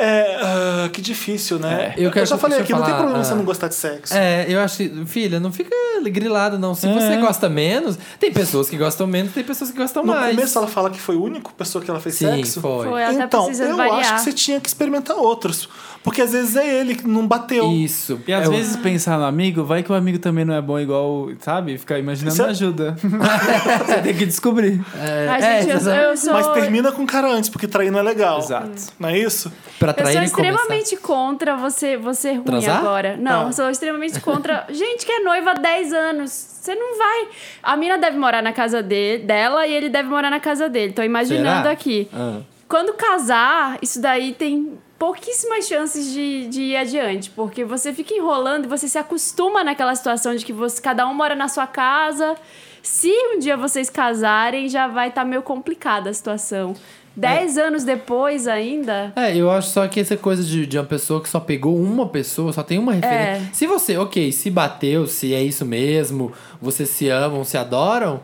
Speaker 1: É, ah, que difícil, né?
Speaker 3: É, eu quero-
Speaker 1: já falei
Speaker 3: deixa
Speaker 1: aqui,
Speaker 3: eu
Speaker 1: não tem
Speaker 3: falar,
Speaker 1: problema
Speaker 3: ah.
Speaker 1: você não gostar de sexo.
Speaker 3: É, eu acho que, filha, não fica grilado, não. Se
Speaker 4: É.
Speaker 3: você gosta menos, tem pessoas que gostam menos, tem pessoas que gostam
Speaker 1: No
Speaker 3: mais.
Speaker 1: começo ela fala que foi o único pessoa que ela fez
Speaker 3: Sim,
Speaker 1: sexo.
Speaker 3: foi.
Speaker 2: Foi, ela até
Speaker 1: então,
Speaker 2: precisa
Speaker 1: eu
Speaker 2: variar.
Speaker 1: acho que você tinha que experimentar outros. Porque às vezes é ele que não bateu.
Speaker 3: Isso.
Speaker 4: E às
Speaker 3: É o-
Speaker 4: vezes pensar no amigo, vai que o amigo também não é bom igual, sabe? Ficar imaginando
Speaker 1: Isso é-
Speaker 4: não ajuda. Você tem que descobrir.
Speaker 3: É,
Speaker 2: Ai,
Speaker 3: é,
Speaker 2: gente, eu,
Speaker 3: exatamente.
Speaker 2: eu sou,
Speaker 1: Mas termina com o cara antes, porque trair não é legal.
Speaker 2: Hum.
Speaker 4: Exato.
Speaker 1: Não é isso?
Speaker 3: Pra
Speaker 2: eu
Speaker 3: atrair
Speaker 2: sou
Speaker 3: e começar.
Speaker 2: extremamente contra você, você ruim
Speaker 3: Transar?
Speaker 2: agora. Não,
Speaker 1: Ah.
Speaker 2: eu sou extremamente contra. Gente que é noiva há 10 anos, você não vai. A mina deve morar na casa de, dela e ele deve morar na casa dele. Tô imaginando
Speaker 3: Será?
Speaker 2: aqui.
Speaker 3: Ah.
Speaker 2: Quando casar, isso daí tem pouquíssimas chances de, de ir adiante, porque você fica enrolando e você se acostuma naquela situação de que você cada um mora na sua casa. Se um dia vocês casarem, já vai estar meio complicada a situação. Dez anos depois ainda.
Speaker 3: É, eu acho só que essa coisa de, de uma pessoa que só pegou uma pessoa, só tem uma referência.
Speaker 2: É.
Speaker 3: Se você, ok, se bateu, se é isso mesmo, vocês se amam, se adoram,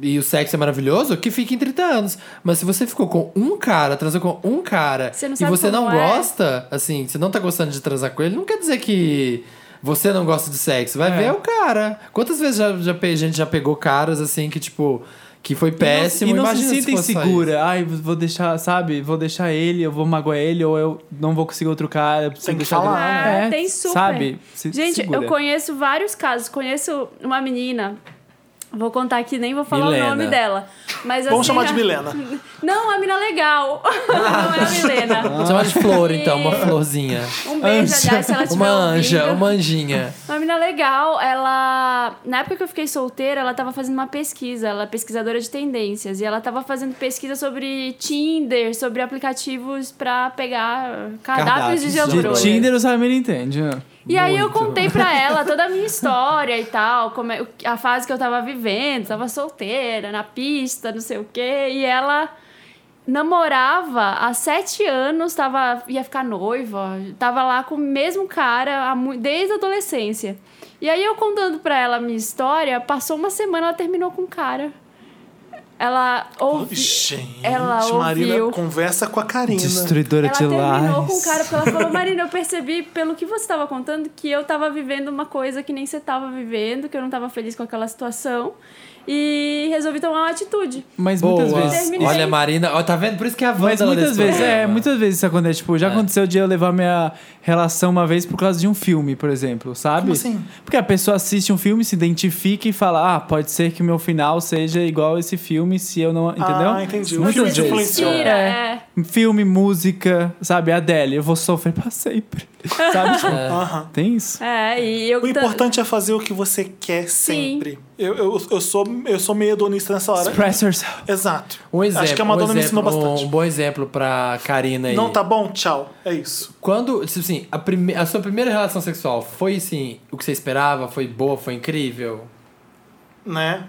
Speaker 3: e o sexo é maravilhoso, que fique em 30 anos. Mas se você ficou com um cara, transou com um cara,
Speaker 2: Você não
Speaker 3: e
Speaker 2: sabe
Speaker 3: você
Speaker 2: como
Speaker 3: não
Speaker 2: é.
Speaker 3: gosta, assim, você não tá gostando de transar com ele, não quer dizer que. Você não gosta de sexo, vai
Speaker 4: É.
Speaker 3: ver é o cara. Quantas vezes já, já, pe- gente já pegou caras assim que, tipo, que foi péssimo.
Speaker 4: E não
Speaker 3: Imagina
Speaker 4: se sentem
Speaker 3: fosse só isso.
Speaker 4: segura. Ai, vou deixar, sabe? Vou deixar ele, eu vou magoar ele, ou eu não vou conseguir outro cara. preciso
Speaker 1: Tem que
Speaker 4: deixar ele-
Speaker 1: falar,
Speaker 2: né?
Speaker 4: É,
Speaker 2: Tem super.
Speaker 4: Sabe? Se-
Speaker 2: Gente, eu
Speaker 4: segura.
Speaker 2: conheço vários casos. Conheço uma menina. Vou contar aqui, nem vou falar
Speaker 3: Milena.
Speaker 2: o nome dela. Mas
Speaker 1: Vamos
Speaker 2: assim,
Speaker 1: chamar de
Speaker 2: a-
Speaker 1: Milena. Ah,
Speaker 2: Não, a mina legal. não é a Milena.
Speaker 3: Vamos chamar de flor, então, uma florzinha.
Speaker 2: Um beijo, aliás, se ela tiver
Speaker 3: Uma anja,
Speaker 2: ouvindo.
Speaker 3: uma anjinha.
Speaker 2: Uma mina legal, ela. Na época que eu fiquei solteira, ela tava fazendo uma pesquisa. Ela é pesquisadora de tendências. E ela tava fazendo pesquisa sobre Tinder, sobre aplicativos pra pegar
Speaker 3: Cardápios
Speaker 2: cardápios de
Speaker 3: de
Speaker 2: jambrolha.
Speaker 4: De Tinder o Samir entende, né?
Speaker 2: E aí eu
Speaker 3: Muito.
Speaker 2: contei pra ela toda a minha história e tal, como é- a fase que eu tava vivendo, tava solteira, na pista, não sei o quê, e ela namorava há sete anos, tava, ia ficar noiva, tava lá com o mesmo cara há mu- desde a adolescência. E aí eu contando pra ela a minha história, passou uma semana, ela terminou com o cara. Ela ouviu...
Speaker 1: Gente,
Speaker 2: Ela
Speaker 1: Marina
Speaker 2: ouviu.
Speaker 1: conversa com a Karina.
Speaker 4: Destruidora
Speaker 2: Ela
Speaker 4: de
Speaker 2: terminou
Speaker 4: lares.
Speaker 2: com o cara porque ela falou, Marina, eu percebi pelo que você estava contando que eu estava vivendo uma coisa que nem você estava vivendo, que eu não estava feliz com aquela situação e resolvi tomar uma atitude.
Speaker 4: Mas
Speaker 3: Boa.
Speaker 4: muitas vezes.
Speaker 2: Terminei.
Speaker 3: Olha, Marina, ó, tá vendo? Por isso que é a
Speaker 4: Mas
Speaker 3: Wanda
Speaker 4: muitas vezes, é, muitas vezes isso acontece. Tipo, já aconteceu de eu levar minha relação uma vez por causa de um filme, por exemplo, sabe?
Speaker 1: Como assim?
Speaker 4: Porque a pessoa assiste um filme, se identifica e fala: Ah, pode ser que o meu final seja igual esse filme se eu não. Entendeu?
Speaker 1: Ah, entendi. O
Speaker 4: Muitas
Speaker 1: filme te
Speaker 4: vezes.
Speaker 1: influenciou.
Speaker 2: Mentira, é.
Speaker 4: Filme, música, sabe? Adele, eu vou sofrer pra sempre. sabe? Tipo,
Speaker 1: Aham.
Speaker 4: Tem isso.
Speaker 2: É, e eu...
Speaker 1: O importante é fazer o que você quer sempre. Eu, eu, eu, sou, eu sou meio hedonista nessa hora.
Speaker 4: Express yourself.
Speaker 1: Exato.
Speaker 3: Um exemplo,
Speaker 1: Acho que a Madonna
Speaker 3: um
Speaker 1: me ensinou
Speaker 3: exemplo,
Speaker 1: bastante.
Speaker 3: Um bom exemplo pra Karina aí.
Speaker 1: Não tá bom? Tchau. É isso.
Speaker 3: Quando, tipo assim, a, prime... a sua primeira relação sexual foi, assim, o que você esperava? Foi boa? Foi incrível?
Speaker 1: Né?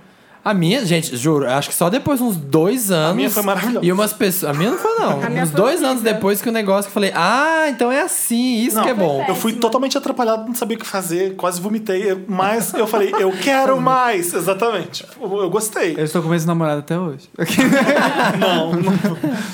Speaker 3: A minha, gente, juro, acho que só depois de uns dois anos.
Speaker 1: minha foi maravilhosa.
Speaker 3: E umas pessoas. A minha não foi, não.
Speaker 2: A minha
Speaker 3: uns
Speaker 2: foi
Speaker 3: dois
Speaker 2: horrível.
Speaker 3: anos depois que o negócio que eu falei, ah, então é assim, isso
Speaker 1: Não,
Speaker 3: que é bom.
Speaker 1: Eu fui totalmente atrapalhado, não sabia o que fazer, quase vomitei. eu- Mas eu falei, eu quero mais. Exatamente. Eu, eu gostei.
Speaker 4: Eu estou com esse namorado até hoje.
Speaker 1: É Não, não,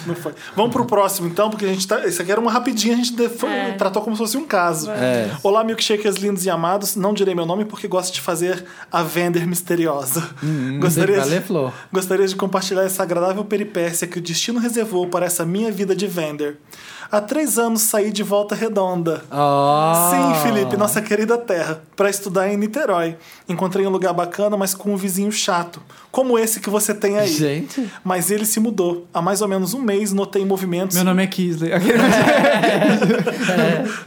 Speaker 1: não foi. Vamos pro próximo, então, porque a gente tá. Isso aqui era uma rapidinha, a gente def-
Speaker 2: É.
Speaker 1: tratou como se fosse um caso.
Speaker 3: É.
Speaker 1: Olá, milkshakers lindos e amados. Não direi meu nome porque gosto de fazer a vender misteriosa.
Speaker 3: Hum,
Speaker 1: Gostaria,
Speaker 3: Valeu,
Speaker 1: de,
Speaker 3: Flor.
Speaker 1: gostaria de compartilhar essa agradável peripécia que o destino reservou para essa minha vida de vender. Há três anos saí de volta redonda.
Speaker 3: Ah.
Speaker 1: Sim, Felipe, nossa querida terra, Pra estudar em Niterói. Encontrei um lugar bacana, mas com um vizinho chato, como esse que você tem aí.
Speaker 3: Gente.
Speaker 1: Mas ele se mudou. Há mais ou menos um mês notei movimentos
Speaker 4: Meu nome é Kisley.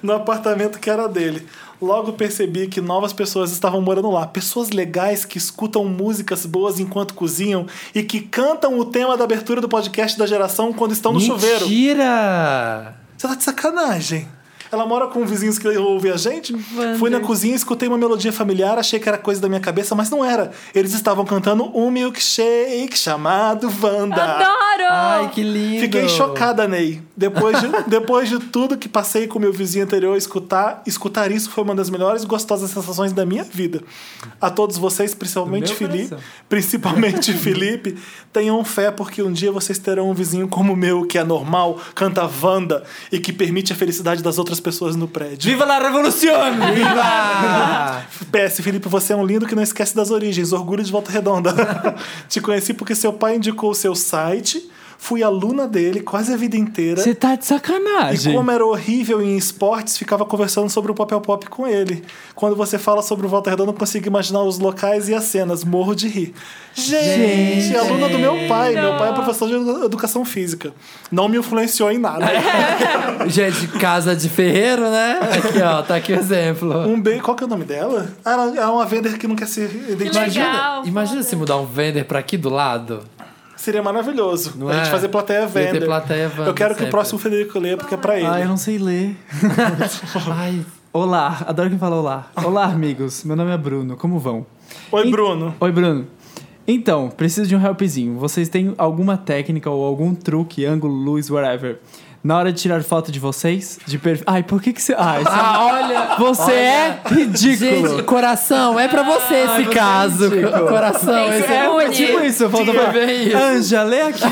Speaker 1: no apartamento que era dele. Logo percebi que novas pessoas estavam morando lá. Pessoas legais que escutam músicas boas enquanto cozinham e que cantam o tema da abertura do podcast da geração quando estão no chuveiro.
Speaker 3: Mentira!
Speaker 1: Você tá de sacanagem. Ela mora com vizinhos que ouvem a gente. Fui na cozinha, escutei uma melodia familiar, achei que era coisa da minha cabeça, mas não era. Eles estavam cantando um milkshake chamado Wanda.
Speaker 2: Adoro!
Speaker 3: Ai, que lindo!
Speaker 1: Fiquei chocada, Ney. Depois de, depois de tudo que passei com meu vizinho anterior, escutar, escutar isso foi uma das melhores e gostosas sensações da minha vida. A todos vocês, principalmente
Speaker 4: Meu
Speaker 1: Felipe,
Speaker 4: coração.
Speaker 1: principalmente Felipe, tenham fé porque um dia vocês terão um vizinho como o meu, que é normal, canta Wanda e que permite a felicidade das outras pessoas no prédio.
Speaker 3: Viva la revolución! Viva!
Speaker 1: PS, Felipe, você é um lindo que não esquece das origens. Orgulho de Volta Redonda. Te conheci porque seu pai indicou o seu site. Fui aluna dele quase a vida inteira.
Speaker 4: Você tá de sacanagem.
Speaker 1: E como era horrível em esportes, ficava conversando sobre o papel pop com ele. Quando você fala sobre o Walter Redondo, eu consigo imaginar os locais e as cenas. Morro de rir. Gente,
Speaker 3: Gente.
Speaker 1: aluna do meu pai. Meu pai é professor de edu- educação física. Não me influenciou em nada.
Speaker 3: Gente, casa de ferreiro, né? Aqui, ó, tá aqui o exemplo.
Speaker 1: Um bem. Qual que é o nome dela? Ah, ela é uma vender que não quer se identificar.
Speaker 2: legal.
Speaker 3: Imagina, imagina
Speaker 2: foda.
Speaker 3: se mudar um vender pra aqui do lado.
Speaker 1: Seria maravilhoso.
Speaker 3: Não
Speaker 1: a gente
Speaker 3: é?
Speaker 1: fazer plateia
Speaker 3: Ia ter
Speaker 1: vender.
Speaker 3: plateia Wanda
Speaker 1: eu quero que o
Speaker 3: sempre.
Speaker 1: próximo Federico leia, porque é pra ele.
Speaker 4: Ah, eu não sei ler.
Speaker 3: Ai,
Speaker 4: Olá, adoro quem fala olá. Olá, amigos. Meu nome é Bruno. Como vão?
Speaker 1: Oi,
Speaker 4: Ent-
Speaker 1: Bruno.
Speaker 4: Oi, Bruno. Então, preciso de um helpzinho. Vocês têm alguma técnica ou algum truque, ângulo, luz, whatever, na hora de tirar foto de vocês? De perfil. Ai, por que que você. Ai, você-
Speaker 3: ah, olha!
Speaker 4: você é ridículo.
Speaker 3: Gente, coração, é pra você esse caso. Coração,
Speaker 2: Tem que
Speaker 3: esse
Speaker 2: ser
Speaker 3: é
Speaker 4: é
Speaker 2: bonito.
Speaker 4: tipo isso, falta
Speaker 3: Tinha
Speaker 4: falar.
Speaker 3: bem isso.
Speaker 4: Anja, lê aqui.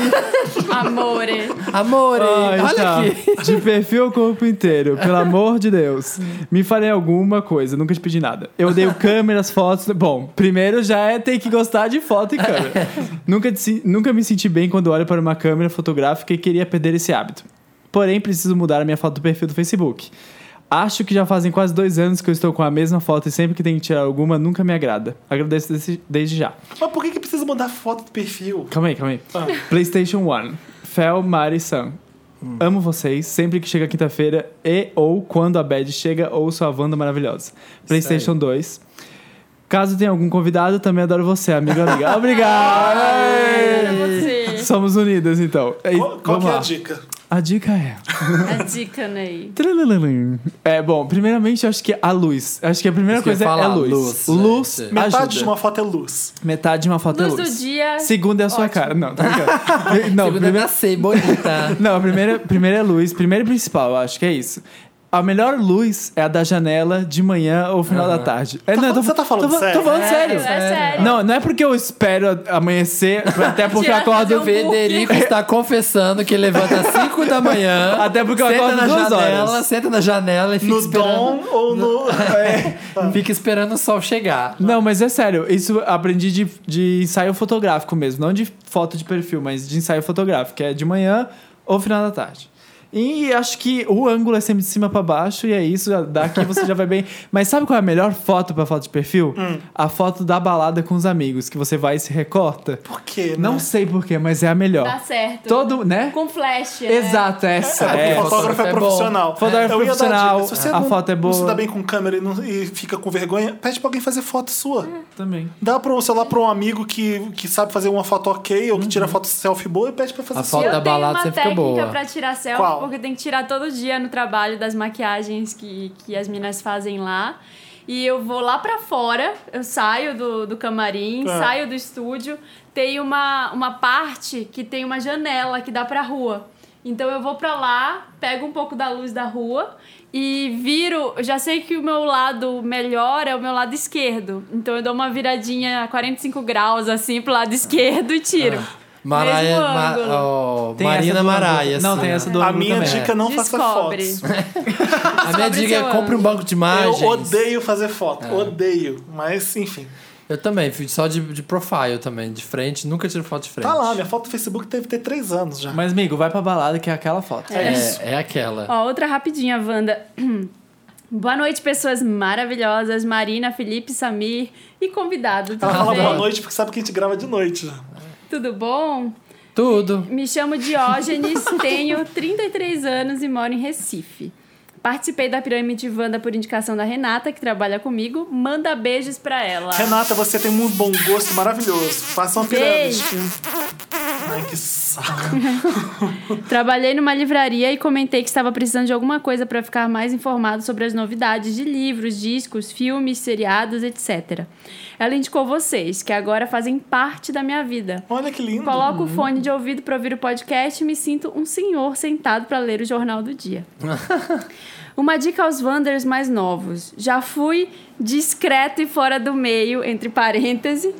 Speaker 2: Amore.
Speaker 3: Ah. Amore,
Speaker 4: Ai,
Speaker 3: olha
Speaker 4: tá.
Speaker 3: aqui.
Speaker 4: De perfil ao corpo inteiro, pelo amor de Deus. Me falei alguma coisa, nunca te pedi nada. Eu odeio câmeras, fotos. Bom, primeiro já é ter que gostar de foto e câmera. nunca, disse- nunca me senti bem quando olho para uma câmera fotográfica e queria perder esse hábito. Porém, preciso mudar a minha foto do perfil do Facebook. Acho que já fazem quase dois anos que eu estou com a mesma foto e sempre que tenho que tirar alguma, nunca me agrada. Agradeço desse- desde já.
Speaker 1: Mas por que, que precisa mudar foto do perfil?
Speaker 4: Calma aí, calma aí.
Speaker 1: Ah.
Speaker 4: PlayStation 1. Fel, Mari, Sam.
Speaker 1: Hum.
Speaker 4: Amo vocês, sempre que chega quinta-feira e ou quando a Bad chega ou sua Wanda maravilhosa. PlayStation 2. Caso tenha algum convidado, também adoro você, amigo amiga. Obrigado!
Speaker 2: Você.
Speaker 4: Somos unidas, então. E,
Speaker 1: Qual, qual
Speaker 4: vamos
Speaker 1: que é a
Speaker 4: lá.
Speaker 1: dica?
Speaker 4: a dica é...
Speaker 2: A dica, Ney.
Speaker 4: Tralalalum. É, bom, primeiramente, eu acho que a luz. Acho que a primeira
Speaker 3: Isso que eu
Speaker 4: coisa é
Speaker 3: ia
Speaker 4: a
Speaker 3: falar,
Speaker 4: luz.
Speaker 3: luz,
Speaker 4: Luz,
Speaker 3: gente.
Speaker 1: Metade
Speaker 4: ajuda.
Speaker 1: de uma foto é luz.
Speaker 4: Metade de uma foto
Speaker 2: Luz
Speaker 4: é
Speaker 2: do
Speaker 4: luz.
Speaker 2: dia.
Speaker 4: Segunda é a sua cara. Não, tá brincando. Não,
Speaker 3: Segunda
Speaker 4: primeiro-
Speaker 3: é ser bonita.
Speaker 4: Não, a primeira, a primeira é luz, primeiro e principal, eu acho que é isso. A melhor luz é a da janela de manhã ou final da tarde. É, não, eu
Speaker 1: falando- você tá falando
Speaker 4: tô,
Speaker 1: sério?
Speaker 4: Tô falando sério.
Speaker 2: É sério.
Speaker 4: Não, não é porque eu espero a- amanhecer, até porque eu
Speaker 2: Tirar fazer
Speaker 4: acordo.
Speaker 2: um
Speaker 3: Federico está confessando que levanta às 5 da manhã.
Speaker 4: Até porque eu
Speaker 3: senta
Speaker 4: acordo
Speaker 3: na
Speaker 4: duas
Speaker 3: janela,
Speaker 4: horas.
Speaker 3: senta na janela e fica
Speaker 1: No
Speaker 3: esperando.
Speaker 1: dom ou no. É.
Speaker 3: Fica esperando o sol chegar.
Speaker 4: Não, mas é sério, isso eu aprendi de, de ensaio fotográfico mesmo, não de foto de perfil, mas de ensaio fotográfico, que é de manhã ou final da tarde. E acho que o ângulo é sempre de cima pra baixo, e é isso, daqui você já vai bem. Mas sabe qual é a melhor foto pra foto de perfil?
Speaker 1: Hum.
Speaker 4: A foto da balada com os amigos, que você vai e se recorta.
Speaker 1: Por quê?
Speaker 4: Não
Speaker 1: né?
Speaker 4: sei porquê, mas é a melhor.
Speaker 2: Dá certo.
Speaker 4: Todo, né?
Speaker 2: Com flash. né?
Speaker 4: Exato, essa.
Speaker 1: É,
Speaker 4: É,
Speaker 1: porque o fotógrafo é,
Speaker 3: é bom.
Speaker 1: profissional.
Speaker 4: Fotógrafo
Speaker 1: Eu ia dar
Speaker 4: profissional,
Speaker 1: dica. Se você
Speaker 4: a
Speaker 1: não-
Speaker 4: foto é
Speaker 1: Não se
Speaker 4: boa.
Speaker 1: dá bem com câmera e, não- e fica com vergonha, pede pra alguém fazer foto sua.
Speaker 4: também.
Speaker 1: Dá pro, sei lá, pra um amigo que, que sabe fazer uma foto ok ou que
Speaker 4: Uhum.
Speaker 1: tira foto selfie boa e pede pra fazer
Speaker 3: A
Speaker 1: sua.
Speaker 3: foto-
Speaker 2: eu
Speaker 3: da balada,
Speaker 2: tenho
Speaker 3: você
Speaker 2: uma
Speaker 3: fica
Speaker 2: técnica
Speaker 3: boa.
Speaker 2: pra tirar selfie,
Speaker 1: Qual?
Speaker 2: porque tem que tirar todo dia no trabalho das maquiagens que, que as minas fazem lá. E eu vou lá pra fora, eu saio do, do camarim,
Speaker 1: Ah.
Speaker 2: saio do estúdio. Tem uma, uma parte que tem uma janela que dá pra rua. Então eu vou pra lá, pego um pouco da luz da rua e viro. Eu já sei que o meu lado melhor é o meu lado esquerdo. Então eu dou uma viradinha a 45 graus assim pro lado esquerdo e tiro.
Speaker 3: Ah. Maraia,
Speaker 2: Mesmo
Speaker 3: Ma-
Speaker 2: ângulo.
Speaker 3: ó,
Speaker 4: Tem
Speaker 3: Marina
Speaker 4: essa do ângulo.
Speaker 3: Maraia.
Speaker 4: Não,
Speaker 3: assim,
Speaker 4: tem
Speaker 3: ó.
Speaker 4: essa do
Speaker 1: A
Speaker 4: ângulo
Speaker 1: minha
Speaker 4: é também.
Speaker 1: dica é não
Speaker 2: Descobre.
Speaker 1: faça fotos.
Speaker 3: A minha
Speaker 2: Sobre
Speaker 3: dica
Speaker 2: seu
Speaker 3: é compre um banco de
Speaker 4: Ah,
Speaker 1: Eu
Speaker 3: imagens.
Speaker 1: odeio fazer foto,
Speaker 4: É.
Speaker 1: odeio. Mas, enfim.
Speaker 3: Eu também, fui só de, de profile também, de frente. Nunca tiro foto de frente.
Speaker 1: Tá lá, minha foto do Facebook deve ter três anos já.
Speaker 4: Mas, amigo, vai pra balada que é aquela foto.
Speaker 3: É, é aquela.
Speaker 2: Ó, outra rapidinha, Wanda. Boa noite, pessoas maravilhosas. Marina, Felipe, Samir e convidado. Tudo
Speaker 1: Ela
Speaker 4: é.
Speaker 1: fala
Speaker 2: bem?
Speaker 1: boa noite porque sabe que a gente grava de noite já.
Speaker 2: Tudo bom?
Speaker 3: Tudo.
Speaker 2: Me chamo Diógenes, tenho 33 anos e moro em Recife. Participei da Pirâmide Wanda por indicação da Renata, que trabalha comigo. Manda beijos pra ela.
Speaker 1: Ah. Renata, você tem um bom gosto maravilhoso. Faça uma pirâmide.
Speaker 2: Beijo.
Speaker 1: Ai, que saco.
Speaker 2: Trabalhei numa livraria e comentei que estava precisando de alguma coisa para ficar mais informado sobre as novidades de livros, discos, filmes, seriados, etc. Ela indicou vocês, que agora fazem parte da minha vida.
Speaker 1: Olha que lindo.
Speaker 2: Coloco o fone de ouvido para ouvir o podcast e me sinto um senhor sentado para ler o jornal do dia. Uma dica aos Wanders mais novos. Já fui discreto e fora do meio, entre parênteses,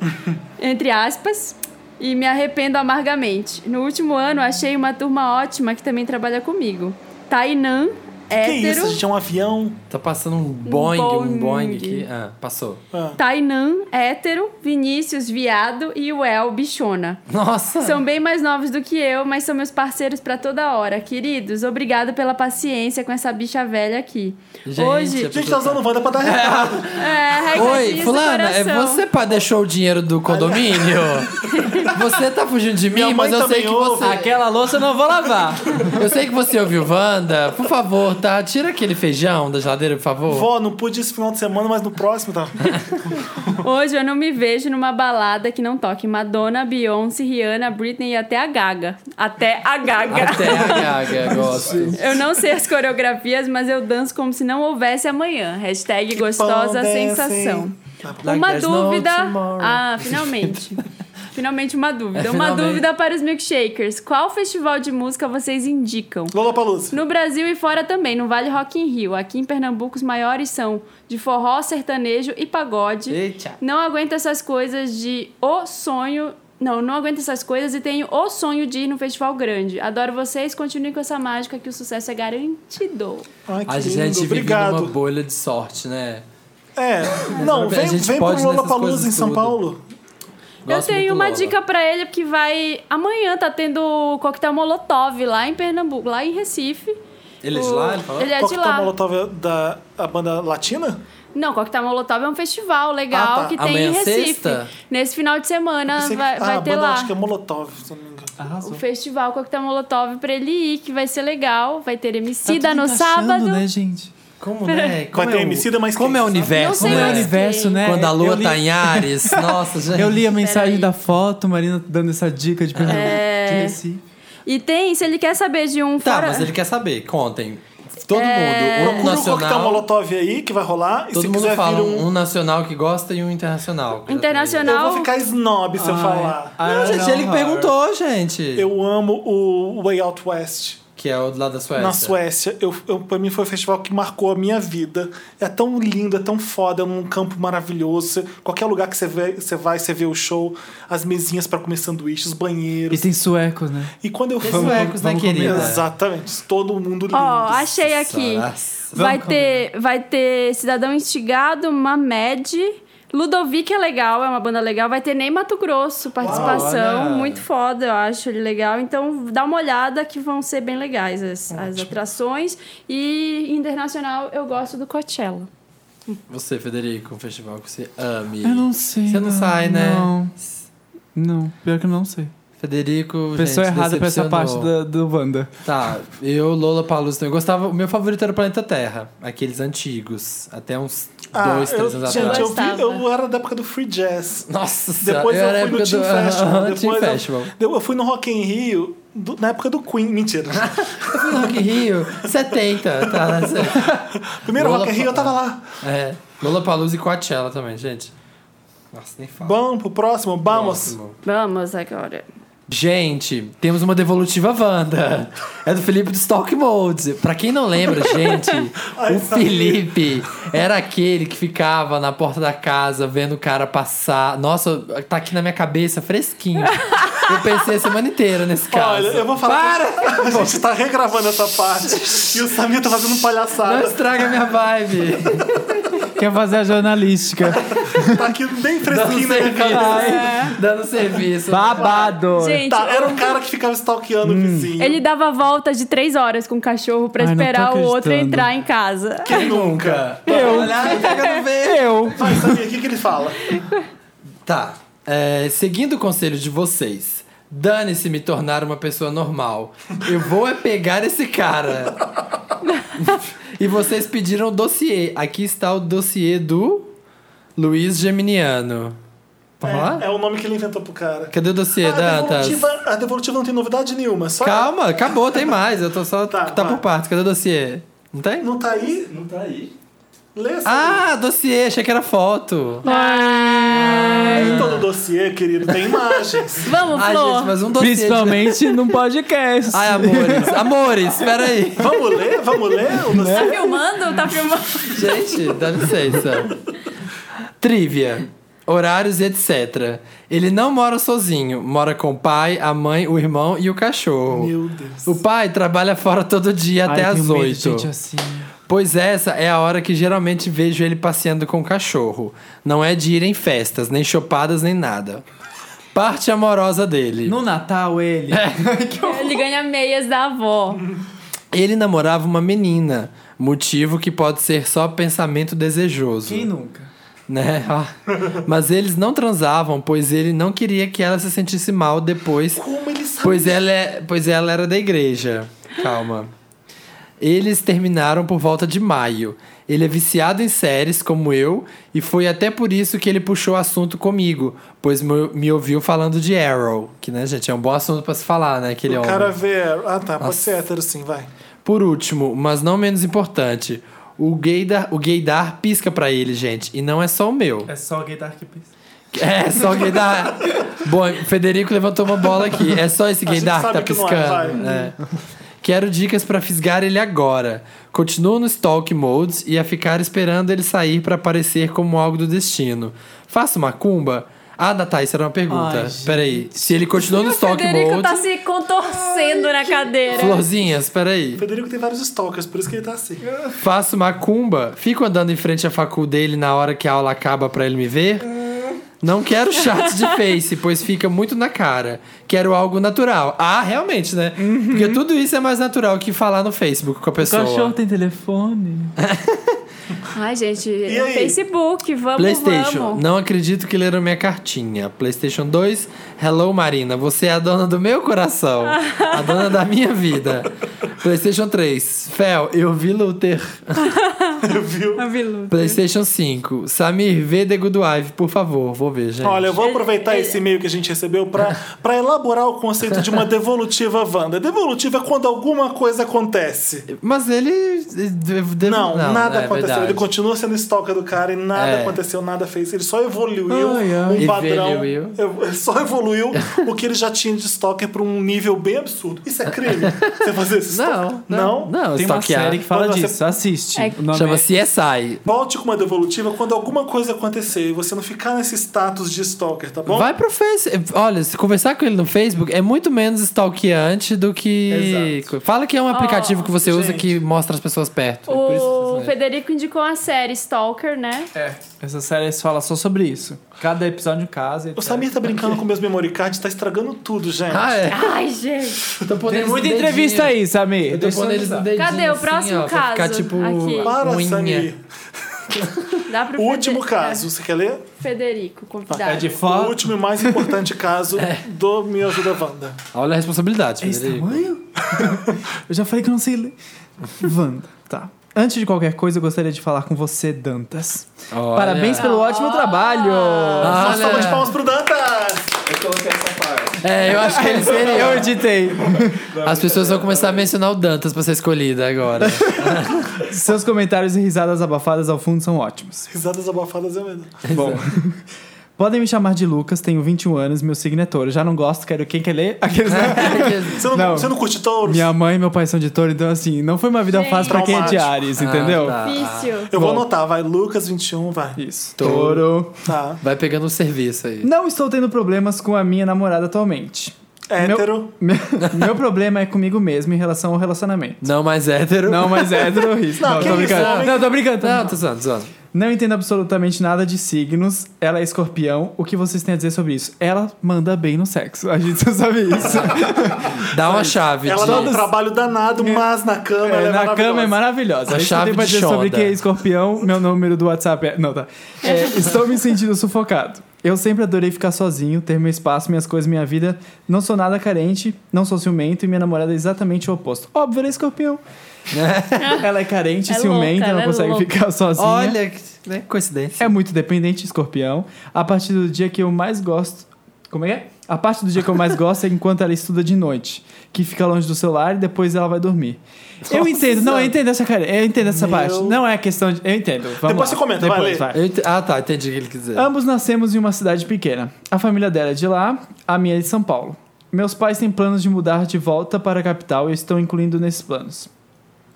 Speaker 2: entre aspas, e me arrependo amargamente. No último ano, achei uma turma ótima que também trabalha comigo. Tainan,
Speaker 1: que
Speaker 2: hétero.
Speaker 1: isso, gente? É um avião.
Speaker 3: Tá passando um boing, um
Speaker 2: boing.
Speaker 3: boing aqui. Ah, passou.
Speaker 1: Ah.
Speaker 2: Tainan, hétero. Vinícius, viado. E o El, bichona.
Speaker 3: Nossa!
Speaker 2: São bem mais novos do que eu, mas são meus parceiros pra toda hora. Queridos, obrigado pela paciência com essa bicha velha aqui.
Speaker 3: Gente,
Speaker 2: Hoje.
Speaker 3: é
Speaker 1: Gente, tá usando Wanda pra dar recado.
Speaker 2: É, recadinhos
Speaker 3: Oi,
Speaker 2: do
Speaker 3: fulana, é
Speaker 2: coração.
Speaker 3: você pa- deixou o dinheiro do condomínio? você tá fugindo de
Speaker 1: Minha
Speaker 3: mim,
Speaker 1: mãe
Speaker 3: mas eu sei
Speaker 1: também
Speaker 3: que
Speaker 1: ouve.
Speaker 3: você...
Speaker 4: Aquela louça eu não vou lavar.
Speaker 3: Eu sei que você ouviu, Wanda. Por favor, tá? Tira aquele feijão da geladeira, por favor.
Speaker 1: Vó, não pude esse final de semana, mas no próximo tá.
Speaker 2: Hoje eu não me vejo numa balada que não toque Madonna, Beyoncé, Rihanna, Britney e até a Gaga. Até a Gaga.
Speaker 3: Até a Gaga, gosto.
Speaker 2: Eu não sei as coreografias, mas eu danço como se não houvesse amanhã. Hashtag gostosa
Speaker 1: Bom,
Speaker 2: sensação.
Speaker 1: dancing. Tá bom.
Speaker 3: Like
Speaker 2: uma
Speaker 3: there's no
Speaker 2: dúvida.
Speaker 3: tomorrow.
Speaker 2: ah, finalmente. finalmente uma dúvida.
Speaker 3: É,
Speaker 2: uma
Speaker 3: finalmente.
Speaker 2: dúvida para os milkshakers. Qual festival de música vocês indicam?
Speaker 1: Lollapalooza.
Speaker 2: No Brasil e fora também, no Vale Rock in Rio. Aqui em Pernambuco, os maiores são de forró, sertanejo e pagode.
Speaker 3: Eita.
Speaker 2: Não aguento essas coisas de O Sonho. Não, não aguento essas coisas e tenho o sonho de ir no festival grande. Adoro vocês, continuem com essa mágica que o sucesso é garantido.
Speaker 1: Ai, que
Speaker 3: A
Speaker 1: lindo.
Speaker 3: gente vive
Speaker 1: Obrigado.
Speaker 3: numa bolha de sorte, né?
Speaker 1: É, não,
Speaker 3: a
Speaker 1: vem,
Speaker 3: gente
Speaker 1: vem
Speaker 3: pode
Speaker 1: pro Lollapalooza
Speaker 3: nessas
Speaker 1: em São
Speaker 3: coisas
Speaker 1: Paulo.
Speaker 3: Gosto
Speaker 2: Eu
Speaker 3: muito
Speaker 2: tenho uma
Speaker 3: Lola.
Speaker 2: dica pra ele porque vai amanhã tá tendo coquetel Molotov lá em Pernambuco, lá em Recife.
Speaker 3: Ele é de
Speaker 2: O-
Speaker 3: lá? Ele fala?
Speaker 2: Ele é
Speaker 1: Qual
Speaker 2: de
Speaker 1: que
Speaker 2: lá.
Speaker 1: tá Molotov é da a banda latina?
Speaker 2: Não, Coquetel Molotov é um festival legal
Speaker 1: Ah, tá.
Speaker 2: que tem
Speaker 3: Amanhã é
Speaker 2: em Recife.
Speaker 3: sexta?
Speaker 2: Nesse final de semana
Speaker 1: Pensei que-
Speaker 2: vai, vai
Speaker 1: ah, a
Speaker 2: ter
Speaker 1: banda
Speaker 2: lá.
Speaker 1: acho que é Molotov, se eu não me
Speaker 3: Ah,
Speaker 1: engano.
Speaker 2: O festival Coquetel Molotov pra ele ir, que vai ser legal. Vai ter
Speaker 3: Tá
Speaker 2: MC da no sábado.
Speaker 4: né, gente?
Speaker 3: Como, né? Como
Speaker 1: Vai
Speaker 3: é
Speaker 1: ter
Speaker 3: o-
Speaker 1: Emicida, mas
Speaker 3: Como
Speaker 1: quem,
Speaker 3: é o
Speaker 1: sabe?
Speaker 2: Não
Speaker 3: universo,
Speaker 2: sei
Speaker 4: Como é o
Speaker 2: mais
Speaker 3: né?
Speaker 4: universo,
Speaker 2: quem.
Speaker 4: né?
Speaker 3: Quando a lua
Speaker 4: Eu li-
Speaker 3: tá em Ares. Nossa, gente.
Speaker 4: Eu li a mensagem
Speaker 2: aí.
Speaker 4: da foto, Marina dando essa dica de Pernambuco.
Speaker 2: É.
Speaker 4: de Recife.
Speaker 2: E tem, se ele quer saber de um
Speaker 3: Tá,
Speaker 2: fora.
Speaker 3: mas ele quer saber. Contem. Todo mundo. Um
Speaker 1: É. Procura o coquetel
Speaker 3: nacional.
Speaker 1: Molotov aí, que vai rolar. E
Speaker 3: Todo
Speaker 1: se
Speaker 3: mundo
Speaker 1: quiser vir
Speaker 3: fala
Speaker 1: um...
Speaker 3: um... nacional que gosta e um internacional. que já
Speaker 2: Internacional.
Speaker 1: Eu vou ficar snob se eu falar.
Speaker 3: tem. Ah, Não, gente, ele que perguntou, gente.
Speaker 1: Eu amo o Way Out West.
Speaker 3: Que é o do lado da Suécia.
Speaker 1: Na Suécia, eu, eu, pra mim foi o festival que marcou a minha vida. É tão lindo, é tão foda, é um campo maravilhoso. Você- Qualquer lugar que você, vê, você vai, você vê o show, as mesinhas pra comer sanduíche, os
Speaker 4: E
Speaker 1: banheiros.
Speaker 4: tem suecos, né?
Speaker 1: E quando eu fui.
Speaker 3: Vamos, suecos, né, querida?
Speaker 1: Exatamente, todo mundo lindo.
Speaker 2: Ó, achei aqui.
Speaker 3: Nossa.
Speaker 2: Vai ter, vai ter Cidadão Instigado, Mamed. Ludovic é legal, é uma banda legal. Vai ter Ney Mato Grosso, participação.
Speaker 3: olha.
Speaker 2: muito foda, eu acho ele legal. Então dá uma olhada que vão ser bem legais as, as atrações. E internacional, eu gosto do Coachella.
Speaker 3: Você, Federico, um festival que você ame.
Speaker 4: Eu não sei.
Speaker 3: Você não sai, né?
Speaker 4: Não. Não, pior que eu não sei.
Speaker 3: Federico,
Speaker 4: Pessoa
Speaker 3: gente,
Speaker 4: errada pra essa parte
Speaker 3: decepcionou.
Speaker 4: da- do Wanda.
Speaker 3: Tá, eu, Lola Palusa também gostava. O meu favorito era o Planeta Terra. Aqueles antigos. Até uns
Speaker 1: Ah,
Speaker 3: dois, três
Speaker 1: eu-
Speaker 3: anos
Speaker 1: Gente,
Speaker 3: atrás.
Speaker 1: eu, vi,
Speaker 2: Gostava.
Speaker 1: eu era da época do Free Jazz.
Speaker 3: Nossa
Speaker 1: Depois eu,
Speaker 3: era a
Speaker 1: fui
Speaker 3: época
Speaker 1: no Team
Speaker 3: do-
Speaker 1: Festival.
Speaker 3: Aham,
Speaker 1: Depois
Speaker 3: Team
Speaker 1: eu,
Speaker 3: Festival.
Speaker 1: eu fui no Rock in Rio do- na época do Queen. Mentira.
Speaker 3: Eu fui no Rock in Rio, 70, tá?
Speaker 1: Primeiro
Speaker 3: Lola
Speaker 1: Rock in Rio eu tava lá.
Speaker 3: É, Lola Palusa e Coachella também, gente. Nossa, nem fala.
Speaker 1: Vamos pro próximo, vamos.
Speaker 3: Próximo.
Speaker 2: Vamos agora.
Speaker 3: Gente, temos uma devolutiva Wanda. É do Felipe do Stock Mode. Pra quem não lembra, gente,
Speaker 1: Ai,
Speaker 3: o
Speaker 1: sabia.
Speaker 3: Felipe era aquele que ficava na porta da casa vendo o cara passar. Nossa, tá aqui na minha cabeça fresquinho. Eu pensei a semana inteira nesse caso.
Speaker 1: Olha, eu vou falar. Para! a gente tá regravando essa parte. e o Samir tá fazendo
Speaker 3: Não
Speaker 1: palhaçada.
Speaker 3: estraga minha vibe.
Speaker 4: Quer fazer a jornalística.
Speaker 1: Tá aqui bem
Speaker 3: Dando
Speaker 1: fresquinho né? na minha
Speaker 3: serviço.
Speaker 1: cara.
Speaker 3: Dando serviço.
Speaker 4: Babado.
Speaker 2: Gente,
Speaker 1: Tá, era um cara que ficava stalkeando o
Speaker 3: Hum.
Speaker 1: vizinho.
Speaker 2: ele dava volta de três horas com o cachorro pra
Speaker 4: Ai, não tô
Speaker 2: esperar o outro
Speaker 4: acreditando.
Speaker 2: entrar em casa.
Speaker 3: Quem nunca?
Speaker 4: Eu.
Speaker 3: Olhar, pega no ver.
Speaker 4: Eu.
Speaker 1: Vai, Samir, o que, que ele fala?
Speaker 3: Tá. É, seguindo o conselho de vocês, dane-se me tornar uma pessoa normal. Eu vou é pegar esse cara. E vocês pediram o dossiê. Aqui está o dossiê do Luiz Geminiano. Vamos
Speaker 1: É, Ah,
Speaker 3: lá?
Speaker 1: é o nome que ele inventou pro cara.
Speaker 3: Cadê o dossiê,
Speaker 1: a,
Speaker 3: Dantas?
Speaker 1: devolutiva, a devolutiva não tem novidade nenhuma. Só
Speaker 3: Calma, acabou, tem mais. Eu tô só. Tá,
Speaker 1: Tá, vai.
Speaker 3: por partes. Cadê o dossiê? Não tem?
Speaker 1: Não tá aí?
Speaker 5: Não tá aí.
Speaker 1: Lê essa
Speaker 3: Ah, dossiê, achei que era foto.
Speaker 1: Tá aí. Todo dossiê, querido, tem imagens.
Speaker 2: Vamos,
Speaker 3: Ai,
Speaker 2: Flor.
Speaker 3: gente, mas um dossiê. de-
Speaker 4: Principalmente num podcast.
Speaker 3: Ai, amores, amores, peraí.
Speaker 1: Vamos ler? Vamos ler? O
Speaker 2: Tá
Speaker 1: dossiê?
Speaker 2: filmando? Tá filmando?
Speaker 3: Gente, dá licença. Trivia. Horários e etc. Ele não mora sozinho, mora com o pai, a mãe, o irmão e o cachorro.
Speaker 1: Meu Deus.
Speaker 3: O pai trabalha fora todo dia até
Speaker 4: Ai, eu tenho
Speaker 3: às
Speaker 4: medo de
Speaker 3: oito.
Speaker 4: gente assim.
Speaker 3: Pois essa é a hora que geralmente vejo ele passeando com o cachorro. Não é de ir em festas, nem chopadas, nem nada. Parte amorosa dele.
Speaker 4: No Natal, ele.
Speaker 2: Ele ganha meias da avó.
Speaker 3: Ele namorava uma menina, motivo que pode ser só pensamento desejoso.
Speaker 4: Quem nunca?
Speaker 3: né? Ah. Mas eles não transavam, pois ele não queria que ela se sentisse mal depois,
Speaker 1: Como ele sabe?
Speaker 3: pois ela, é, pois ela era da igreja. Calma. Eles terminaram por volta de maio. Ele é viciado em séries, como eu, e foi até por isso que ele puxou o assunto comigo, pois me, me ouviu falando de Arrow, que, né, gente, é um bom assunto pra se falar, né, aquele
Speaker 1: O
Speaker 3: homem.
Speaker 1: cara vê. Ah, tá. Pode ser hétero sim, vai.
Speaker 3: Por último, mas não menos importante, o gaydar, o gaydar pisca pra ele, gente, e não é só o meu.
Speaker 4: É só gaydar que pensa.
Speaker 3: É, só gaydar. Bom, Federico levantou uma bola aqui. É só esse
Speaker 1: A gente
Speaker 3: gaydar que
Speaker 1: sabe
Speaker 3: tá
Speaker 1: que não é,
Speaker 3: piscando.
Speaker 1: vai.
Speaker 3: É. Quero dicas pra fisgar ele agora. Continuo no stalk modes e a ficar esperando ele sair pra aparecer como algo do destino. Faço macumba? Ah, da Thaís, era uma pergunta.
Speaker 4: Ai, gente.
Speaker 3: Peraí. Se ele continua no
Speaker 2: O
Speaker 3: stalk
Speaker 2: Federico
Speaker 3: mode.
Speaker 2: tá se contorcendo na cadeira.
Speaker 3: Florzinhas, peraí.
Speaker 1: O Federico tem vários stalkers, por isso que ele tá assim.
Speaker 3: Faço macumba? Fico andando em frente à facul dele na hora que a aula acaba pra ele me ver? Não quero chat de face, pois fica muito na cara. Quero algo natural. Ah, realmente, né? Porque tudo isso é mais natural que falar no Facebook com a
Speaker 4: Uhum. O cachorro tá
Speaker 3: pessoa.
Speaker 4: tem telefone.
Speaker 2: Ai, gente,
Speaker 1: aí?
Speaker 2: Facebook, vamos,
Speaker 3: PlayStation,
Speaker 2: vamos.
Speaker 3: não acredito que leram minha cartinha. PlayStation 2, Hello Marina, você é a dona do meu coração, a dona da minha vida. PlayStation 3, Fel, eu vi Luther.
Speaker 1: Viu?
Speaker 3: PlayStation 5. Samir, vê The Good Wife, por favor. Vou ver, gente.
Speaker 1: Olha, eu vou aproveitar
Speaker 2: Ele-
Speaker 1: esse e-mail que a gente recebeu pra pra elaborar o conceito de uma devolutiva Wanda. Devolutiva é quando alguma coisa acontece.
Speaker 3: Mas ele. deve- deve-
Speaker 1: Não, nada
Speaker 3: é
Speaker 1: aconteceu.
Speaker 3: verdade.
Speaker 1: Ele continua sendo stalker do cara e nada
Speaker 3: É.
Speaker 1: aconteceu, nada fez. Ele só evoluiu
Speaker 4: Ai, ai.
Speaker 1: um padrão.
Speaker 3: Evoluiu.
Speaker 1: ev- Ele só evoluiu o que ele já tinha de stalker pra um nível bem absurdo. Isso é crime? Você fazer isso?
Speaker 3: Não, não.
Speaker 1: Não?
Speaker 3: Não,
Speaker 4: Tem uma
Speaker 3: stalkear.
Speaker 4: série que fala
Speaker 1: Quando você-
Speaker 4: disso, assiste.
Speaker 2: É-
Speaker 4: O nome
Speaker 3: ah, Chama
Speaker 4: é-
Speaker 3: CSI.
Speaker 1: Volte com uma devolutiva quando alguma coisa acontecer e você não ficar nesse status de stalker, tá bom?
Speaker 3: Vai pro Facebook. Olha, se conversar com ele no Facebook é muito menos stalkeante do que. Fala que é um aplicativo que você usa
Speaker 1: gente.
Speaker 3: que mostra as pessoas perto. É por isso que
Speaker 2: O
Speaker 3: você-
Speaker 2: Federico indicou a série Stalker, né?
Speaker 4: Essa série fala só sobre isso. Cada episódio é um caso.
Speaker 1: O
Speaker 4: etc.
Speaker 1: Samir tá brincando com meus memory cards, tá estragando tudo, gente.
Speaker 3: Ah, é.
Speaker 2: Ai, gente.
Speaker 3: Tô pondo
Speaker 4: Tem
Speaker 3: eles no
Speaker 4: muita
Speaker 3: dedinho.
Speaker 4: entrevista aí, Samir.
Speaker 3: Eu tô pondo eles no dedinho.
Speaker 2: Cadê o
Speaker 3: assim,
Speaker 2: próximo
Speaker 3: ó, pra Ficar,
Speaker 2: caso?
Speaker 3: tipo,
Speaker 2: Aqui.
Speaker 1: Para,
Speaker 3: unha.
Speaker 1: Samir.
Speaker 2: Dá pro
Speaker 1: O último
Speaker 2: Fede-
Speaker 1: caso, você quer ler?
Speaker 2: é, Federico, convidado.
Speaker 4: É de
Speaker 1: O
Speaker 4: foto.
Speaker 1: último e mais importante caso do Me Ajuda Wanda.
Speaker 3: Olha a
Speaker 1: É
Speaker 3: responsabilidade.
Speaker 4: Esse
Speaker 3: Federico.
Speaker 4: tamanho? eu já falei que eu não sei ler. Wanda, tá. Antes de qualquer coisa, eu gostaria de falar com você, Dantas.
Speaker 3: Olha.
Speaker 4: Parabéns pelo ótimo trabalho!
Speaker 3: Ah,
Speaker 1: Nossa,
Speaker 3: Olha.
Speaker 1: palmas de palmas pro Dantas!
Speaker 5: Eu coloquei essa parte.
Speaker 3: É, eu acho que ele seria.
Speaker 4: Eu editei.
Speaker 3: As pessoas vão começar a mencionar o Dantas pra ser escolhida agora.
Speaker 4: Seus comentários e risadas abafadas ao fundo são ótimos.
Speaker 1: Risadas abafadas é mesmo.
Speaker 4: Bom. Podem me chamar de Lucas, tenho 21 anos, meu signo é touro. Já não gosto, quero quem quer ler? Aqueles, né?
Speaker 1: Você não,
Speaker 4: Não.
Speaker 1: Você não curte touros?
Speaker 4: Minha mãe e meu pai são de touro, então assim, não foi uma vida
Speaker 2: Gente.
Speaker 4: fácil pra quem é de
Speaker 1: Traumático.
Speaker 4: Ares, entendeu?
Speaker 3: Ah, tá.
Speaker 2: Difícil.
Speaker 1: Eu vou
Speaker 4: Bom.
Speaker 1: anotar, vai. Lucas 21, vai.
Speaker 4: Isso.
Speaker 3: Touro.
Speaker 4: Touro.
Speaker 1: Tá.
Speaker 3: Vai pegando o serviço aí.
Speaker 4: Não estou tendo problemas com a minha namorada atualmente.
Speaker 1: Hétero.
Speaker 4: Meu, meu problema é comigo mesmo em relação ao relacionamento.
Speaker 3: Não mais hétero.
Speaker 4: Não, mas é hétero isso.
Speaker 1: Não,
Speaker 4: Não,
Speaker 1: que
Speaker 4: tô
Speaker 1: isso,
Speaker 4: brincando.
Speaker 1: homem.
Speaker 4: Não, tô brincando. tô
Speaker 3: Não,
Speaker 4: brincando.
Speaker 3: tô zoando, tô zoando.
Speaker 4: Não entendo absolutamente nada de signos. Ela é escorpião. O que vocês têm a dizer sobre isso? Ela manda bem no sexo. A gente só sabe isso.
Speaker 3: Dá uma chave.
Speaker 1: Ela
Speaker 3: de-
Speaker 1: dá um trabalho danado, mas na cama ela
Speaker 4: É,
Speaker 1: é
Speaker 4: na cama é maravilhosa.
Speaker 3: A
Speaker 4: A gente
Speaker 3: chave
Speaker 4: tem pra
Speaker 3: de
Speaker 4: dizer sobre
Speaker 3: Shonda.
Speaker 4: que é escorpião. Meu número do WhatsApp é. Não, tá. É, estou me sentindo sufocado. Eu sempre adorei ficar sozinho, ter meu espaço, minhas coisas, minha vida. Não sou nada carente, não sou ciumento e minha namorada é exatamente o oposto. Óbvio, ela é escorpião. ela é carente,
Speaker 2: É louca,
Speaker 4: ciumenta, não
Speaker 2: ela é
Speaker 4: consegue
Speaker 2: louca.
Speaker 4: ficar sozinha.
Speaker 3: Olha, que- né? Coincidência.
Speaker 4: É muito dependente de escorpião. A partir do dia que eu mais gosto. Como é que é? A parte do dia que eu mais gosto é enquanto ela estuda de noite, que fica longe do celular e depois ela vai dormir. Eu entendo, não, eu entendo essa cara, eu entendo essa
Speaker 1: Meu.
Speaker 4: parte. Não é questão de, eu entendo. Vamos
Speaker 1: Depois
Speaker 4: lá.
Speaker 1: você comenta, vai,
Speaker 4: depois,
Speaker 1: Lê.
Speaker 4: vai.
Speaker 3: Eu ent- Ah, tá, entendi o que ele quis dizer.
Speaker 4: Ambos nascemos em uma cidade pequena. A família dela é de lá, a minha é de São Paulo. Meus pais têm planos de mudar de volta para a capital e eu estou incluindo nesses planos.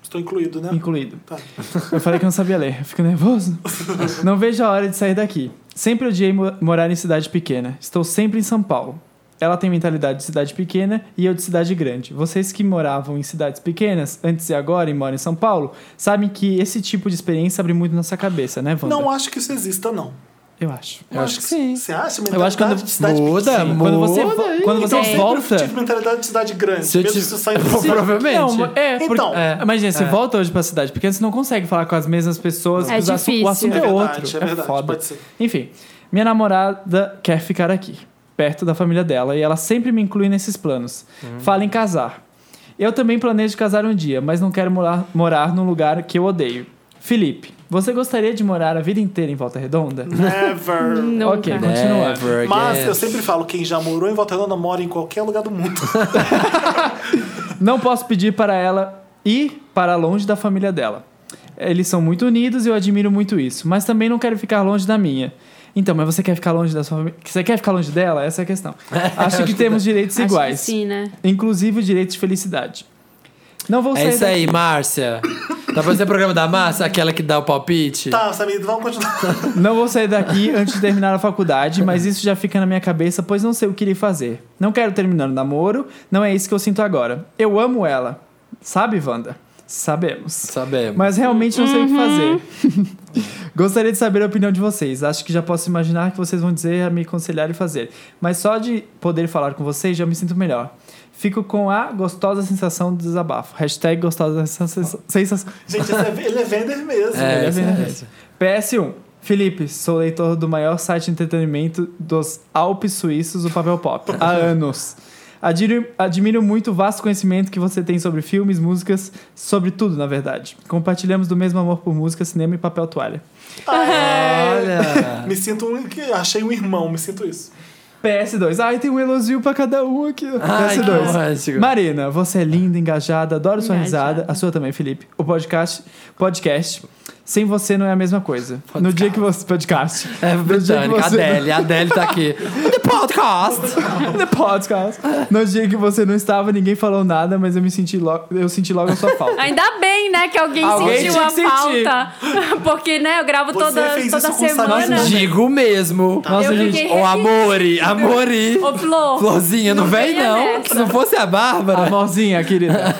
Speaker 1: Estou incluído, né?
Speaker 4: Incluído.
Speaker 1: Tá.
Speaker 4: Eu falei que eu não sabia ler, eu fico nervoso. Não vejo a hora de sair daqui. Sempre odiei mo- morar em cidade pequena. Estou sempre em São Paulo. Ela tem mentalidade de cidade pequena e eu de cidade grande. Vocês que moravam em cidades pequenas, antes e agora, e moram em São Paulo, sabem que esse tipo de experiência abre muito nossa cabeça, né, Wanda?
Speaker 1: Não acho que isso exista, não.
Speaker 4: Eu acho.
Speaker 3: Eu acho que sim.
Speaker 1: Você acha
Speaker 4: Eu acho que
Speaker 1: mentalidade
Speaker 4: quando,
Speaker 1: de cidade
Speaker 3: muda,
Speaker 1: pequena?
Speaker 3: muda.
Speaker 4: quando você, vo-
Speaker 3: aí.
Speaker 4: quando você
Speaker 2: Tem.
Speaker 1: Eu
Speaker 4: volta...
Speaker 1: tive mentalidade de cidade grande.
Speaker 3: Se eu
Speaker 1: mesmo
Speaker 3: tive-
Speaker 1: se eu sair do
Speaker 3: Provavelmente.
Speaker 4: Não, é, porque,
Speaker 1: Então.
Speaker 4: é. Imagina, você volta hoje pra cidade pequena, você não consegue falar com as mesmas pessoas,
Speaker 2: É
Speaker 4: porque os assu-
Speaker 2: difícil.
Speaker 4: o assunto é,
Speaker 1: É verdade,
Speaker 4: outro.
Speaker 1: é verdade,
Speaker 4: foda.
Speaker 1: pode ser.
Speaker 4: Enfim, minha namorada quer ficar aqui, perto da família dela, e ela sempre me inclui nesses planos.
Speaker 1: Hum.
Speaker 4: Fala em casar. Eu também planejo casar um dia, mas não quero morar, morar num lugar que eu odeio. Felipe, você gostaria de morar a vida inteira em Volta Redonda?
Speaker 1: Never.
Speaker 2: Nunca.
Speaker 4: Ok,
Speaker 3: Never
Speaker 4: continua.
Speaker 3: again.
Speaker 1: Mas eu sempre falo, quem já morou em Volta Redonda mora em qualquer lugar do mundo.
Speaker 4: Não posso pedir para ela ir para longe da família dela. Eles são muito unidos e eu admiro muito isso, mas também não quero ficar longe da minha. Então, mas você quer ficar longe da sua família? Você quer ficar longe dela? Essa é a questão. Acho que temos direitos
Speaker 2: Acho que
Speaker 4: iguais,
Speaker 2: sim, né?
Speaker 4: inclusive o direito de felicidade. Não vou
Speaker 3: É
Speaker 4: sair
Speaker 3: isso
Speaker 4: daqui.
Speaker 3: aí, Márcia. Tá parecendo o programa da Márcia, aquela que dá o palpite?
Speaker 1: tá, Samir, vamos continuar.
Speaker 4: Não vou sair daqui antes de terminar a faculdade, mas isso já fica na minha cabeça, pois não sei o que irei fazer. Não quero terminar o namoro, não é isso que eu sinto agora. Eu amo ela. Sabe, Wanda? Sabemos.
Speaker 3: Sabemos.
Speaker 4: Mas realmente não sei o que fazer. Gostaria de saber a opinião de vocês. Acho que já posso imaginar que vocês vão dizer a me aconselhar e fazer. Mas só de poder falar com vocês já me sinto melhor. Fico com a gostosa sensação do desabafo. Hashtag gostosa sensa- sensação.
Speaker 1: Gente, esse é- ele é vender mesmo.
Speaker 3: É,
Speaker 4: Ele
Speaker 3: isso
Speaker 4: vender
Speaker 3: é
Speaker 4: mesmo. PS1. Felipe, sou leitor do maior site de entretenimento dos Alpes Suíços, o Papel Pop, há anos. Admiro, admiro muito o vasto conhecimento que você tem sobre filmes, músicas, sobre tudo, na verdade. Compartilhamos do mesmo amor por música, cinema e papel toalha.
Speaker 3: Olha.
Speaker 1: tá. Me sinto um. que- Achei um irmão, me sinto isso.
Speaker 4: PS2. Ai, tem um elogio pra cada um aqui. ó.
Speaker 3: Ai, que
Speaker 4: PS2.
Speaker 3: romântico.
Speaker 4: Marina, você é linda, engajada, adoro sua
Speaker 2: Engajada.
Speaker 4: risada. A sua também, Felipe. O podcast. Podcast. Sem você não é a mesma coisa. No dia que você. Podcast.
Speaker 3: É
Speaker 4: No dia que
Speaker 3: britânica,
Speaker 4: você-
Speaker 3: Adele. A Adele tá aqui. The podcast!
Speaker 4: The podcast. No dia que você não estava, ninguém falou nada, mas eu me senti logo. Eu senti logo a sua falta.
Speaker 2: Ainda bem, né, que alguém,
Speaker 4: Alguém
Speaker 2: sentiu
Speaker 4: tinha
Speaker 2: a
Speaker 4: que sentir.
Speaker 2: falta. Porque, né, eu gravo
Speaker 1: Você
Speaker 2: toda,
Speaker 1: fez
Speaker 2: toda
Speaker 1: isso com
Speaker 2: semana.
Speaker 1: Samantha.
Speaker 3: Digo mesmo.
Speaker 4: Nossa,
Speaker 2: Eu
Speaker 4: gente.
Speaker 2: fiquei-
Speaker 3: Ô, Amore, Amore.
Speaker 2: Ô, Flo.
Speaker 3: Florzinha, não, vem
Speaker 2: venha
Speaker 3: não.
Speaker 2: nessa.
Speaker 3: Se não fosse a Bárbara.
Speaker 4: Amorzinha, Tá querida.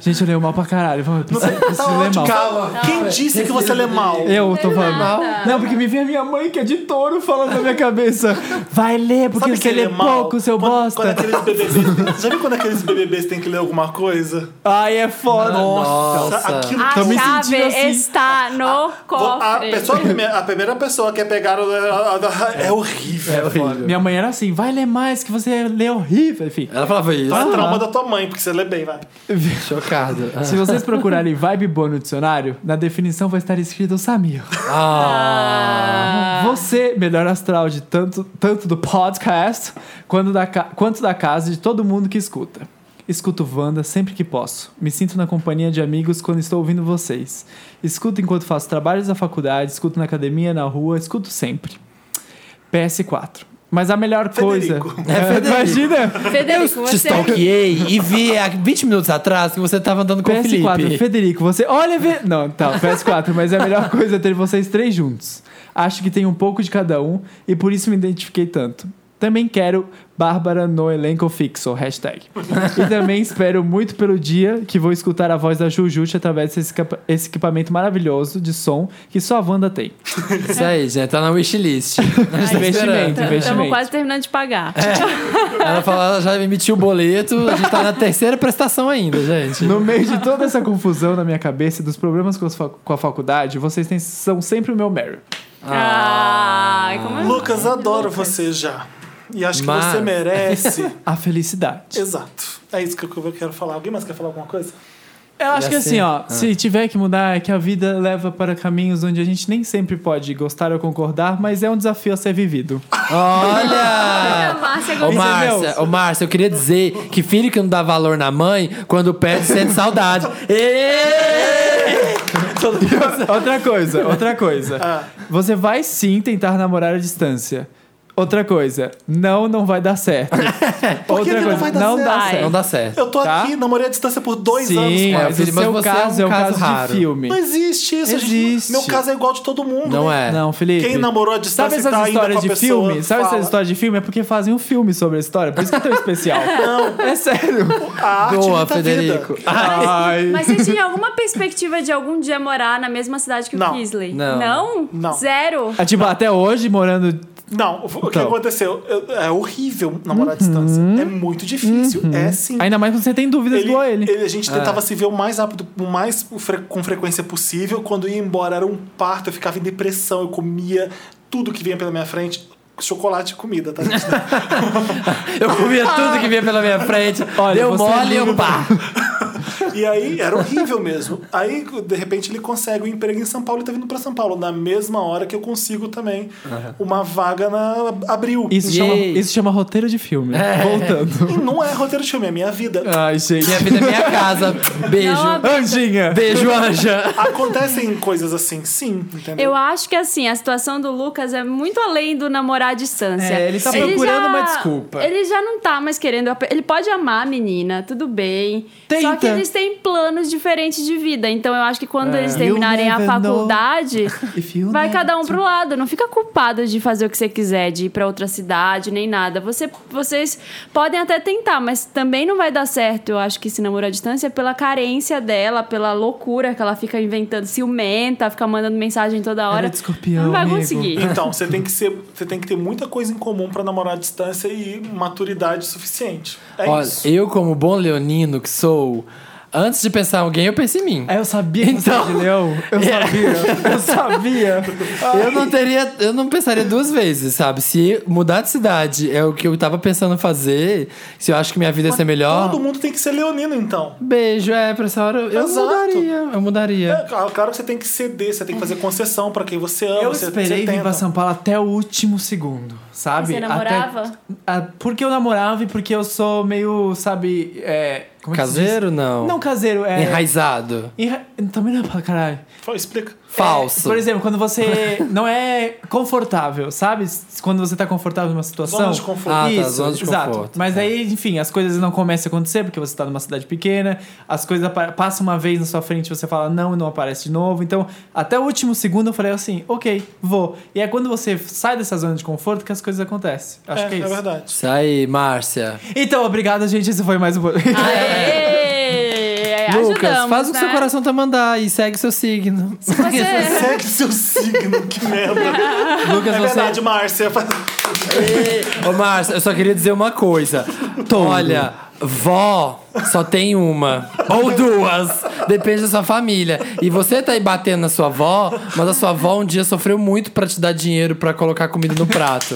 Speaker 4: gente, eu leio mal pra caralho. Eu preciso,
Speaker 3: tá
Speaker 4: preciso ler mal.
Speaker 1: Calma. Quem disse que você lê mal?
Speaker 4: Eu tô falando.
Speaker 2: nada.
Speaker 4: Não, porque me vem a minha mãe, que é de touro, falando na minha cabeça. Vai ler, porque você lê pouco, seu
Speaker 1: quando,
Speaker 4: bosta.
Speaker 1: Quando é aqueles BBBs, já viu quando aqueles BBBs têm que ler alguma coisa?
Speaker 4: Ai, é foda.
Speaker 3: Ah, Nossa.
Speaker 1: Aquilo
Speaker 2: A
Speaker 1: que eu me
Speaker 4: chave
Speaker 2: chave
Speaker 4: sentindo assim.
Speaker 2: está no
Speaker 1: a,
Speaker 2: cofre.
Speaker 1: pessoa, a primeira pessoa que é pegar é, é horrível. É horrível.
Speaker 4: Minha mãe era assim, vai ler mais, que você lê horrível. Enfim,
Speaker 3: Ela falava isso.
Speaker 1: Então é trauma da tua mãe, porque você lê bem, vai.
Speaker 3: Chocado.
Speaker 4: se vocês procurarem vibe boa no dicionário, na definição vai estar escrito Samir.
Speaker 3: Ah.
Speaker 4: Você, melhor astral de tanto, tanto do podcast quanto da, ca- quanto da casa de todo mundo que escuta. Escuto Wanda sempre que posso. Me sinto na companhia de amigos quando estou ouvindo vocês. Escuto enquanto faço trabalhos da faculdade, escuto na academia, na rua, escuto sempre. PS4. Mas a melhor
Speaker 1: Federico.
Speaker 4: coisa. É, imagina!
Speaker 2: Federico,
Speaker 3: Te
Speaker 2: você...
Speaker 3: stalkeei e vi há 20 minutos atrás que você tava andando com o
Speaker 4: PS4,
Speaker 3: Felipe.
Speaker 4: Federico, você. Olha, ve... Não, tá, PS4, mas a melhor coisa é ter vocês três juntos. Acho que tem um pouco de cada um e por isso me identifiquei tanto. Também quero Bárbara no elenco fixo, hashtag. E também espero muito pelo dia que vou escutar a voz da Jujute através desse equipa- esse equipamento maravilhoso de som que só a Wanda tem.
Speaker 3: Isso aí, gente. Tá na wishlist. Tá
Speaker 4: investimento,
Speaker 2: Estamos
Speaker 4: investimento. É.
Speaker 2: quase terminando de pagar.
Speaker 3: Ela falou, ela já emitiu o boleto, a gente tá na terceira prestação ainda, gente.
Speaker 4: No meio de toda essa confusão na minha cabeça e dos problemas com, as fa- com a faculdade, vocês têm- são sempre o meu Mary.
Speaker 2: Ah, como é?
Speaker 1: Lucas, adoro você já. E acho que
Speaker 3: Mas-
Speaker 1: você merece.
Speaker 4: A felicidade.
Speaker 1: Exato. É isso que eu que eu quero falar. Alguém mais quer falar alguma coisa?
Speaker 4: Eu acho
Speaker 3: Ia
Speaker 4: que
Speaker 3: ser-
Speaker 4: assim, ó,
Speaker 3: Ah.
Speaker 4: se tiver que mudar, é que a vida leva para caminhos onde a gente nem sempre pode gostar ou concordar, mas é um desafio a ser vivido.
Speaker 2: Ah,
Speaker 3: Olha!
Speaker 2: Márcia
Speaker 3: Ô
Speaker 2: Gonçalves.
Speaker 3: Márcia, ô Márcia, eu queria dizer que filho que não dá valor na mãe, quando perde, sente saudade. Ê!
Speaker 4: outra coisa, outra coisa.
Speaker 1: Ah.
Speaker 4: Você vai sim tentar namorar à distância. Outra coisa, não, não vai dar certo.
Speaker 1: Por que
Speaker 4: outra
Speaker 1: que não vai dar certo?
Speaker 4: dá
Speaker 2: Vai.
Speaker 4: certo.
Speaker 3: Não dá certo.
Speaker 1: Eu tô
Speaker 4: Tá.
Speaker 1: aqui, namorei à distância por dois anos.
Speaker 4: Sim,
Speaker 1: pô.
Speaker 3: É,
Speaker 4: mas o
Speaker 3: filho, mas
Speaker 4: seu
Speaker 3: você é um
Speaker 4: caso é um
Speaker 3: caso
Speaker 4: caso,
Speaker 3: raro.
Speaker 4: de filme.
Speaker 1: Não existe isso. a gente-
Speaker 4: Existe.
Speaker 1: meu caso é igual de todo mundo.
Speaker 3: Não
Speaker 1: né?
Speaker 3: é.
Speaker 4: Não, Felipe.
Speaker 1: Quem namorou à
Speaker 4: Sabe
Speaker 1: distância e
Speaker 4: essas
Speaker 1: tá ainda com
Speaker 4: histórias
Speaker 1: a
Speaker 4: de
Speaker 1: pessoa,
Speaker 4: filme? Sabe
Speaker 1: fala.
Speaker 4: essas histórias de filme? É porque fazem um filme sobre a história. Por isso que é tão especial. Não. É sério.
Speaker 1: A arte
Speaker 3: Boa,
Speaker 1: imita a
Speaker 3: Federico.
Speaker 1: Vida.
Speaker 4: Ai.
Speaker 2: Mas você tinha alguma perspectiva de algum dia morar na mesma cidade que
Speaker 1: Não.
Speaker 2: o Kisley?
Speaker 3: Não.
Speaker 2: Não?
Speaker 1: Não.
Speaker 2: Zero?
Speaker 4: Ah, Tipo, até hoje, morando.
Speaker 1: Não, o o que
Speaker 4: Então. Uhum.
Speaker 1: aconteceu? Eu- É horrível namorar à distância. É muito difícil. É sim.
Speaker 4: Ainda mais quando você tem dúvidas
Speaker 1: Ele-
Speaker 4: igual a ele. É.
Speaker 1: ele- a gente tentava se ver o mais rápido, o mais fre- com frequência possível. Quando ia embora era um parto, eu ficava em depressão, eu comia tudo que vinha pela minha frente. Chocolate e comida, tá? gente?
Speaker 3: Eu comia tudo que vinha pela minha frente.
Speaker 4: Olha,
Speaker 3: Ah. deu
Speaker 4: você
Speaker 3: mole e
Speaker 4: é
Speaker 3: eu pá.
Speaker 1: e aí era horrível mesmo. Aí, de repente, ele consegue um emprego em São Paulo e tá vindo pra São Paulo. Na mesma hora que eu consigo também uma vaga na Abril.
Speaker 4: Isso
Speaker 3: Yay. É.
Speaker 4: chama, isso chama roteiro de filme. Voltando.
Speaker 1: E não é roteiro de filme, é minha vida.
Speaker 4: Ai, gente.
Speaker 3: Minha vida é minha casa. Beijo.
Speaker 2: Não,
Speaker 4: Anjinha!
Speaker 3: Beijo, Anja.
Speaker 4: É.
Speaker 1: Acontecem coisas assim, sim, entendeu?
Speaker 2: Eu acho que assim, a situação do Lucas é muito além do namorar à distância.
Speaker 4: É, ele tá procurando uma desculpa.
Speaker 2: Ele já não tá mais querendo. ape- Ele pode amar a menina, tudo bem. Só
Speaker 4: Tenta.
Speaker 2: que eles têm planos diferentes de vida. Então eu acho que quando eles terminarem a
Speaker 4: É. never know.
Speaker 2: faculdade,
Speaker 4: If you
Speaker 3: né?
Speaker 2: vai
Speaker 4: never
Speaker 2: cada um pro lado. Não fica culpado de fazer o que você quiser, de ir pra outra cidade, nem nada. Você, vocês podem até tentar, mas também não vai dar certo. Eu acho que esse namoro à distância pela carência dela, pela loucura que ela fica inventando, ciumenta, fica mandando mensagem
Speaker 3: é
Speaker 2: toda hora.
Speaker 4: de escorpião,
Speaker 2: não vai
Speaker 4: amigo.
Speaker 2: conseguir.
Speaker 1: Então, você tem que ser, você tem que ter muita coisa em comum pra namorar à distância e maturidade suficiente. É
Speaker 3: Olha,
Speaker 1: isso.
Speaker 3: eu, como bom leonino que sou, antes de pensar em alguém, eu penso em mim.
Speaker 4: Ah, eu sabia que você
Speaker 3: Então-
Speaker 4: era de leão. Eu sabia. Eu sabia.
Speaker 3: Eu não teria, eu não pensaria duas vezes, sabe? Se mudar de cidade é o que eu tava pensando fazer, se eu acho que minha vida ia ser melhor.
Speaker 1: Todo mundo tem que ser leonino, então.
Speaker 3: Beijo, é, pra essa hora eu
Speaker 1: Exato.
Speaker 3: mudaria. Eu mudaria.
Speaker 1: É, claro claro que você tem que ceder, você tem que fazer concessão pra quem você ama.
Speaker 4: Eu
Speaker 1: você,
Speaker 4: esperei
Speaker 1: você
Speaker 4: vir
Speaker 1: tenta.
Speaker 4: pra São Paulo até o último segundo, sabe?
Speaker 2: Você
Speaker 4: Até-
Speaker 2: namorava?
Speaker 4: Ah, porque eu namorava e porque eu sou meio, sabe... É, como é que se diz?
Speaker 3: Caseiro, não.
Speaker 4: Não caseiro, é...
Speaker 3: Enraizado.
Speaker 4: enra- Também não é pra caralho.
Speaker 1: Fala, Explica.
Speaker 3: Falso.
Speaker 4: É, por exemplo, quando você não é confortável, sabe? Quando você tá confortável numa situação.
Speaker 1: Zona de conforto.
Speaker 3: Ah, tá,
Speaker 4: Isso,
Speaker 3: zona de
Speaker 4: exato.
Speaker 3: conforto. tá.
Speaker 4: Mas aí, enfim, as coisas não começam a acontecer porque você tá numa cidade pequena, as coisas apa- passam uma vez na sua frente você fala não e não aparece de novo. Então, até o último segundo eu falei assim, ok, vou. E é quando você sai dessa zona de conforto que as coisas acontecem. Acho
Speaker 1: é,
Speaker 4: que é
Speaker 1: é
Speaker 4: isso.
Speaker 1: verdade.
Speaker 3: Isso aí, Márcia.
Speaker 4: então, obrigado, gente. Esse foi mais um.
Speaker 2: Aê!
Speaker 3: Lucas,
Speaker 2: Ajudamos,
Speaker 3: faz o que
Speaker 2: né?
Speaker 3: seu coração tá mandar e segue seu signo.
Speaker 2: Se você- É
Speaker 1: Segue seu signo, que merda.
Speaker 3: Lucas,
Speaker 1: É
Speaker 3: você
Speaker 1: verdade, Márcia.
Speaker 3: Ô, Márcia, eu só queria dizer uma coisa. Olha, vó só tem uma. Ou duas. Depende da sua família. E você tá aí batendo na sua vó, mas a sua vó um dia sofreu muito pra te dar dinheiro pra colocar comida no prato.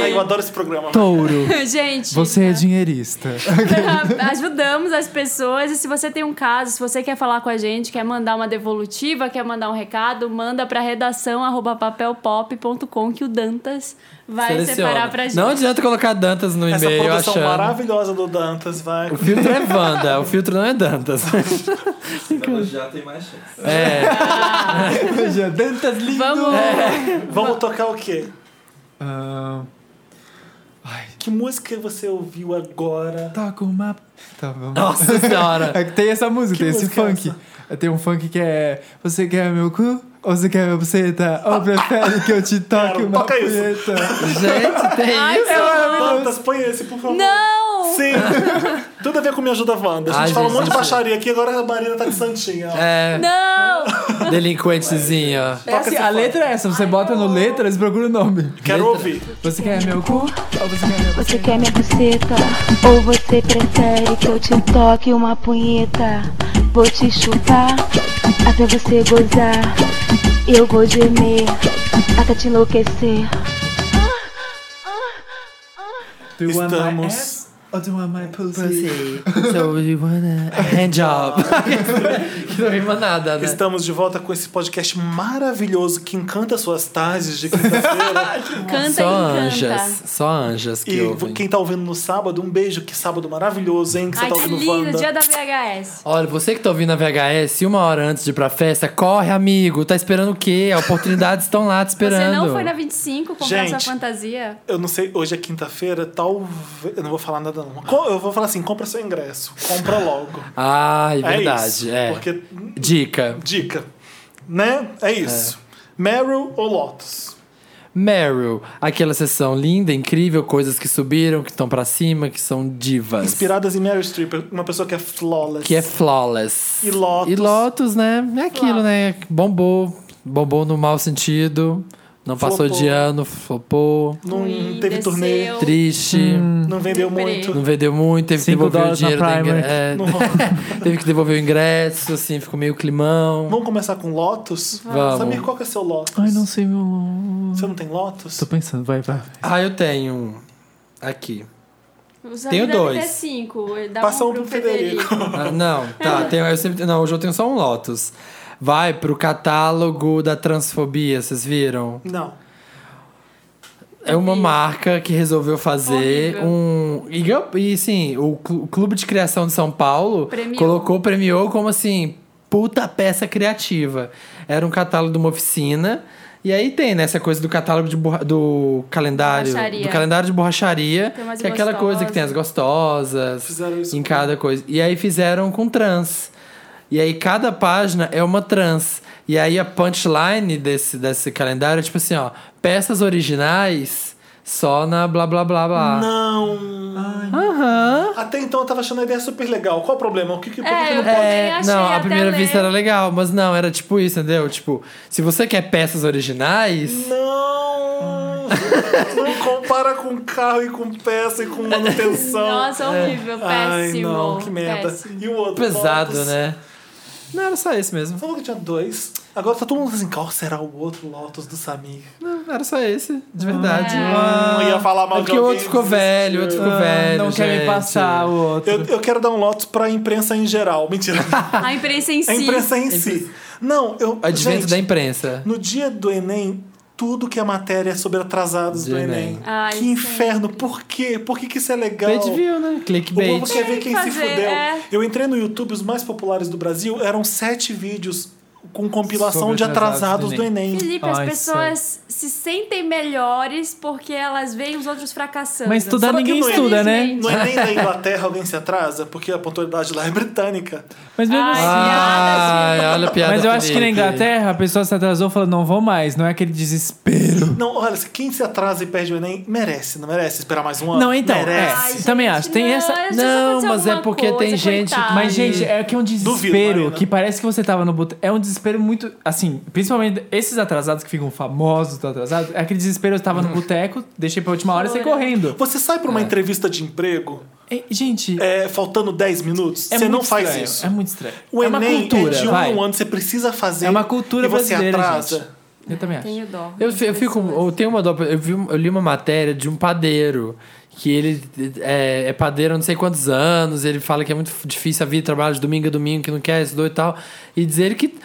Speaker 1: Ai, eu adoro esse programa.
Speaker 4: Touro,
Speaker 2: Gente,
Speaker 4: você é dinheirista.
Speaker 2: Tá, ajudamos as pessoas. E se você tem um caso, se você quer falar com a gente, quer mandar uma devolutiva, quer mandar um recado, manda pra redação arroba papelpop.com que o Dantas vai
Speaker 3: Seleciona.
Speaker 2: separar pra gente.
Speaker 3: Não adianta colocar Dantas no
Speaker 1: Essa
Speaker 3: e-mail,
Speaker 1: produção
Speaker 3: achando.
Speaker 1: maravilhosa do Dantas, vai.
Speaker 3: O filtro é Wanda, o filtro não é Dantas.
Speaker 5: Então já tem mais chance.
Speaker 3: É,
Speaker 4: Dantas lindo.
Speaker 2: Vamos.
Speaker 1: Vamos tocar o quê?
Speaker 4: Ah,
Speaker 1: Que música você ouviu agora?
Speaker 4: Toca uma. Tá, vamos.
Speaker 3: nossa senhora.
Speaker 4: É que tem essa música,
Speaker 1: Que
Speaker 4: tem esse
Speaker 1: música é
Speaker 4: funk. Tem um funk que é. Você quer meu cu? Ou você quer minha buceta? Ou prefere que eu te toque
Speaker 1: Quero,
Speaker 4: uma
Speaker 1: toca isso.
Speaker 4: punheta?
Speaker 3: Gente, tem
Speaker 2: Ai,
Speaker 3: É isso.
Speaker 2: que horror.
Speaker 1: Dantas, põe esse, por favor.
Speaker 2: Não!
Speaker 1: Sim. Tudo a ver com Me Ajuda Wanda. A gente
Speaker 3: Ai,
Speaker 1: fala um
Speaker 3: gente,
Speaker 1: monte de
Speaker 3: gente.
Speaker 1: baixaria aqui, agora a Marina tá de santinha. ó.
Speaker 3: É,
Speaker 2: Não!
Speaker 3: delinquentezinho.
Speaker 4: É assim, a letra é essa, você bota no letras e procura o nome.
Speaker 1: Quero ouvir.
Speaker 4: Você quer meu cu? Ou você quer
Speaker 7: Você
Speaker 4: minha buceta?
Speaker 7: quer minha buceta? Ou você prefere que eu te toque uma punheta? Vou te chupar até você gozar. Eu vou gemer até te enlouquecer.
Speaker 1: Estamos
Speaker 4: Oh, do you want my pussy?
Speaker 3: Pussy. So you wanna a hand job? que não rima nada, né?
Speaker 1: Estamos de volta com esse podcast maravilhoso que encanta suas tardes de quinta-feira.
Speaker 2: Canta
Speaker 3: Só
Speaker 2: e encanta.
Speaker 3: anjas, só anjas que
Speaker 1: e
Speaker 3: ouvem.
Speaker 1: quem tá ouvindo no sábado, um beijo, que sábado maravilhoso, hein? Que você
Speaker 2: Ai,
Speaker 1: tá
Speaker 2: que
Speaker 1: ouvindo
Speaker 2: lindo,
Speaker 1: Wanda.
Speaker 2: dia da VHS.
Speaker 3: Olha, você que tá ouvindo a VHS uma hora antes de ir pra festa, corre, amigo. Tá esperando o quê? Oportunidades estão lá te
Speaker 2: Você
Speaker 3: esperando.
Speaker 2: não foi na 25 comprar
Speaker 1: Gente.
Speaker 2: sua fantasia?
Speaker 1: Eu não sei, hoje é quinta-feira, talvez. Eu não vou falar nada, não. Co- Eu vou falar assim: compra seu ingresso, compra logo.
Speaker 3: Ah, é
Speaker 1: É
Speaker 3: verdade.
Speaker 1: isso,
Speaker 3: É.
Speaker 1: Porque,
Speaker 3: Dica.
Speaker 1: dica, né? É isso. Meryl ou Lotus?
Speaker 3: Meryl, aquela sessão linda, incrível, coisas que subiram, que estão pra cima, que são divas.
Speaker 1: Inspiradas em Meryl Streep, uma pessoa que é flawless.
Speaker 3: Que é flawless.
Speaker 1: E Lotus.
Speaker 3: E Lotus, né? É aquilo, né? Bombou. Bombou no mau sentido. Não passou
Speaker 1: Flopou.
Speaker 3: de ano, flopou.
Speaker 1: Não
Speaker 2: Ruim,
Speaker 1: teve
Speaker 2: desceu.
Speaker 1: turnê,
Speaker 3: Triste.
Speaker 1: não vendeu
Speaker 2: Recuperei.
Speaker 1: muito.
Speaker 3: Não vendeu muito, teve que
Speaker 4: Cinco
Speaker 3: devolver o
Speaker 4: dólares na
Speaker 3: dinheiro da ingre...
Speaker 4: Primark.
Speaker 3: é, Teve que devolver o ingresso, assim, ficou meio climão.
Speaker 1: Vamos começar com Lotus?
Speaker 3: Vamos.
Speaker 1: Samir, qual que é seu Lotus?
Speaker 4: Ai, não sei meu nome.
Speaker 1: Você não tem Lotus?
Speaker 4: Tô pensando, vai, vai.
Speaker 3: Ah, eu tenho. um Aqui.
Speaker 2: Usa
Speaker 3: Tenho
Speaker 2: vida até
Speaker 3: dois.
Speaker 2: cinco, Dá
Speaker 1: Passa
Speaker 2: um
Speaker 1: um
Speaker 2: pro
Speaker 1: pro Federico.
Speaker 3: Ah, não, tá. Tenho, eu sempre, não, hoje eu tenho só um Lotus. Vai pro catálogo da transfobia, vocês viram?
Speaker 1: Não.
Speaker 3: É uma marca que resolveu fazer
Speaker 2: Horrível.
Speaker 3: um. E, gan- e sim, o clu- o Clube de Criação de São Paulo
Speaker 2: Premiou.
Speaker 3: colocou, premiou como assim, puta peça criativa. Era um catálogo de uma oficina. E aí tem, né, essa coisa do catálogo de borra- do calendário.
Speaker 2: Borracharia.
Speaker 3: Do calendário de borracharia.
Speaker 2: Tem umas
Speaker 3: Que é aquela coisa que tem as gostosas.
Speaker 1: Fizeram isso
Speaker 3: Em
Speaker 1: com-
Speaker 3: cada coisa. E aí fizeram com trans. E aí cada página é uma trans. E aí a punchline desse, desse calendário é tipo assim, ó. Peças originais só na blá blá blá blá.
Speaker 1: Não. Até então eu tava achando a ideia super legal. Qual o problema? O que que, por que que
Speaker 2: É,
Speaker 1: não
Speaker 2: eu também achei
Speaker 3: não, à
Speaker 2: até
Speaker 3: primeira
Speaker 2: ler.
Speaker 3: vista era legal, mas não, era tipo isso, entendeu? Tipo, se você quer peças originais,
Speaker 1: Não! Não compara com carro e com peça e com manutenção.
Speaker 2: Nossa, horrível,
Speaker 1: é. Ai,
Speaker 2: péssimo.
Speaker 1: não, que merda.
Speaker 2: péssimo.
Speaker 1: E o outro?
Speaker 3: pesado,
Speaker 1: Lotus?
Speaker 3: né? Não, era só esse mesmo.
Speaker 1: Você falou que tinha dois. Agora tá todo mundo assim, qual será o outro Lotus do Samir?
Speaker 3: Não, era só esse, de verdade.
Speaker 2: É.
Speaker 1: Não ia falar mal
Speaker 3: é
Speaker 1: de
Speaker 3: porque o outro
Speaker 1: alguém,
Speaker 3: ficou velho, o outro ficou
Speaker 2: Ah,
Speaker 3: velho.
Speaker 4: não quer
Speaker 3: gente.
Speaker 4: me passar o outro.
Speaker 1: Eu, eu quero dar um Lotus pra imprensa em geral. Mentira.
Speaker 2: A imprensa em si.
Speaker 1: A imprensa em si. Não, eu.
Speaker 3: Advento
Speaker 1: gente,
Speaker 3: da imprensa.
Speaker 1: No dia do Enem, tudo que é matéria é sobre atrasados
Speaker 3: De
Speaker 1: do
Speaker 3: Enem.
Speaker 1: Enem.
Speaker 2: Ai,
Speaker 1: que
Speaker 2: sim.
Speaker 1: inferno. Por quê? Por que, que isso é legal?
Speaker 3: Bait view, né?
Speaker 1: O
Speaker 3: Clickbait.
Speaker 1: povo quer ver quem se
Speaker 2: fazer,
Speaker 1: fudeu.
Speaker 2: é.
Speaker 1: Eu entrei no YouTube, os mais populares do Brasil eram sete vídeos com compilação
Speaker 4: Sobre
Speaker 1: de atrasados
Speaker 4: atrasados
Speaker 1: do
Speaker 4: do
Speaker 1: Enem.
Speaker 2: Felipe,
Speaker 4: Ai,
Speaker 2: as pessoas se sentem melhores porque elas veem os outros fracassando.
Speaker 4: Mas estudar
Speaker 1: Será que
Speaker 4: ninguém
Speaker 1: não é
Speaker 4: estuda, né?
Speaker 2: infelizmente?
Speaker 1: No Enem da Inglaterra alguém se atrasa, porque a pontualidade lá é britânica.
Speaker 4: Mas mesmo
Speaker 2: Ai,
Speaker 4: assim.
Speaker 3: Ai, olha a piada.
Speaker 4: Mas eu acho que na
Speaker 3: Felipe.
Speaker 4: Inglaterra a pessoa se atrasou e falou, não vou mais, não é aquele desespero.
Speaker 1: Não, olha, se quem se atrasa e perde o Enem, merece, não merece esperar mais um ano?
Speaker 4: Não, então, é,
Speaker 1: Merece.
Speaker 2: Ai, gente,
Speaker 4: também acho. Tem
Speaker 2: não,
Speaker 4: essa.
Speaker 2: eu acho que
Speaker 3: Não,
Speaker 2: aconteceu
Speaker 3: mas é
Speaker 2: alguma
Speaker 3: porque tem
Speaker 2: coisa,
Speaker 3: gente-
Speaker 2: coitado.
Speaker 4: Mas, gente, é que é um desespero
Speaker 1: Marina.
Speaker 4: que parece que você tava no boteco. É um desespero muito. Assim, principalmente esses atrasados que ficam famosos, tá atrasado. É aquele desespero, eu tava no boteco, deixei pra última hora e saí
Speaker 2: Chora.
Speaker 4: correndo.
Speaker 1: Você sai pra uma entrevista de emprego
Speaker 4: É, gente, é,
Speaker 1: é, faltando 10 minutos, você
Speaker 4: muito
Speaker 1: não faz
Speaker 4: estranho,
Speaker 1: isso.
Speaker 4: É muito estranho.
Speaker 1: O
Speaker 4: é
Speaker 1: Enem
Speaker 4: uma cultura,
Speaker 1: é de um
Speaker 4: vai.
Speaker 1: ano, você precisa fazer.
Speaker 4: É uma cultura
Speaker 1: e você
Speaker 4: brasileira,
Speaker 1: atrasa.
Speaker 4: gente. Eu também acho.
Speaker 2: Tenho dó.
Speaker 3: Eu, eu fico. Eu tenho uma dó. Eu, vi, eu li uma matéria de um padeiro. Que ele é, é padeiro há não sei quantos anos, ele fala que é muito difícil a vida, trabalha de domingo a domingo, que não quer, estudou e tal. E dizer que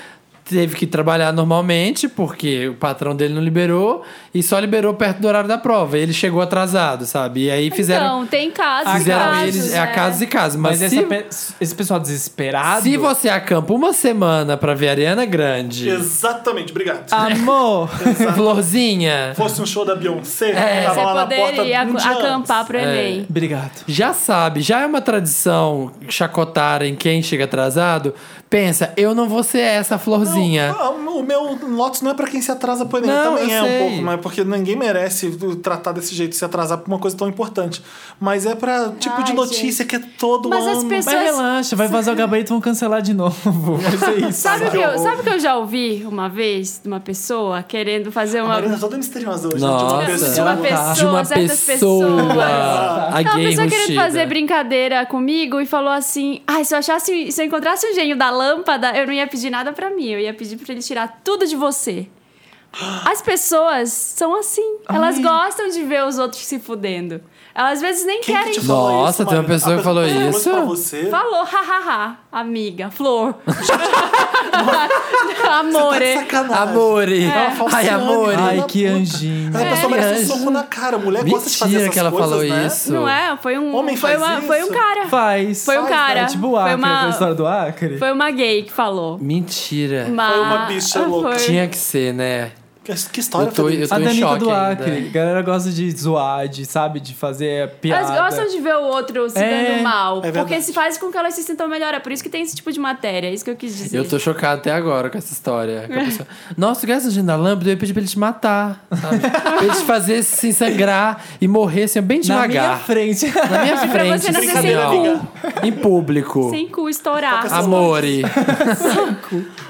Speaker 3: teve que trabalhar normalmente, porque o patrão dele não liberou, e só liberou perto do horário da prova. E ele chegou atrasado, sabe? E aí fizeram.
Speaker 2: Então, tem casos.
Speaker 3: fizeram
Speaker 2: casos,
Speaker 3: eles. É a
Speaker 2: né?
Speaker 3: casos e casos. Mas,
Speaker 4: Mas,
Speaker 3: se-
Speaker 4: essa pe- esse é pessoal desesperado.
Speaker 3: Se você acampa uma semana pra ver a Ariana Grande,
Speaker 1: Exatamente, obrigado.
Speaker 4: Amor!
Speaker 3: Florzinha,
Speaker 1: fosse um show da Beyoncé,
Speaker 2: É, Você
Speaker 1: tava lá na porta
Speaker 2: poderia
Speaker 1: um
Speaker 2: ac-
Speaker 1: dia
Speaker 2: acampar
Speaker 3: É.
Speaker 2: pro Enem.
Speaker 4: Obrigado.
Speaker 3: já sabe, já é uma tradição chacotar em quem chega atrasado. Pensa, eu não vou ser essa
Speaker 1: antes.
Speaker 3: florzinha.
Speaker 1: Não, o meu Lotus não é pra quem se atrasa pro Enem.
Speaker 3: é. Não, eu
Speaker 1: Também é
Speaker 3: sei.
Speaker 1: um pouco, mas porque ninguém merece tratar desse jeito, se atrasar por uma coisa tão importante. Mas é pra tipo de
Speaker 2: Ai,
Speaker 1: notícia que é todo
Speaker 2: Mas as
Speaker 1: ano.
Speaker 2: pessoas-
Speaker 4: Mas relaxa, vai vazar o gabarito vão cancelar de novo. Vai ser isso.
Speaker 2: Sabe o que, eu,
Speaker 1: é horror.
Speaker 2: sabe o que eu já ouvi uma vez de uma pessoa querendo fazer
Speaker 1: A
Speaker 2: uma.
Speaker 1: Marina é toda misteriosa hoje.
Speaker 3: Nossa.
Speaker 1: né? De uma
Speaker 2: de
Speaker 1: pessoa.
Speaker 2: uma
Speaker 4: tá.
Speaker 2: pessoa,
Speaker 3: de uma
Speaker 2: certas
Speaker 3: pessoa.
Speaker 2: pessoas.
Speaker 3: A gay
Speaker 2: Não, pessoa querendo
Speaker 3: enrustida.
Speaker 2: fazer brincadeira comigo e falou assim: Ai, se eu achasse, se eu um encontrasse o gênio da lâmpada, eu não ia pedir nada pra mim, eu ia pedir pra ele tirar tudo de você. As pessoas são assim. Elas gostam de ver os outros se fudendo. Elas às vezes nem
Speaker 1: Quem que
Speaker 2: querem.
Speaker 1: te falou
Speaker 3: Nossa,
Speaker 1: isso,
Speaker 3: tem uma
Speaker 1: Marina?
Speaker 3: pessoa que
Speaker 1: A
Speaker 3: falou
Speaker 1: falou
Speaker 3: isso?
Speaker 1: Pra você.
Speaker 2: Falou, hahaha, amiga, flor.
Speaker 1: tá
Speaker 2: Amore.
Speaker 1: Amor.
Speaker 2: É.
Speaker 3: Amore! Ai,
Speaker 1: falciane,
Speaker 4: assim,
Speaker 3: amore!
Speaker 1: ela-
Speaker 4: Ai,
Speaker 1: Ai,
Speaker 4: que
Speaker 1: que
Speaker 4: anjinho.
Speaker 1: Essa pessoa
Speaker 3: É,
Speaker 1: merece
Speaker 3: isso.
Speaker 1: um soco na cara. Mulher gosta de fazer
Speaker 3: Mentira
Speaker 1: essas
Speaker 3: que ela
Speaker 1: coisas,
Speaker 3: falou
Speaker 1: né?
Speaker 3: isso.
Speaker 2: Não é? Foi um.
Speaker 1: Homem
Speaker 2: foi,
Speaker 1: faz
Speaker 2: uma, foi um
Speaker 1: isso?
Speaker 2: cara.
Speaker 4: Faz.
Speaker 2: Foi um cara.
Speaker 4: É tipo o Acre,
Speaker 2: Foi uma-
Speaker 4: a história do Acre.
Speaker 2: Foi uma gay que falou.
Speaker 3: Mentira.
Speaker 2: Mas-
Speaker 1: uma bicha louca.
Speaker 2: foi-
Speaker 3: Tinha que ser, né?
Speaker 1: Que, que história
Speaker 3: Eu tô-
Speaker 1: Felipe?
Speaker 3: eu tô-
Speaker 4: A
Speaker 3: em
Speaker 4: Danita
Speaker 3: choque
Speaker 4: do
Speaker 3: ainda,
Speaker 4: Acre.
Speaker 3: hein?
Speaker 4: A galera gosta de zoar, de, sabe, de fazer piada.
Speaker 2: Elas gostam de ver o outro se
Speaker 4: É,
Speaker 2: dando mal.
Speaker 1: verdade.
Speaker 2: porque se faz com que elas se sintam melhor. É por isso que tem esse tipo de matéria. É isso que eu quis dizer.
Speaker 3: Eu tô chocado até agora com essa história. Que a pessoa, Nossa, tu gasta agenda lâmpada, eu ia pedir pra ele te matar. Sabe? pra ele te fazer se sangrar e morrer assim, bem
Speaker 4: Na minha
Speaker 3: devagar.
Speaker 4: frente.
Speaker 3: Na minha
Speaker 2: pra
Speaker 3: frente,
Speaker 2: você não
Speaker 3: assim,
Speaker 1: ser
Speaker 3: ó, em público.
Speaker 2: Sem cu estourar.
Speaker 3: Amore.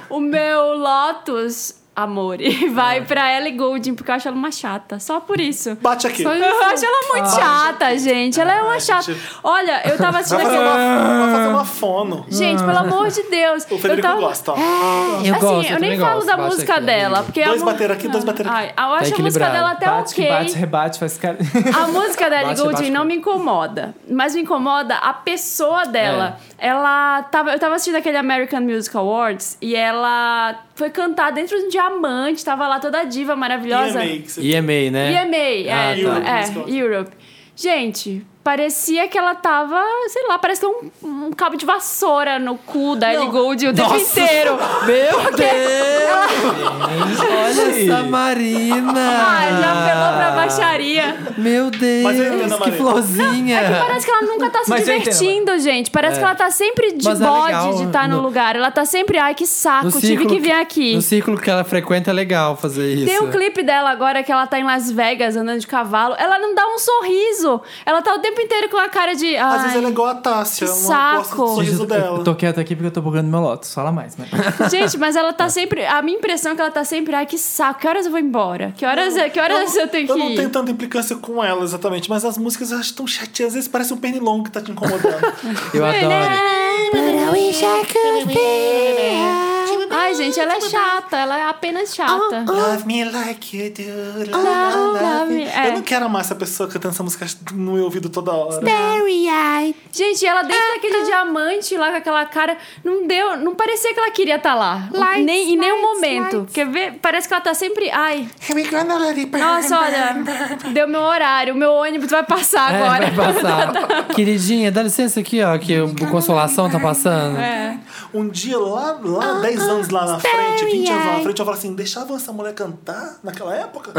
Speaker 2: O meu Lotus, amore,
Speaker 3: É.
Speaker 2: vai pra Ellie Goulding, porque eu acho ela uma chata. Só por isso.
Speaker 1: Bate aqui.
Speaker 2: Só-
Speaker 1: Vai
Speaker 2: Eu acho ela
Speaker 3: Ah.
Speaker 2: muito chata, gente. Ela é
Speaker 1: Ah,
Speaker 2: uma chata. Olha, eu tava assistindo
Speaker 1: fazer,
Speaker 2: aquele.
Speaker 3: ah.
Speaker 1: uma, vai fazer tá uma fono.
Speaker 2: Gente, pelo amor de Deus.
Speaker 1: O Federico
Speaker 2: eu tava...
Speaker 1: gosta, ó.
Speaker 3: Eu
Speaker 2: assim,
Speaker 3: gosto,
Speaker 2: eu
Speaker 3: eu
Speaker 2: nem
Speaker 3: também
Speaker 2: falo
Speaker 3: gosto,
Speaker 2: da
Speaker 3: bate
Speaker 2: música
Speaker 3: aqui, né?
Speaker 2: dela, porque
Speaker 1: Dois
Speaker 2: a mu-
Speaker 1: bateram aqui, dois bateram aqui.
Speaker 2: Ai, eu acho a música
Speaker 3: equilibrado.
Speaker 2: dela até
Speaker 4: Bate,
Speaker 2: ok. Então,
Speaker 4: bate, rebate, faz cara.
Speaker 2: A música da Ellie
Speaker 3: Bate,
Speaker 2: Goulding
Speaker 3: bate,
Speaker 2: não
Speaker 3: bate.
Speaker 2: me incomoda, mas me incomoda a pessoa dela. Ela tava, eu tava assistindo aquele American Music Awards e ela foi cantar dentro de um diamante, tava lá toda diva maravilhosa.
Speaker 1: EMA, que você-
Speaker 3: EMA, né?
Speaker 2: EMA, é,
Speaker 1: Ah, tá.
Speaker 2: é, Europe. Gente, parecia que ela tava, sei lá, parece que um, um cabo de vassoura no cu da Ellie Goulding o tempo inteiro.
Speaker 3: Meu Deus! Olha
Speaker 4: Gente.
Speaker 3: essa Marina!
Speaker 2: Ai, já pegou pra baixaria.
Speaker 3: Meu Deus,
Speaker 1: Mas eu entendo a
Speaker 3: que
Speaker 1: Marina.
Speaker 3: florzinha!
Speaker 2: É que parece que ela nunca tá se
Speaker 4: Mas eu
Speaker 2: divertindo, gente. Parece que ela tá sempre de
Speaker 3: Mas é legal,
Speaker 2: bode de estar no
Speaker 3: no-
Speaker 2: lugar. Ela tá sempre, ai, que saco, tive que vir aqui.
Speaker 3: No círculo que ela frequenta é legal fazer isso.
Speaker 2: Tem um clipe dela agora que ela tá em Las Vegas andando de cavalo. Ela não dá um sorriso. Ela tá o tempo inteiro com a cara de.
Speaker 1: Às vezes ela é
Speaker 2: Ai,
Speaker 1: igual a Tássia.
Speaker 2: que
Speaker 1: eu não gosto
Speaker 2: saco.
Speaker 1: do sorriso
Speaker 4: Eu, eu,
Speaker 1: dela.
Speaker 4: tô quieto aqui porque eu tô bugando meu Lotus. Fala mais, né?
Speaker 2: gente, mas ela tá sempre. A minha impressão é que ela tá sempre, ai, que saco. Que horas eu vou embora? Que horas, é, que horas eu, tenho
Speaker 1: Eu
Speaker 2: que
Speaker 1: não
Speaker 2: ir?
Speaker 1: tenho tanta implicância com ela, exatamente, mas as músicas eu acho tão chatinhas. Às vezes parece um pernilongo que tá te incomodando.
Speaker 3: Eu
Speaker 2: Né?
Speaker 3: adoro.
Speaker 2: Ai, gente, ela é chata. Ela é
Speaker 1: Ah,
Speaker 2: apenas chata.
Speaker 1: Love me like you do. la,
Speaker 2: Love,
Speaker 1: la, la,
Speaker 2: love me.
Speaker 1: la.
Speaker 2: É.
Speaker 1: Eu não quero amar essa pessoa cantando essa música no meu ouvido toda hora.
Speaker 2: Gente, ela dentro daquele diamante lá com aquela cara, não deu, não parecia que ela queria estar lá, nem em nenhum momento. Quer ver? Parece que ela tá sempre, ai,
Speaker 1: We gonna let it burn,
Speaker 2: nossa, olha,
Speaker 1: burn, burn.
Speaker 2: deu meu horário, meu ônibus vai passar
Speaker 3: É,
Speaker 2: agora.
Speaker 3: vai passar. Queridinha, dá licença aqui, ó, que o Consolação tá passando.
Speaker 2: É.
Speaker 1: Um dia lá,
Speaker 2: Uh-huh.
Speaker 1: lá 10 anos lá na frente, 20 anos lá na frente, eu falo assim: deixavam essa mulher cantar naquela época?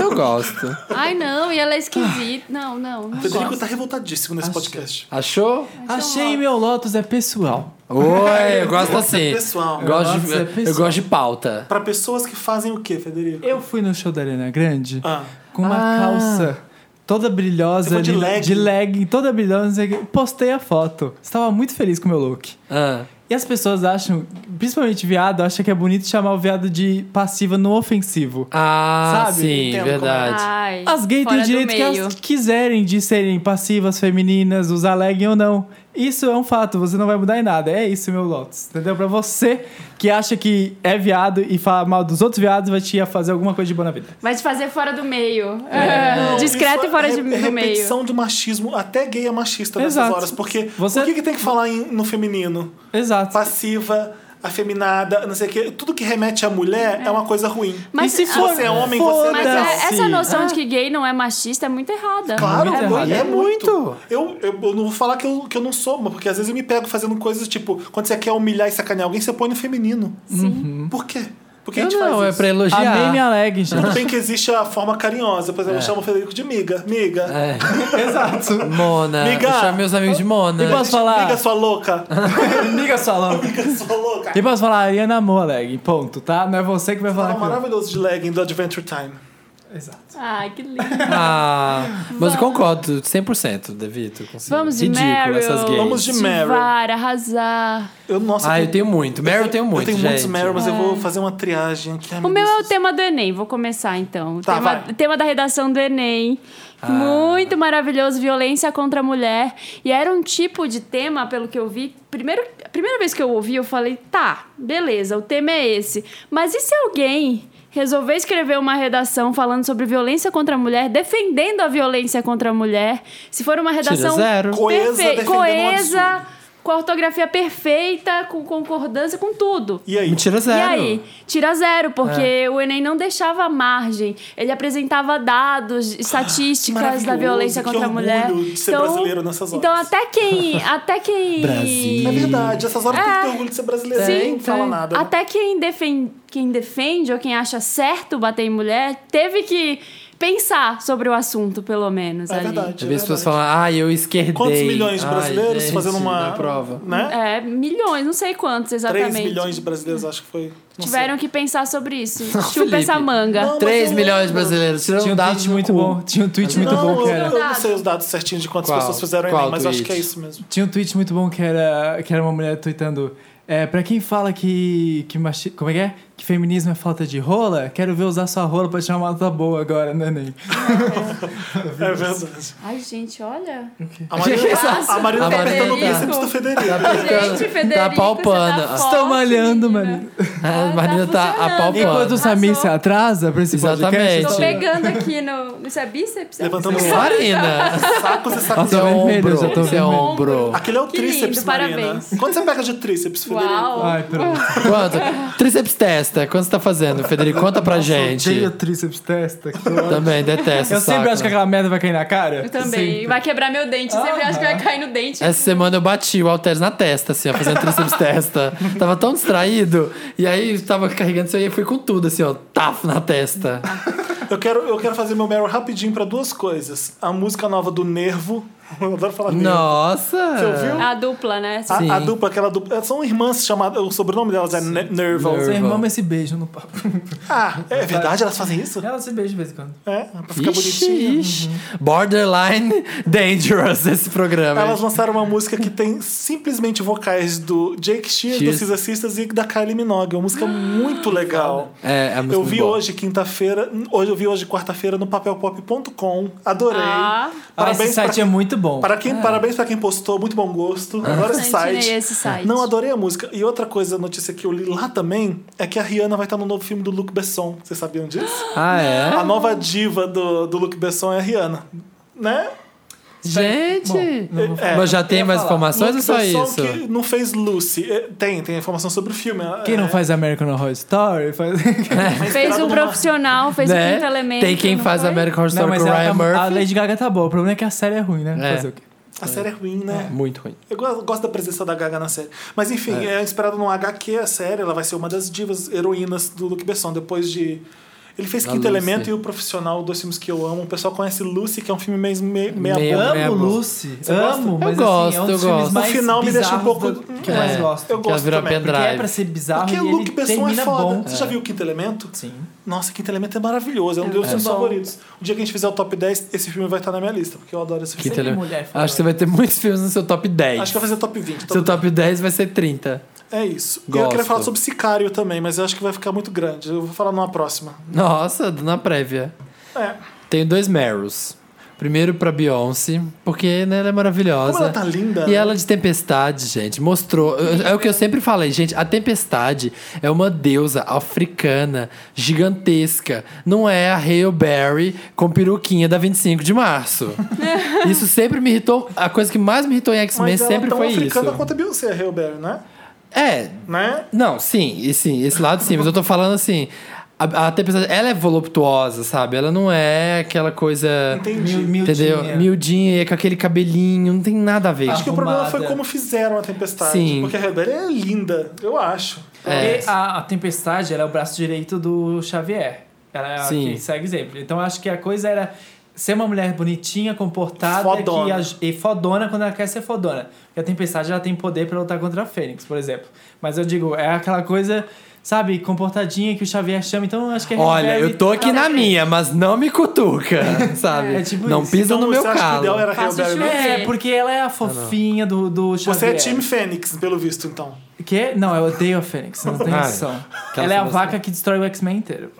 Speaker 3: Eu gosto.
Speaker 2: Ai, não, e ela é esquisita. Não, não. não
Speaker 1: Federico
Speaker 2: gosto.
Speaker 1: tá revoltadíssimo nesse podcast.
Speaker 3: Achou?
Speaker 4: Achei meu Lotus é pessoal.
Speaker 3: Oi, eu gosto assim.
Speaker 1: Pessoal.
Speaker 3: Eu gosto, de,
Speaker 4: Nossa,
Speaker 3: eu
Speaker 4: pessoal.
Speaker 3: gosto de pauta.
Speaker 1: Pra pessoas que fazem o quê, Federico?
Speaker 4: Eu fui no show da Arena Grande
Speaker 1: Ah.
Speaker 4: com uma
Speaker 3: Ah.
Speaker 4: calça toda
Speaker 1: Você
Speaker 4: brilhosa,
Speaker 1: foi de
Speaker 4: ali,
Speaker 1: legging.
Speaker 4: de legging, toda brilhosa. não sei o quê. Postei a foto. Estava muito feliz com o meu look.
Speaker 3: Ah,
Speaker 4: E as pessoas acham, principalmente viado, acha que é bonito chamar o viado de passiva no ofensivo.
Speaker 3: Ah,
Speaker 4: Sabe? é.
Speaker 3: sim,
Speaker 1: Entendo
Speaker 3: verdade.
Speaker 2: Ai,
Speaker 4: As gays
Speaker 2: fora
Speaker 4: têm
Speaker 2: do
Speaker 4: direito que
Speaker 2: meio.
Speaker 4: elas quiserem de serem passivas, femininas, usar legging ou não. Isso é um fato, você não vai mudar em nada. É isso, meu Lotus. Entendeu? Pra você que acha que é viado e fala mal dos outros viados, vai te fazer alguma coisa de boa na vida.
Speaker 2: Vai te fazer fora do meio. É, Discreto
Speaker 1: Isso
Speaker 2: e fora
Speaker 1: é
Speaker 2: de,
Speaker 1: re-
Speaker 2: do meio.
Speaker 1: repetição de machismo, até gay é machista nessas
Speaker 4: Exato.
Speaker 1: horas. Porque
Speaker 4: Você-
Speaker 1: o que, que tem que falar em- no feminino?
Speaker 4: Exato.
Speaker 1: Passiva, afeminada, não sei o quê. Tudo que remete à mulher é, uma coisa ruim.
Speaker 2: Mas,
Speaker 4: e se
Speaker 2: ah,
Speaker 4: for
Speaker 1: Você é homem, você não
Speaker 2: mas
Speaker 1: é
Speaker 2: é-
Speaker 4: foda-se.
Speaker 2: essa noção de que gay não é machista é muito errada.
Speaker 1: Claro,
Speaker 4: Muito errado.
Speaker 1: é,
Speaker 4: É
Speaker 1: muito. Eu, eu, eu não vou falar que eu, que eu não sou, mas porque às vezes eu me pego fazendo coisas tipo, quando você quer humilhar e sacanear alguém, você põe no feminino. Sim. Por quê? Porque a
Speaker 3: Eu
Speaker 1: gente
Speaker 3: não,
Speaker 1: faz
Speaker 3: é
Speaker 1: isso.
Speaker 3: pra elogiar.
Speaker 4: Amei minha legging, gente.
Speaker 1: Tudo bem que existe a forma carinhosa, por exemplo, eu chamo o Federico de miga. Miga.
Speaker 3: É.
Speaker 4: Exato.
Speaker 3: Mona.
Speaker 1: Miga.
Speaker 3: Eu chamo meus amigos de Mona.
Speaker 4: E posso falar?
Speaker 1: Miga sua louca.
Speaker 4: Liga sua louca.
Speaker 1: Miga sua louca.
Speaker 4: E posso falar, a Ariana amou a legging, ponto, tá? Não é você que vai falar
Speaker 1: Tava
Speaker 4: que eu-
Speaker 1: maravilhoso de legging do Adventure Time.
Speaker 4: Exato.
Speaker 2: Ai, que lindo.
Speaker 3: Ah, mas eu concordo 100%, Devito. consigo.
Speaker 2: Vamos de
Speaker 3: Ridículo
Speaker 2: Meryl.
Speaker 3: essas gays.
Speaker 1: Vamos de Meryl.
Speaker 2: Ativar, arrasar.
Speaker 1: Eu, nossa,
Speaker 3: Ah, eu tenho muito. Meryl eu tenho muito,
Speaker 1: Eu tenho
Speaker 3: gente.
Speaker 1: muitos Meryl, mas eu vou fazer uma triagem aqui. Ai,
Speaker 2: É. O
Speaker 1: meu
Speaker 2: meu
Speaker 1: Deus
Speaker 2: é o
Speaker 1: do céu.
Speaker 2: tema do Enem, vou começar então.
Speaker 1: Tá,
Speaker 2: tema,
Speaker 1: vai. Ah.
Speaker 2: tema da redação do Enem. Muito maravilhoso, violência contra a mulher. E era um tipo de tema, pelo que eu vi. Primeiro, primeira vez que eu ouvi, eu falei, tá, beleza, o tema é esse. Mas e se alguém resolver escrever uma redação falando sobre violência contra a mulher, defendendo a violência contra a mulher, se for uma redação
Speaker 3: zero.
Speaker 1: Coesa,
Speaker 2: perfe-
Speaker 1: defendendo um
Speaker 2: coesa
Speaker 1: absurdo.
Speaker 2: com a ortografia perfeita, com concordância, com tudo.
Speaker 1: E aí?
Speaker 3: Mentira zero. É.
Speaker 2: E aí? Tira zero, porque o Enem não deixava margem. Ele apresentava dados, estatísticas da
Speaker 1: Maravilhoso,
Speaker 2: violência
Speaker 1: que
Speaker 2: contra a
Speaker 1: orgulho
Speaker 2: mulher.
Speaker 1: de ser brasileiro nessas horas.
Speaker 2: Então, até quem. Até quem.
Speaker 3: Brasil.
Speaker 1: É verdade, essas horas tem que ter orgulho de ser brasileiro.
Speaker 2: Sim, é.
Speaker 1: Ninguém fala
Speaker 3: tem.
Speaker 1: nada. né?
Speaker 2: Até quem defende, quem defende ou quem acha certo bater em mulher teve que pensar sobre o assunto, pelo menos.
Speaker 1: É
Speaker 2: ali.
Speaker 1: verdade.
Speaker 3: Eu
Speaker 1: é
Speaker 3: vi as pessoas
Speaker 1: verdade.
Speaker 3: falam, ah, eu esquerdei.
Speaker 1: Quantos milhões de
Speaker 3: Ai,
Speaker 1: brasileiros
Speaker 3: gente,
Speaker 1: fazendo uma.
Speaker 3: na prova.
Speaker 1: Né?
Speaker 2: É, milhões, não sei quantos
Speaker 1: 3
Speaker 2: exatamente.
Speaker 1: milhões de brasileiros, acho que foi. não
Speaker 2: Tiveram
Speaker 1: sei.
Speaker 2: que pensar sobre isso. Chupa
Speaker 3: Felipe.
Speaker 2: essa manga.
Speaker 1: Não, mas
Speaker 3: 3
Speaker 1: eu
Speaker 3: milhões de
Speaker 1: lembro.
Speaker 3: brasileiros. Tirando
Speaker 4: Tinha um
Speaker 3: dados
Speaker 4: tweet
Speaker 3: no
Speaker 4: muito
Speaker 3: cu.
Speaker 4: bom. Tinha um tweet muito
Speaker 1: não,
Speaker 4: bom que
Speaker 1: eu,
Speaker 4: era.
Speaker 1: eu não sei os dados certinhos de quantas
Speaker 3: Qual?
Speaker 1: pessoas fizeram
Speaker 3: Qual
Speaker 1: Enem, mas acho
Speaker 3: tweet?
Speaker 1: que é isso mesmo.
Speaker 4: Tinha um tweet muito bom que era, que era uma mulher tweetando. É, pra quem fala que. que machi... Como é que é? Que feminismo é falta de rola, quero ver usar sua rola pra tirar uma nota boa agora, né, Enem?
Speaker 1: É verdade.
Speaker 2: Ai, gente, olha.
Speaker 1: A Marina,
Speaker 2: Fácil.
Speaker 1: a Marina tá apertando o
Speaker 2: Federico.
Speaker 1: bíceps do Federico.
Speaker 2: Gente, Federico,
Speaker 3: tá palpando.
Speaker 2: você tá
Speaker 3: Estou
Speaker 2: forte,
Speaker 4: malhando,
Speaker 2: menina.
Speaker 3: A
Speaker 4: Marina.
Speaker 2: tá
Speaker 3: Marina tá,
Speaker 2: funcionando.
Speaker 4: Enquanto o
Speaker 3: apalpando.
Speaker 4: Samir
Speaker 2: Arrasou.
Speaker 4: se atrasa pra esse
Speaker 3: Exatamente.
Speaker 2: Tô
Speaker 4: podcast.
Speaker 2: pegando aqui no. Isso é bíceps?
Speaker 1: Levantando os
Speaker 3: Marina! é
Speaker 1: sacos e sacos.
Speaker 4: Nossa, Tô vermelho, já tô
Speaker 3: Seu
Speaker 4: vermelho.
Speaker 3: é ombro.
Speaker 1: Aquele tá é o
Speaker 2: Que
Speaker 1: tríceps,
Speaker 2: lindo,
Speaker 1: Marina.
Speaker 2: parabéns.
Speaker 1: Quanto você pega de tríceps, Federico?
Speaker 2: Uau.
Speaker 3: Ah,
Speaker 4: Ai, pronto.
Speaker 3: Quanto? Tríceps testa. Quanto você tá fazendo, Federico? Conta pra gente.
Speaker 4: Odeio tríceps testa. que eu-
Speaker 3: Também, detesto.
Speaker 4: Eu sempre
Speaker 3: saco.
Speaker 4: acho que aquela merda vai cair na cara.
Speaker 2: Eu também.
Speaker 4: Sempre.
Speaker 2: Vai quebrar meu dente. Sempre
Speaker 3: Ah,
Speaker 2: acho que vai cair no dente.
Speaker 3: Essa semana eu bati o halteres na testa, assim, ó, fazendo tríceps testa. Tava tão distraído. E aí tava carregando isso aí e fui com tudo, assim, ó, taf na testa.
Speaker 1: Eu quero, eu quero fazer meu Meryl rapidinho pra duas coisas. A música nova do Nervo. Eu adoro falar Nervo.
Speaker 3: Nossa!
Speaker 1: Você ouviu?
Speaker 2: A dupla, né?
Speaker 4: Ah,
Speaker 1: A- A,
Speaker 3: Ah, Sim.
Speaker 1: dupla, aquela dupla. elas São irmãs chamadas. O sobrenome delas é Ne- Nerval.
Speaker 3: Nerval.
Speaker 4: Sua irmã mas se beijam no papo.
Speaker 1: Ah, é verdade? Elas fazem isso?
Speaker 4: Ela se beija de vez em quando.
Speaker 1: É, pra ficar
Speaker 3: Ixi,
Speaker 1: bonitinho.
Speaker 3: ixi. Borderline Dangerous esse programa.
Speaker 1: Elas lançaram uma música que tem simplesmente vocais do Jake Shears,
Speaker 3: Shears.
Speaker 1: do Cisa Sisters e da Kylie Minogue. É uma música muito legal.
Speaker 3: É, é muito
Speaker 1: Eu vi
Speaker 3: boa.
Speaker 1: hoje, quinta-feira, hoje eu vi hoje, quarta-feira, no papelpop.com. Adorei.
Speaker 2: Ah.
Speaker 4: Ah, esse
Speaker 1: pra
Speaker 4: site é muito bom.
Speaker 1: Para quem, Parabéns pra quem postou, muito bom gosto. Adoro esse
Speaker 2: Santinei
Speaker 1: site.
Speaker 2: esse
Speaker 4: É.
Speaker 2: site.
Speaker 1: Não, adorei a música. E outra coisa, notícia que eu li lá também, é que a Rihanna vai estar no novo filme do Luc Besson. Vocês sabiam disso?
Speaker 3: Ah, é?
Speaker 1: A nova diva do, do Luc Besson é a Rihanna. Né?
Speaker 3: Gente!
Speaker 1: É,
Speaker 3: Mas já tem mais informações ou
Speaker 1: Luc
Speaker 3: só
Speaker 1: Besson
Speaker 3: isso?
Speaker 1: que não fez Lucy. É, Tem, tem informação sobre o filme. É,
Speaker 4: Quem não faz American Horror Story faz.
Speaker 1: é
Speaker 2: Fez
Speaker 1: inspirado
Speaker 2: um
Speaker 1: numa-
Speaker 2: profissional, fez
Speaker 3: Né?
Speaker 2: um quinto elemento.
Speaker 3: Tem quem
Speaker 2: não
Speaker 3: faz
Speaker 2: foi?
Speaker 3: American Horror
Speaker 4: Não,
Speaker 3: Story
Speaker 4: mas
Speaker 3: com
Speaker 4: ela
Speaker 3: Ryan
Speaker 4: tá, a
Speaker 3: Murphy.
Speaker 4: Lady Gaga tá boa. O problema é que a série é ruim, né?
Speaker 3: É.
Speaker 4: Fazer o quê?
Speaker 1: A série é ruim, né?
Speaker 3: Muito ruim.
Speaker 1: Eu gosto, gosto da presença da Gaga na série. Mas enfim, é, inspirado no HQ, a série. Ela vai ser uma das divas heroínas do Luke Besson. Depois de. Ele fez
Speaker 3: Da
Speaker 1: Quinto
Speaker 3: Lucy.
Speaker 1: Elemento e O Profissional, dois filmes que eu amo. O pessoal conhece Lucy, que é um filme meio meia
Speaker 3: Meia
Speaker 1: boca.
Speaker 3: Eu amo.
Speaker 4: Amo Lucy.
Speaker 1: Você
Speaker 4: amo,
Speaker 3: gosta?
Speaker 4: mas
Speaker 3: Eu
Speaker 4: assim, é um
Speaker 3: gosto, eu
Speaker 4: dos filmes
Speaker 3: gosto.
Speaker 4: mais
Speaker 1: O final me deixa um
Speaker 4: bizarros
Speaker 1: pouco-
Speaker 4: do- que eu mais
Speaker 3: É.
Speaker 4: gosto.
Speaker 1: Eu
Speaker 3: Que ela
Speaker 1: gosto
Speaker 3: virou
Speaker 1: também,
Speaker 4: Porque é
Speaker 3: pendrive.
Speaker 4: pra ser bizarro
Speaker 1: Porque
Speaker 4: e
Speaker 1: Luke
Speaker 4: ele
Speaker 1: Besson é
Speaker 4: termina
Speaker 1: foda.
Speaker 4: bom. assim.
Speaker 1: Você já viu o Quinto Elemento?
Speaker 4: Sim.
Speaker 1: Nossa, Quinto Elemento é maravilhoso. É um dos meus filmes favoritos. O dia que a gente fizer o top 10, esse filme vai estar na minha lista, porque eu adoro esse
Speaker 3: Que
Speaker 1: filme.
Speaker 4: Sempre
Speaker 3: tele-
Speaker 4: mulher falando.
Speaker 3: Acho que você vai ter muitos filmes no seu top 10.
Speaker 1: Acho que eu vou fazer top 20.
Speaker 3: Seu
Speaker 1: Top...
Speaker 3: top 10 vai ser 30.
Speaker 1: É isso. E eu
Speaker 3: Gosto.
Speaker 1: queria falar sobre Sicário também, mas eu acho que vai ficar muito grande. Eu vou falar numa próxima.
Speaker 3: Nossa, na prévia.
Speaker 1: É.
Speaker 3: Tenho dois Meryls. Primeiro pra Beyoncé, porque né, ela é maravilhosa.
Speaker 1: Como ela tá linda.
Speaker 3: E ela de Tempestade, gente, mostrou. É é o que eu sempre falei, gente. A Tempestade é uma deusa africana, gigantesca. Não é a Hale Berry com peruquinha da 25 de março. isso sempre me irritou. A coisa que mais me irritou em X-Men
Speaker 1: Mas ela
Speaker 3: sempre
Speaker 1: tão
Speaker 3: foi
Speaker 1: africana
Speaker 3: isso.
Speaker 1: quanto a Beyoncé, a Halle Berry, né?
Speaker 3: É,
Speaker 1: Né?
Speaker 3: não, sim, e sim, esse lado sim, mas eu tô falando assim. A, a Tempestade, ela é voluptuosa, sabe? Ela não é aquela coisa.
Speaker 1: Entendi.
Speaker 4: Mil- mil-
Speaker 3: Entendeu?
Speaker 4: Miudinha.
Speaker 3: Miudinha, com aquele cabelinho, não tem nada a ver.
Speaker 1: Acho que o
Speaker 4: Arrumada.
Speaker 1: problema foi como fizeram a Tempestade.
Speaker 3: Sim.
Speaker 1: Porque a Halle Berry é linda, eu acho.
Speaker 3: É.
Speaker 4: Porque a, a Tempestade ela é o braço direito do Xavier. Ela é a
Speaker 3: Sim.
Speaker 4: que segue exemplo. Então acho que a coisa era ser uma mulher bonitinha, comportada
Speaker 1: Fodona.
Speaker 4: que aj- e fodona quando ela quer ser fodona. Porque a Tempestade ela tem poder pra lutar contra a Fênix, por exemplo. Mas eu digo, é aquela coisa, sabe, comportadinha que o Xavier chama. Então acho que a
Speaker 3: Olha,
Speaker 4: Halle
Speaker 3: eu tô
Speaker 4: Berry-
Speaker 3: aqui na minha, mas não me cutuca, sabe?
Speaker 4: É tipo
Speaker 3: não
Speaker 4: isso.
Speaker 3: pisa
Speaker 1: então
Speaker 3: no
Speaker 1: você
Speaker 3: meu
Speaker 1: acha que o ideal
Speaker 3: calo.
Speaker 1: era a Halle
Speaker 2: Faço
Speaker 1: Berry? né?
Speaker 2: chuva.
Speaker 4: É, porque ela
Speaker 3: Ah,
Speaker 4: é a fofinha do, do
Speaker 1: Você é
Speaker 4: Xavier.
Speaker 1: time Fênix, pelo visto, então.
Speaker 4: Que? é? Não, eu odeio a Fênix, não tem
Speaker 3: Ai,
Speaker 4: noção.
Speaker 3: Ah, aquela
Speaker 4: Ela é a
Speaker 3: situação.
Speaker 4: vaca que destrói o X-Men inteiro.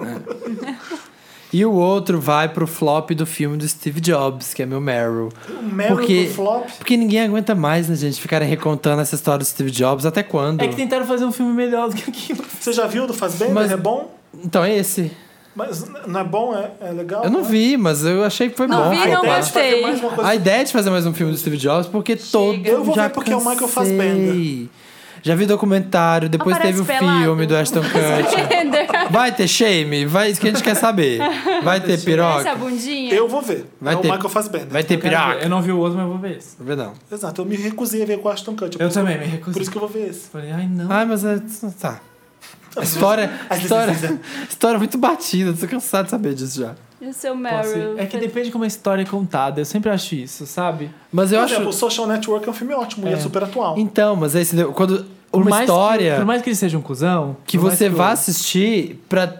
Speaker 3: E o outro vai pro flop do filme do Steve Jobs, que é meu Meryl.
Speaker 1: O Meryl
Speaker 3: Porque-
Speaker 1: do flop.
Speaker 3: Porque ninguém aguenta mais, né, gente, ficarem recontando essa história do Steve Jobs. Até quando?
Speaker 4: É que tentaram fazer um filme melhor do que aquilo.
Speaker 1: Você já viu do Faz Bem?
Speaker 3: Mas-
Speaker 1: Mas é bom?
Speaker 3: Então é esse.
Speaker 1: Mas n- não é bom? É, é legal? Ah,
Speaker 3: Eu não vi, mas eu achei que foi
Speaker 2: Não
Speaker 3: bom.
Speaker 2: vi,
Speaker 1: A
Speaker 2: não
Speaker 1: ideia de fazer
Speaker 2: gostei.
Speaker 1: mais uma coisa-
Speaker 3: A ideia de fazer mais um filme do Steve Jobs, porque todo
Speaker 1: Eu vou
Speaker 3: já
Speaker 1: ver porque é o Michael
Speaker 3: cansei.
Speaker 1: Fassbender.
Speaker 3: Já vi documentário, depois teve
Speaker 2: Aparece
Speaker 3: o
Speaker 2: pelado.
Speaker 3: filme do Ashton Kutcher. Vai ter shame? Vai, isso que a gente quer saber. Vai ter
Speaker 2: Essa
Speaker 3: piroca?
Speaker 2: bundinha.
Speaker 1: Eu vou ver.
Speaker 3: Vai
Speaker 1: é
Speaker 3: ter-
Speaker 1: o Michael Fassbender.
Speaker 3: Vai ter
Speaker 4: Eu
Speaker 3: piroca?
Speaker 4: não vi o outro, mas eu vou ver esse.
Speaker 3: Não vê, Não.
Speaker 1: Exato, eu me recusei a ver com o Ashton Kutcher.
Speaker 4: Eu
Speaker 1: por-
Speaker 4: também me recusei.
Speaker 1: Por isso que eu vou ver esse.
Speaker 4: Falei, ai não.
Speaker 3: Ai, mas é, tá. A história, a história, a história é muito batida, tô cansado de saber disso já.
Speaker 2: E o seu
Speaker 4: Posso
Speaker 2: Meryl?
Speaker 4: ir. É que depende de como a história é contada. Eu sempre acho isso, sabe?
Speaker 3: Mas eu
Speaker 1: Por
Speaker 3: acho.
Speaker 1: exemplo, o Social Network é um filme ótimo e é super atual.
Speaker 3: Então, mas aí você deu- quando uma
Speaker 4: mais
Speaker 3: história
Speaker 4: Que, por
Speaker 3: que,
Speaker 4: mais que ele seja um cuzão. por mais
Speaker 3: você
Speaker 4: eu-
Speaker 3: vá assistir pra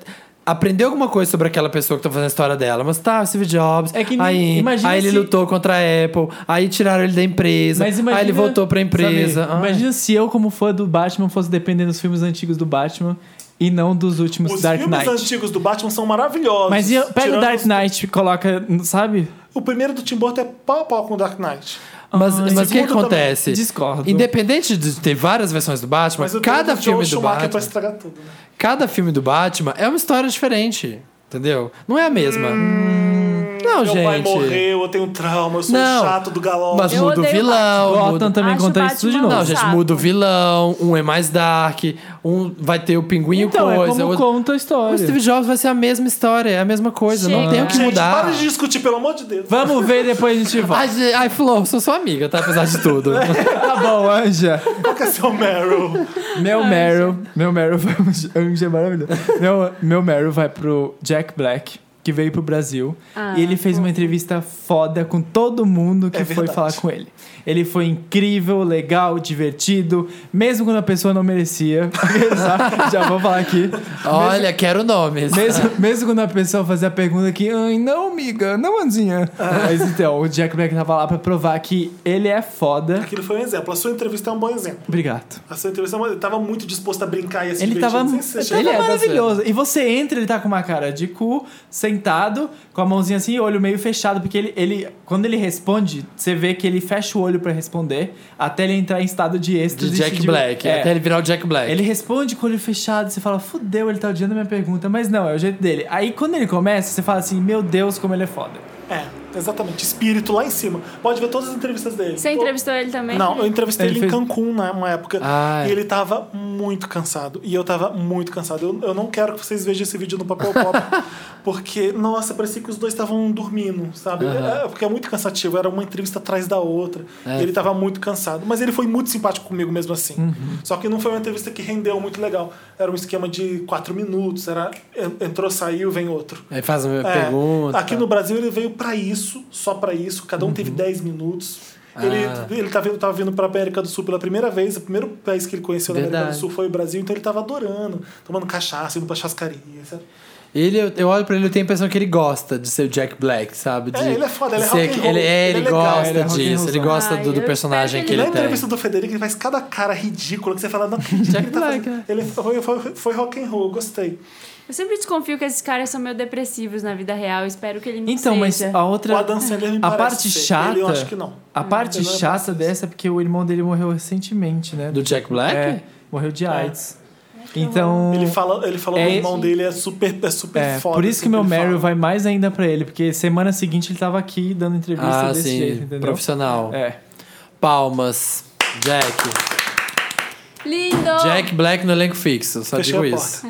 Speaker 3: aprender alguma coisa sobre aquela pessoa que tá fazendo a história dela. Mas tá, o Steve Jobs.
Speaker 4: É que nem-
Speaker 3: aí,
Speaker 4: imagina
Speaker 3: aí ele
Speaker 4: se-
Speaker 3: lutou contra a Apple, aí tiraram ele da empresa,
Speaker 4: Mas imagina,
Speaker 3: aí Ah, ele voltou pra empresa. Ah.
Speaker 4: sabe,
Speaker 3: Ai.
Speaker 4: imagina se eu, como fã do Batman, fosse depender dos filmes antigos do Batman e não dos últimos
Speaker 1: Os
Speaker 4: Dark
Speaker 1: filmes
Speaker 4: Knight.
Speaker 1: antigos do Batman são maravilhosos.
Speaker 4: Mas e- pega
Speaker 1: Tirando
Speaker 4: o Dark
Speaker 1: os-
Speaker 4: Knight e coloca, sabe?
Speaker 1: O primeiro do Tim Burton é pau a pau com o Dark Knight.
Speaker 3: Mas,
Speaker 4: Ah,
Speaker 3: mas o que
Speaker 1: segundo
Speaker 3: acontece?
Speaker 4: Discordo.
Speaker 3: Independente de ter várias versões do Batman,
Speaker 1: Mas o
Speaker 3: cada
Speaker 1: do
Speaker 3: filme
Speaker 1: Joel
Speaker 3: do
Speaker 1: Schumacher
Speaker 3: Batman.
Speaker 1: é pra estragar tudo. Né?
Speaker 3: Cada filme do Batman é uma história diferente. Entendeu? Não é a mesma. não,
Speaker 1: Hum, Meu
Speaker 3: gente.
Speaker 1: pai morreu, eu tenho trauma, eu sou um
Speaker 3: Não.
Speaker 1: chato do galão.
Speaker 3: Mas
Speaker 2: Eu
Speaker 3: muda o
Speaker 2: odeio
Speaker 3: vilão.
Speaker 4: Gotham
Speaker 3: Muda...
Speaker 4: também
Speaker 2: Acho
Speaker 4: conta isso tudo de
Speaker 2: Batman
Speaker 4: novo.
Speaker 3: Não, gente,
Speaker 2: Saco.
Speaker 3: muda o vilão, um é mais dark, um vai ter o pinguinho
Speaker 4: então, é
Speaker 3: coisa.
Speaker 4: como
Speaker 3: outro-
Speaker 4: conta a história.
Speaker 3: O Steve Jobs vai ser a mesma história, é a mesma coisa. Não
Speaker 2: Chega.
Speaker 3: tem o que
Speaker 1: Gente,
Speaker 3: mudar.
Speaker 1: para de discutir, pelo amor de Deus.
Speaker 4: Vamos ver depois a gente volta.
Speaker 3: Ai, gente, Ai, Flor, sou sua amiga, tá? Apesar de tudo.
Speaker 4: tá bom, Anja.
Speaker 1: Qual que é seu Meryl?
Speaker 4: Meu Meryl, meu Meryl vai Anja é maravilhoso. Meu, meu Meryl vai pro Jack Black, que veio pro Brasil.
Speaker 2: Ah,
Speaker 4: e ele fez uma entrevista foda com todo mundo que
Speaker 1: É
Speaker 4: foi
Speaker 1: verdade.
Speaker 4: falar com ele. Ele foi incrível, legal, divertido, mesmo quando a pessoa não merecia. já, já vou falar aqui.
Speaker 3: Olha, quero nomes.
Speaker 4: Mesmo, mesmo quando a pessoa fazia a pergunta que, ai, não, amiga, não, Andinha. Mas então, o Jack Black tava lá pra provar que ele é foda.
Speaker 1: Aquilo foi um exemplo. A sua entrevista é um bom exemplo.
Speaker 4: Obrigado.
Speaker 1: A sua entrevista é um bom exemplo. Ele tava muito disposto a brincar e a se
Speaker 4: Ele
Speaker 1: divertir.
Speaker 4: tava,
Speaker 1: Não sei
Speaker 4: ele
Speaker 1: se
Speaker 4: tava
Speaker 3: Ele é, tá
Speaker 4: maravilhoso. E você entra, ele tá com uma cara de cu, sentado, com a mãozinha assim, olho meio fechado, porque ele, ele quando ele responde, você vê que ele fecha o olho pra responder, até ele entrar em estado de
Speaker 3: De
Speaker 4: êxtase.
Speaker 3: Jack
Speaker 4: de-
Speaker 3: Black.
Speaker 4: é.
Speaker 3: Até ele virar o Jack Black.
Speaker 4: Ele responde com o olho fechado, você fala, fudeu, ele tá odiando a minha pergunta, mas não, é o jeito dele. Aí quando ele começa, você fala assim, meu Deus, como ele é foda.
Speaker 1: É, exatamente. Espírito lá em cima. Pode ver todas as entrevistas
Speaker 4: um
Speaker 1: dele.
Speaker 2: Você entrevistou ele também?
Speaker 1: Não, eu entrevistei
Speaker 4: Ele
Speaker 1: ele,
Speaker 4: fez-
Speaker 1: em Cancún na uma época.
Speaker 3: Ah, é.
Speaker 1: E ele tava muito cansado. E eu tava muito cansado. Eu, eu não quero que vocês vejam esse vídeo no Papel Pop. porque, nossa, parecia que os dois estavam dormindo, sabe? É, porque é muito cansativo. Era uma entrevista atrás da outra. E ele tava muito cansado. Mas ele foi muito simpático comigo mesmo assim. Só que não foi uma entrevista que rendeu muito legal. Era um esquema de quatro minutos. Era en- entrou, saiu, vem outro.
Speaker 3: Aí faz uma
Speaker 1: É,
Speaker 3: pergunta.
Speaker 1: Aqui no Brasil ele veio pra isso, só pra isso. Cada um teve
Speaker 4: Uhum.
Speaker 1: 10 minutos. Ele,
Speaker 3: Ah.
Speaker 1: ele tá vindo, tava vindo pra América do Sul pela primeira vez. O primeiro país que ele conheceu na América
Speaker 3: Verdade.
Speaker 1: do Sul foi o Brasil. Então ele tava adorando. Tomando cachaça, indo pra chascaria. sabe?
Speaker 3: Ele, eu, eu olho pra ele e tenho a impressão que ele gosta de ser o Jack Black, sabe? De
Speaker 1: É, ele é foda, ele é
Speaker 3: ser
Speaker 1: rock and
Speaker 3: que-
Speaker 1: roll,
Speaker 3: Ele, é, ele,
Speaker 1: ele é legal,
Speaker 3: gosta
Speaker 4: ele é rock and
Speaker 3: disso, ele
Speaker 4: rollzão.
Speaker 3: gosta do,
Speaker 2: Ai,
Speaker 3: do
Speaker 2: eu
Speaker 3: personagem
Speaker 2: espero
Speaker 3: que
Speaker 2: que
Speaker 3: ele
Speaker 1: Na
Speaker 3: tem.
Speaker 1: entrevista do Federico, ele faz cada cara ridícula que você fala, não acredito que ele tá
Speaker 4: é
Speaker 3: Black,
Speaker 1: fazendo. Ele foi, foi, foi rock and roll, gostei.
Speaker 2: Eu sempre desconfio que esses caras são meio depressivos na vida real. Espero que ele não
Speaker 4: Então, mas
Speaker 2: seja.
Speaker 4: a
Speaker 1: O
Speaker 4: outra...
Speaker 1: Adam Sandler me
Speaker 4: A
Speaker 1: parece
Speaker 4: parte
Speaker 1: ser.
Speaker 4: chata...
Speaker 1: Ele, eu acho que não.
Speaker 4: A parte
Speaker 1: Ele não é
Speaker 4: chata dessa é porque o irmão dele morreu recentemente, né?
Speaker 3: Do Jack Black?
Speaker 4: É, morreu de AIDS. Então...
Speaker 1: Ele, fala, ele falou
Speaker 4: É,
Speaker 1: do irmão dele, é super, é super
Speaker 4: É,
Speaker 1: foda.
Speaker 4: por isso que
Speaker 1: assim,
Speaker 4: meu
Speaker 1: ele
Speaker 4: Meryl
Speaker 1: fala.
Speaker 4: vai mais ainda pra ele, porque semana seguinte ele tava aqui dando entrevista
Speaker 3: Ah,
Speaker 4: desse
Speaker 3: sim,
Speaker 4: jeito, entendeu?
Speaker 3: profissional.
Speaker 4: É.
Speaker 3: Palmas. Jack.
Speaker 2: Lindo!
Speaker 4: Oh.
Speaker 3: Jack Black no elenco fixo, só
Speaker 1: Fechei
Speaker 3: digo
Speaker 1: a
Speaker 3: isso.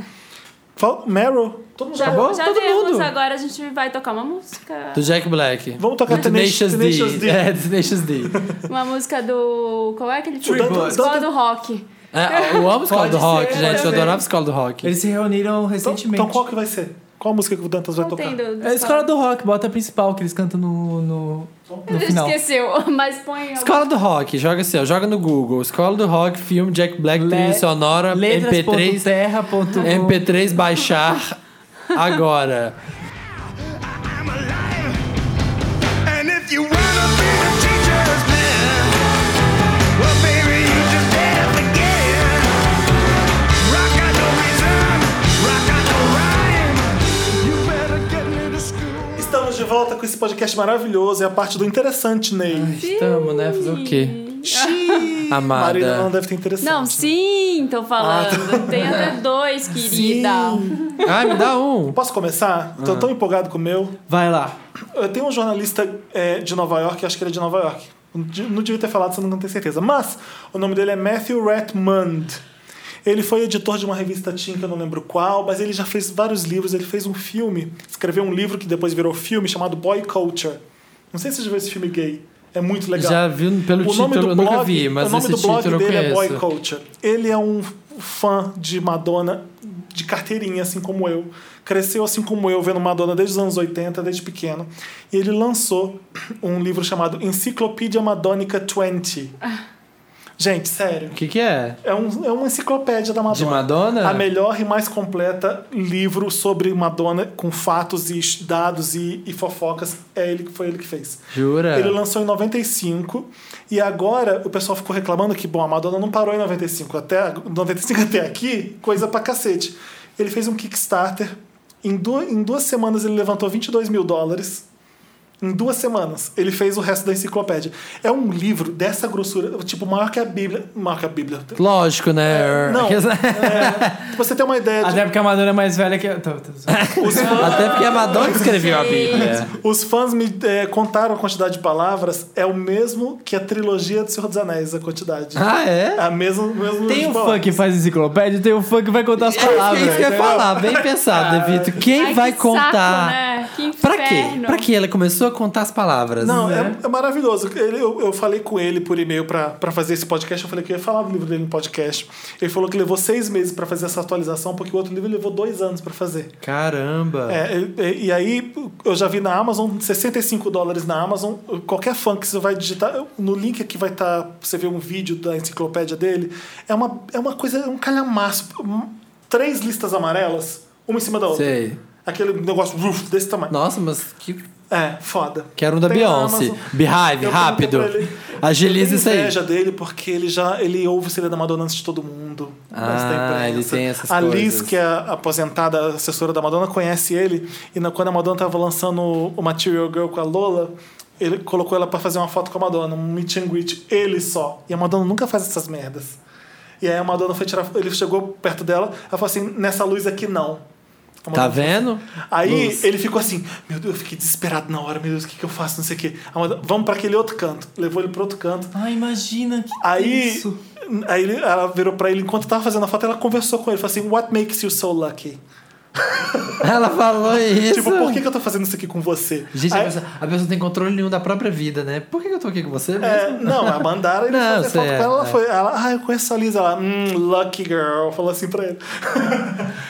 Speaker 1: Fal- Meryl, todo mundo já
Speaker 2: já, é
Speaker 1: acabou?
Speaker 2: já
Speaker 3: Todo
Speaker 2: demos,
Speaker 3: mundo.
Speaker 2: agora a gente vai tocar uma música.
Speaker 3: Do Jack Black.
Speaker 1: Vamos tocar
Speaker 3: Tenacious
Speaker 1: Tenacious, Tenacious D.
Speaker 3: D. É, Tenacious D.
Speaker 2: Uma música do. Qual é aquele filme?
Speaker 1: Tree Boys.
Speaker 2: Escola do Rock.
Speaker 3: É, eu amo escola
Speaker 4: Pode
Speaker 3: do rock,
Speaker 4: ser,
Speaker 3: gente. Eu
Speaker 4: também.
Speaker 3: adorava escola do rock.
Speaker 4: Eles se reuniram
Speaker 1: Então,
Speaker 4: recentemente.
Speaker 1: então qual que vai ser? Qual a música que o Dantas vai
Speaker 2: Não
Speaker 1: tocar?
Speaker 2: tem do, do
Speaker 4: É a escola do rock, bota a principal que eles cantam no, no,
Speaker 1: um
Speaker 4: no
Speaker 2: Ele
Speaker 4: final.
Speaker 2: Esqueceu, mas põe.
Speaker 3: Escola do Rock, joga assim, ó, joga no Google. Escola do Rock, filme Jack Black,
Speaker 4: Le-
Speaker 3: trilha sonora, MP3,
Speaker 4: Letras.terra.com
Speaker 3: MP3 baixar agora.
Speaker 8: I'm alive. And if you wanna be a teacher's man, well, baby, you just better begin. Rock out no reason, rock out no rhyme. You better get me to school.
Speaker 1: Estamos de volta com esse podcast maravilhoso. É a parte do interessante, Ney.
Speaker 3: Estamos, né? Fazer o quê? Amada.
Speaker 1: Marina não deve ter interessante.
Speaker 2: Não, sim, tô
Speaker 3: Ah,
Speaker 2: falando.
Speaker 3: tá.
Speaker 2: Tem até dois, querida.
Speaker 3: Ai, me dá um.
Speaker 1: Posso começar? Tô tão empolgado com o meu.
Speaker 4: Vai lá.
Speaker 1: Eu tenho um jornalista é, de Nova York, acho que ele é de Nova York. Não não devia ter falado, senão não tenho certeza. Mas o nome dele é Matthew Ratmund. Ele foi editor de uma revista teen, que eu não lembro qual, mas ele já fez vários livros. Ele fez um filme, escreveu um livro que depois virou filme, chamado Boy Culture. Não sei se você já viu esse filme gay. É muito legal.
Speaker 3: Já vi pelo
Speaker 1: O nome
Speaker 3: título, eu
Speaker 1: do
Speaker 3: nunca
Speaker 1: blog-
Speaker 3: vi, mas
Speaker 1: o nome
Speaker 3: esse
Speaker 1: do blog
Speaker 3: título eu
Speaker 1: dele é Boy
Speaker 3: conheço.
Speaker 1: Culture. Ele é um fã de Madonna de carteirinha, assim como eu. Cresceu assim como eu, vendo Madonna desde os anos 80, desde pequeno. E ele lançou um livro chamado Enciclopédia Madônica 20. Gente, sério.
Speaker 3: O que que é?
Speaker 1: É, um, é uma enciclopédia da Madonna.
Speaker 3: De Madonna?
Speaker 1: A melhor e mais completa livro sobre Madonna, com fatos e dados e, e fofocas. É ele que foi ele que fez.
Speaker 3: Jura?
Speaker 1: Ele lançou em 95 e agora o pessoal ficou reclamando que, bom, a Madonna não parou em 95 até 95 até aqui, coisa pra cacete. Ele fez um Kickstarter, em duas, em duas semanas ele levantou 22 mil dólares. Em duas semanas, ele fez o resto da enciclopédia. É um livro dessa grossura, tipo, maior que a Bíblia. Maior que a Bíblia.
Speaker 3: Lógico, né?
Speaker 1: Não, é, você tem uma ideia de
Speaker 4: Até porque a Madonna é mais velha que. eu. Tô- tô zoando.
Speaker 1: os fãs,
Speaker 3: Até porque a Madonna escreveu a Bíblia.
Speaker 1: tipo, os fãs me é, contaram a quantidade de palavras, é o mesmo que a trilogia do Senhor dos Anéis, a quantidade.
Speaker 3: Ah, é?
Speaker 1: A mesma, mesmo
Speaker 4: Tem um
Speaker 1: mesmo
Speaker 4: fã que faz enciclopédia, tem um fã que vai contar as
Speaker 3: É
Speaker 4: palavras.
Speaker 3: isso que eu ia falar, bem pensado, Evito. Quem
Speaker 2: Ai,
Speaker 3: vai
Speaker 2: que
Speaker 3: contar?
Speaker 2: Saco, né? Que
Speaker 3: Pra
Speaker 2: inferno.
Speaker 3: quê? Pra que ela começou a contar as palavras?
Speaker 1: Não, é, é maravilhoso. Ele- eu, eu falei com ele por e-mail pra pra fazer esse podcast. Eu falei que eu ia falar do livro dele no podcast. Ele falou que levou seis meses pra fazer essa atualização, porque o outro livro levou dois anos pra fazer.
Speaker 3: Caramba.
Speaker 1: É, e, e aí eu já vi na Amazon 65 dólares na Amazon. Qualquer fã que você vai digitar no link aqui vai estar. você vê um vídeo da enciclopédia dele. É uma, é uma coisa, é um calhamaço. Um- Três listas amarelas, uma em cima da outra.
Speaker 3: Sei.
Speaker 1: Aquele negócio uf, desse tamanho.
Speaker 3: Nossa, mas que
Speaker 1: É, foda.
Speaker 3: Quero um da
Speaker 1: Tem na
Speaker 3: Beyoncé.
Speaker 1: Amazon.
Speaker 3: Beehive,
Speaker 1: Eu
Speaker 3: rápido.
Speaker 1: perguntei pra ele.
Speaker 3: Agiliza
Speaker 1: Eu tenho
Speaker 3: isso aí.
Speaker 1: inveja dele porque ele já ele ouve o CD da Madonna antes de todo mundo. antes da
Speaker 3: Ah, ele
Speaker 1: imprensa.
Speaker 3: tem essas
Speaker 1: A Liz,
Speaker 3: coisas.
Speaker 1: que é a aposentada assessora da Madonna, conhece ele. E na- quando a Madonna tava lançando o Material Girl com a Lola, ele colocou ela pra fazer uma foto com a Madonna, um meet and greet, ele só. E a Madonna nunca faz essas merdas. E aí a Madonna foi tirar. Ele chegou perto dela, ela falou assim: nessa luz aqui não. A
Speaker 3: Tá
Speaker 1: Madonna
Speaker 3: vendo?
Speaker 1: Aí
Speaker 3: Luz.
Speaker 1: ele ficou assim, meu Deus, eu fiquei desesperado na hora, meu Deus, o que, que eu faço, não sei o quê. A Madonna, Vamos pra aquele outro canto. Levou ele pro outro canto.
Speaker 4: Ah, imagina que
Speaker 1: Aí,
Speaker 4: isso.
Speaker 1: aí ele- ela virou pra ele, enquanto tava fazendo a foto, ela conversou com ele, falou assim, what makes you so lucky?
Speaker 3: Ela falou isso.
Speaker 1: Tipo, por que, que eu tô fazendo isso aqui com você?
Speaker 3: Gente, é a
Speaker 1: Aí-
Speaker 3: pessoa, a pessoa não tem controle nenhum da própria vida, né? Por que que eu tô aqui com você mesmo?
Speaker 1: É, não, a mandaram ele
Speaker 3: Não,
Speaker 1: fazer foto
Speaker 3: sei,
Speaker 1: com ela, ela
Speaker 3: é.
Speaker 1: foi. Ela, ah, eu conheço a Lisa. Ela, hum, lucky girl, falou assim pra ele.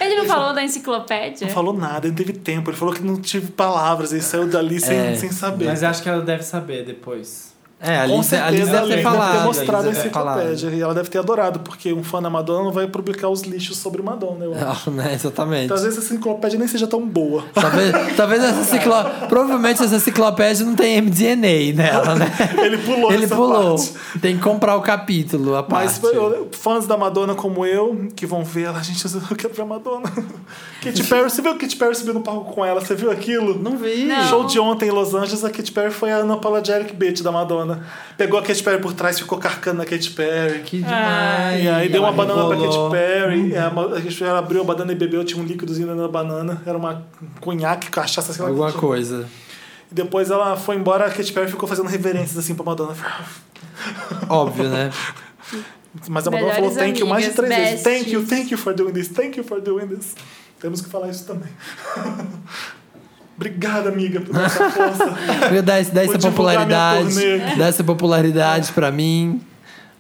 Speaker 2: Ele não falou da enciclopédia?
Speaker 1: Não
Speaker 3: É.
Speaker 1: falou nada, ele teve tempo, ele falou que não tive palavras, ele saiu dali sem,
Speaker 3: É.
Speaker 1: sem saber.
Speaker 4: Mas acho que ela deve saber depois.
Speaker 3: É, a
Speaker 1: Com
Speaker 3: Alice, a Alice
Speaker 1: certeza ela
Speaker 3: deve ter falado.
Speaker 1: ter
Speaker 3: a
Speaker 1: mostrado a
Speaker 3: Alice deve ter falado.
Speaker 1: enciclopédia. E ela deve ter adorado, porque um fã da Madonna não vai publicar os lixos sobre Madonna, eu acho.
Speaker 3: Não, né? Exatamente.
Speaker 1: Então, às vezes essa enciclopédia nem seja tão boa.
Speaker 3: Talvez, talvez essa ciclo... Provavelmente essa enciclopédia não tem MDNA nela, né?
Speaker 1: Ele pulou
Speaker 3: Ele
Speaker 1: essa
Speaker 3: pulou.
Speaker 1: parte.
Speaker 3: Tem que comprar o capítulo, a
Speaker 1: Mas
Speaker 3: parte.
Speaker 1: eu- fãs da Madonna como eu, que vão ver ela, gente, eu quero ver a Madonna. Katy Perry, você viu a Katy Perry subindo no palco com ela? Você viu aquilo?
Speaker 3: Não vi.
Speaker 2: Não.
Speaker 1: Show de ontem em Los Angeles, a Katy Perry foi a Unapologetic Bitch da Madonna. Pegou a Katy Perry por trás, ficou carcando na Katy Perry.
Speaker 3: Que demais.
Speaker 1: E aí deu uma
Speaker 3: Ela
Speaker 1: banana pra
Speaker 3: rebolou.
Speaker 1: Katy Perry. e a ma- a Katy Perry abriu a banana e bebeu, tinha um líquidozinho na banana. Era uma cunhaque, cachaça, sei lá. o que
Speaker 3: Alguma
Speaker 1: tinha.
Speaker 3: coisa.
Speaker 1: E depois ela foi embora, a Katy Perry ficou fazendo reverências assim pra Madonna.
Speaker 3: Óbvio, né?
Speaker 1: Mas a Madonna
Speaker 2: Melhores
Speaker 1: falou thank you mais de três
Speaker 2: amigas,
Speaker 1: vezes. Thank you,
Speaker 2: besties.
Speaker 1: thank you for doing this, thank you for doing this. Temos que falar isso também. Obrigada, amiga, por essa força.
Speaker 3: Eu dá, esse- dá essa
Speaker 1: Vou divulgar
Speaker 3: popularidade.
Speaker 1: minha turnê aqui.
Speaker 3: Dá essa popularidade pra mim.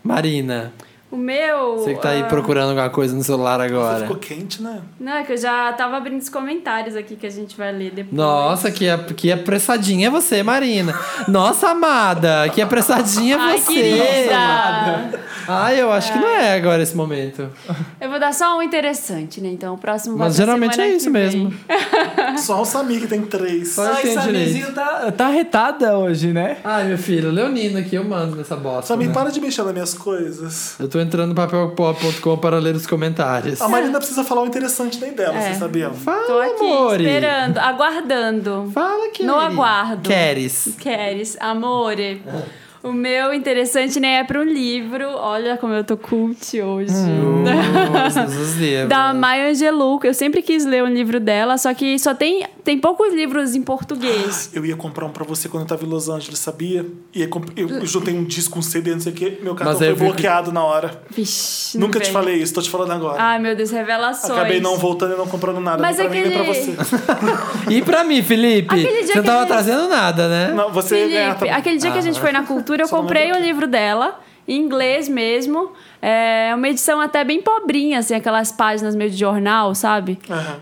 Speaker 3: Marina,
Speaker 2: O meu.
Speaker 3: você que tá aí
Speaker 2: ah,
Speaker 3: procurando alguma coisa no celular
Speaker 1: Você
Speaker 3: agora.
Speaker 1: ficou quente, né?
Speaker 2: Não, é que eu já tava abrindo os comentários aqui que a gente vai ler depois.
Speaker 3: Nossa, que, ap- que apressadinha é você, Marina. Nossa, amada, que apressadinha é
Speaker 2: Ai,
Speaker 3: você.
Speaker 2: querida!
Speaker 3: Ai, eu acho que não é agora esse momento.
Speaker 2: Eu vou dar só um interessante, né? Então, o próximo vai
Speaker 3: Mas
Speaker 2: pra
Speaker 3: geralmente
Speaker 2: semana
Speaker 3: é isso
Speaker 2: que vem.
Speaker 3: mesmo.
Speaker 1: Só o Samir que tem três.
Speaker 3: Só- Ai, essa Mizinho
Speaker 4: tá, tá retada hoje, né?
Speaker 3: Ai, meu filho, Leonino aqui, eu mando nessa bosta.
Speaker 1: Samir,
Speaker 3: né?
Speaker 1: para de mexer nas minhas coisas.
Speaker 3: Eu tô entrando no papelpop.com para ler os comentários.
Speaker 1: A Marina precisa falar o interessante nem dela,
Speaker 2: É.
Speaker 1: você sabia?
Speaker 3: Fala,
Speaker 2: Tô aqui
Speaker 3: amore.
Speaker 2: esperando, aguardando.
Speaker 3: Fala, que
Speaker 2: No aguardo.
Speaker 3: Queres.
Speaker 2: Queres, amore. O meu interessante nem é para um livro. Olha como eu tô cult hoje.
Speaker 3: Hum. Nossa, Zuzia,
Speaker 2: da
Speaker 3: mano.
Speaker 2: Maya Angelou, que eu sempre quis ler um livro dela, só que só tem, tem poucos livros em português.
Speaker 1: Eu ia comprar um pra você quando eu tava em Los Angeles, sabia? E aí comp- eu, eu juntei um disco, um CD, não sei o quê. Meu cartão
Speaker 3: Mas aí
Speaker 1: foi
Speaker 3: eu vi que-
Speaker 1: bloqueado na hora.
Speaker 2: Vixe, não
Speaker 1: Nunca te
Speaker 2: veio.
Speaker 1: falei isso, tô te falando agora.
Speaker 2: Ai, meu Deus, revelações.
Speaker 1: Acabei não voltando e não comprando nada.
Speaker 2: Mas é
Speaker 1: nem pra mim, nem
Speaker 2: aquele-
Speaker 1: pra você.
Speaker 3: E pra mim, Felipe?
Speaker 2: Aquele dia
Speaker 3: Você não
Speaker 2: que
Speaker 3: tava
Speaker 2: ele-
Speaker 3: trazendo nada, né?
Speaker 1: Não, você é ia ganhar
Speaker 2: Felipe,
Speaker 1: também. Ah,
Speaker 2: aquele dia que a gente foi na cultura, eu
Speaker 1: Só não
Speaker 2: comprei o
Speaker 1: lembro aqui.
Speaker 2: livro dela, em inglês mesmo. É uma edição até bem pobrinha, assim, aquelas páginas meio de jornal, sabe?
Speaker 1: Aham.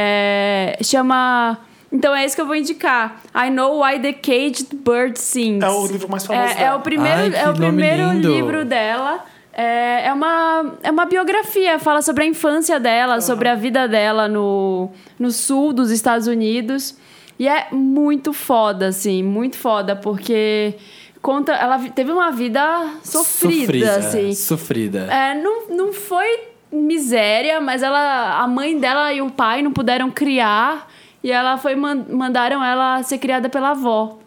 Speaker 2: É, chama. Então é isso que eu vou indicar. I Know Why the Caged Bird Sings.
Speaker 1: É o livro mais famoso
Speaker 2: É, é
Speaker 1: dela.
Speaker 2: o primeiro,
Speaker 3: Ai, que
Speaker 2: é o
Speaker 3: nome
Speaker 2: primeiro
Speaker 3: lindo.
Speaker 2: livro dela. É, é, uma, é uma biografia, fala sobre a infância dela, sobre a vida dela no, no sul dos Estados Unidos. E é muito foda, assim, muito foda, porque conta. Ela vi- teve uma vida sofrida,
Speaker 1: é,
Speaker 2: assim.
Speaker 3: Sofrida.
Speaker 2: É, não, não foi miséria, mas ela, a mãe dela e o pai não puderam criar e ela foi man- mandaram ela ser criada pela avó.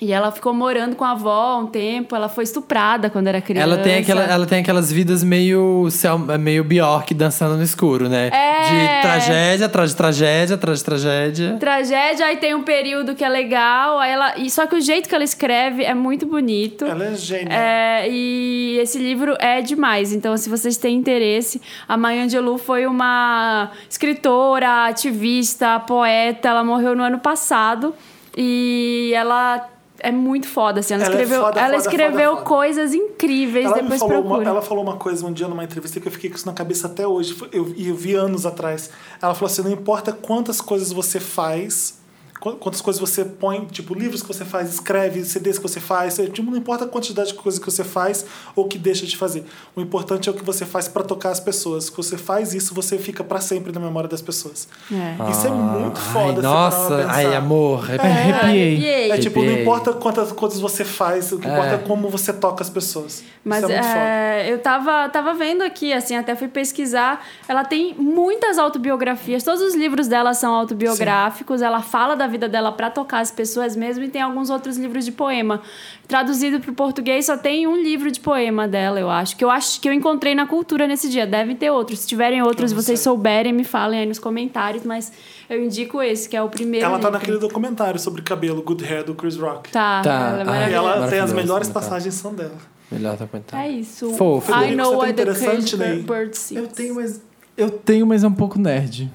Speaker 2: E ela ficou morando com a avó um tempo, ela foi estuprada quando era É, criança.
Speaker 3: Ela tem, aquela, ela tem aquelas vidas meio, Selma- meio Bjork dançando no escuro, né?
Speaker 2: É.
Speaker 3: De tragédia, atrás de tragédia, atrás de tragédia.
Speaker 2: Tragédia, aí tem um período que é legal, aí ela, e só que o jeito que ela escreve é muito bonito.
Speaker 1: Ela é gênia.
Speaker 2: É, e esse livro é demais. Então, se vocês têm interesse, a Maya Angelou foi uma escritora, ativista, poeta. Ela morreu no ano passado e ela é muito foda. Assim. Ela,
Speaker 1: Ela é
Speaker 2: escreveu,
Speaker 1: foda,
Speaker 2: ela
Speaker 1: foda,
Speaker 2: escreveu
Speaker 1: foda, foda.
Speaker 2: coisas incríveis.
Speaker 1: Ela, me
Speaker 2: depois
Speaker 1: falou uma,
Speaker 2: procura.
Speaker 1: ela falou uma coisa um dia numa entrevista que eu fiquei com isso na cabeça até hoje, Foi- eu, e eu vi anos atrás. Ela falou assim: não importa quantas coisas você faz, qu- quantas coisas você põe, tipo, livros que você faz, escreve, CDs que você faz, eh, tipo, não importa a quantidade de coisas que você faz ou que deixa de fazer. O importante é o que você faz pra tocar as pessoas. Se você faz isso, você fica pra sempre na memória das pessoas.
Speaker 2: É.
Speaker 1: Isso é muito
Speaker 3: Ah, Ai,
Speaker 1: foda. você parar
Speaker 3: nossa,
Speaker 1: pra
Speaker 3: ai,
Speaker 1: pensar.
Speaker 3: amor.
Speaker 4: Arrepiei.
Speaker 1: É tipo, não
Speaker 3: Arrepiei.
Speaker 1: importa quantas coisas você faz, o que
Speaker 3: É.
Speaker 1: importa é como você toca as pessoas.
Speaker 2: Mas
Speaker 1: isso é muito foda.
Speaker 2: é, eu tava, tava vendo aqui, assim, até fui pesquisar. Ela tem muitas autobiografias. Todos os livros dela são autobiográficos. Ela fala da vida dela pra tocar as pessoas mesmo. E tem alguns outros livros de poema. Traduzido pro português, só tem um livro de poema dela, eu acho. Que eu acho que eu encontrei na cultura nesse dia. Devem ter outros. Se tiverem outros,
Speaker 1: Eu não
Speaker 2: vocês
Speaker 1: sei.
Speaker 2: souberem, me falem aí nos comentários. Mas eu indico esse, que é o primeiro.
Speaker 1: Ela tá
Speaker 2: livro.
Speaker 1: naquele documentário sobre cabelo, Good Hair, do Chris Rock.
Speaker 2: Tá,
Speaker 3: Tá,
Speaker 2: ela é
Speaker 3: ai,
Speaker 1: E
Speaker 2: maravilhosa.
Speaker 1: ela tem as
Speaker 3: Maravilhoso,
Speaker 1: melhores
Speaker 3: né, tá?
Speaker 1: passagens são dela.
Speaker 3: Melhor tá contando.
Speaker 2: É isso.
Speaker 3: Fofo.
Speaker 2: I
Speaker 1: Frederico,
Speaker 2: know
Speaker 1: você
Speaker 2: what
Speaker 1: tem
Speaker 2: the
Speaker 1: tá interessante, né? Ney?
Speaker 2: caged bird sings.
Speaker 4: Eu tenho, mas. Eu tenho, mas é um pouco nerd.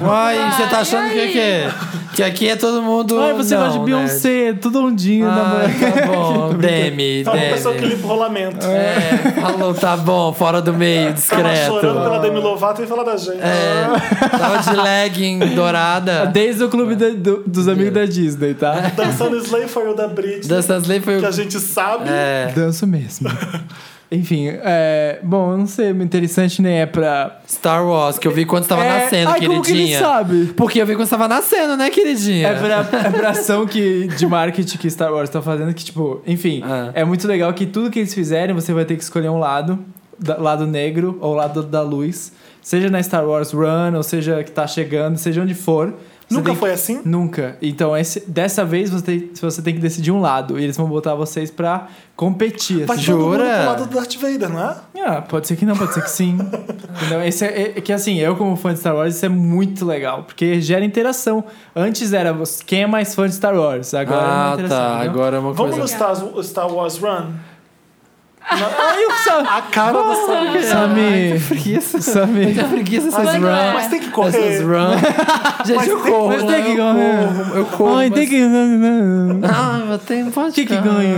Speaker 3: Uai, você tá
Speaker 2: Ai,
Speaker 3: achando
Speaker 2: e
Speaker 3: que, que, é- que aqui é todo mundo.
Speaker 4: Ai, você
Speaker 3: não,
Speaker 4: gosta de
Speaker 3: né?
Speaker 4: Beyoncé, tudo
Speaker 1: né,
Speaker 4: ondinho da
Speaker 3: Ai, tá bom, Demi,
Speaker 1: Tá uma pessoa que
Speaker 3: Demi.
Speaker 1: limpa o rolamento.
Speaker 3: É, falou, tá bom, fora do meio,
Speaker 1: Tava chorando
Speaker 3: discreto.
Speaker 1: pela Demi Lovato e falar da gente.
Speaker 3: É, tava de legging dourada.
Speaker 4: Desde o clube da- do- dos amigos da Disney, tá?
Speaker 1: Dançando Slay for You da Britney,
Speaker 3: Dustin Slay foi o.
Speaker 1: que a gente sabe.
Speaker 3: É.
Speaker 4: Danço mesmo. Enfim, é, bom, eu não sei, interessante nem é pra.
Speaker 3: Star Wars, que eu vi quando você tava
Speaker 4: É,
Speaker 3: nascendo,
Speaker 4: ai, como
Speaker 3: queridinha.
Speaker 4: que ele sabe?
Speaker 3: Porque eu vi quando você tava nascendo, né, queridinha?
Speaker 4: É pra, é pra ação que, de marketing que Star Wars tá fazendo, que tipo, enfim,
Speaker 3: Ah.
Speaker 4: é muito legal que tudo que eles fizerem você vai ter que escolher um lado, da- lado negro ou lado da luz, seja na Star Wars Run, ou seja que tá chegando, seja onde for. você
Speaker 1: Nunca
Speaker 4: tem que-
Speaker 1: foi assim?
Speaker 4: Nunca. Então, esse- dessa vez você tem, você tem que decidir um lado. E eles vão botar vocês pra competir.
Speaker 1: Vai
Speaker 4: assim.
Speaker 1: todo mundo
Speaker 3: Jura?
Speaker 1: pro lado do Darth Vader, não é?
Speaker 4: Ah, pode ser que não, pode ser que sim. Entendeu? Esse é, é- que assim, eu como fã de Star Wars, isso é muito legal, porque gera interação. Antes era você- quem é mais fã de Star Wars, agora é uma
Speaker 3: ah,
Speaker 4: interação.
Speaker 3: tá.
Speaker 4: entendeu?
Speaker 3: Agora é uma
Speaker 1: Vamos no
Speaker 3: coisa.
Speaker 1: Star, Star Wars Run?
Speaker 4: Aí o Sam-
Speaker 1: A cara do Sam.
Speaker 4: Samir. Samir.
Speaker 3: Muita preguiça essas
Speaker 2: Ai,
Speaker 3: runs.
Speaker 1: Mas tem que
Speaker 3: Essas
Speaker 1: correr.
Speaker 3: runs. Gente,
Speaker 1: Mas
Speaker 3: eu
Speaker 1: tem-
Speaker 3: corro.
Speaker 4: mas tem que
Speaker 3: eu
Speaker 4: ganhar.
Speaker 3: corro, Eu corro.
Speaker 4: Ai,
Speaker 3: mas-
Speaker 4: tem que.
Speaker 3: Ah, mas tem. Pode
Speaker 4: Que que
Speaker 3: ficar.
Speaker 4: ganha?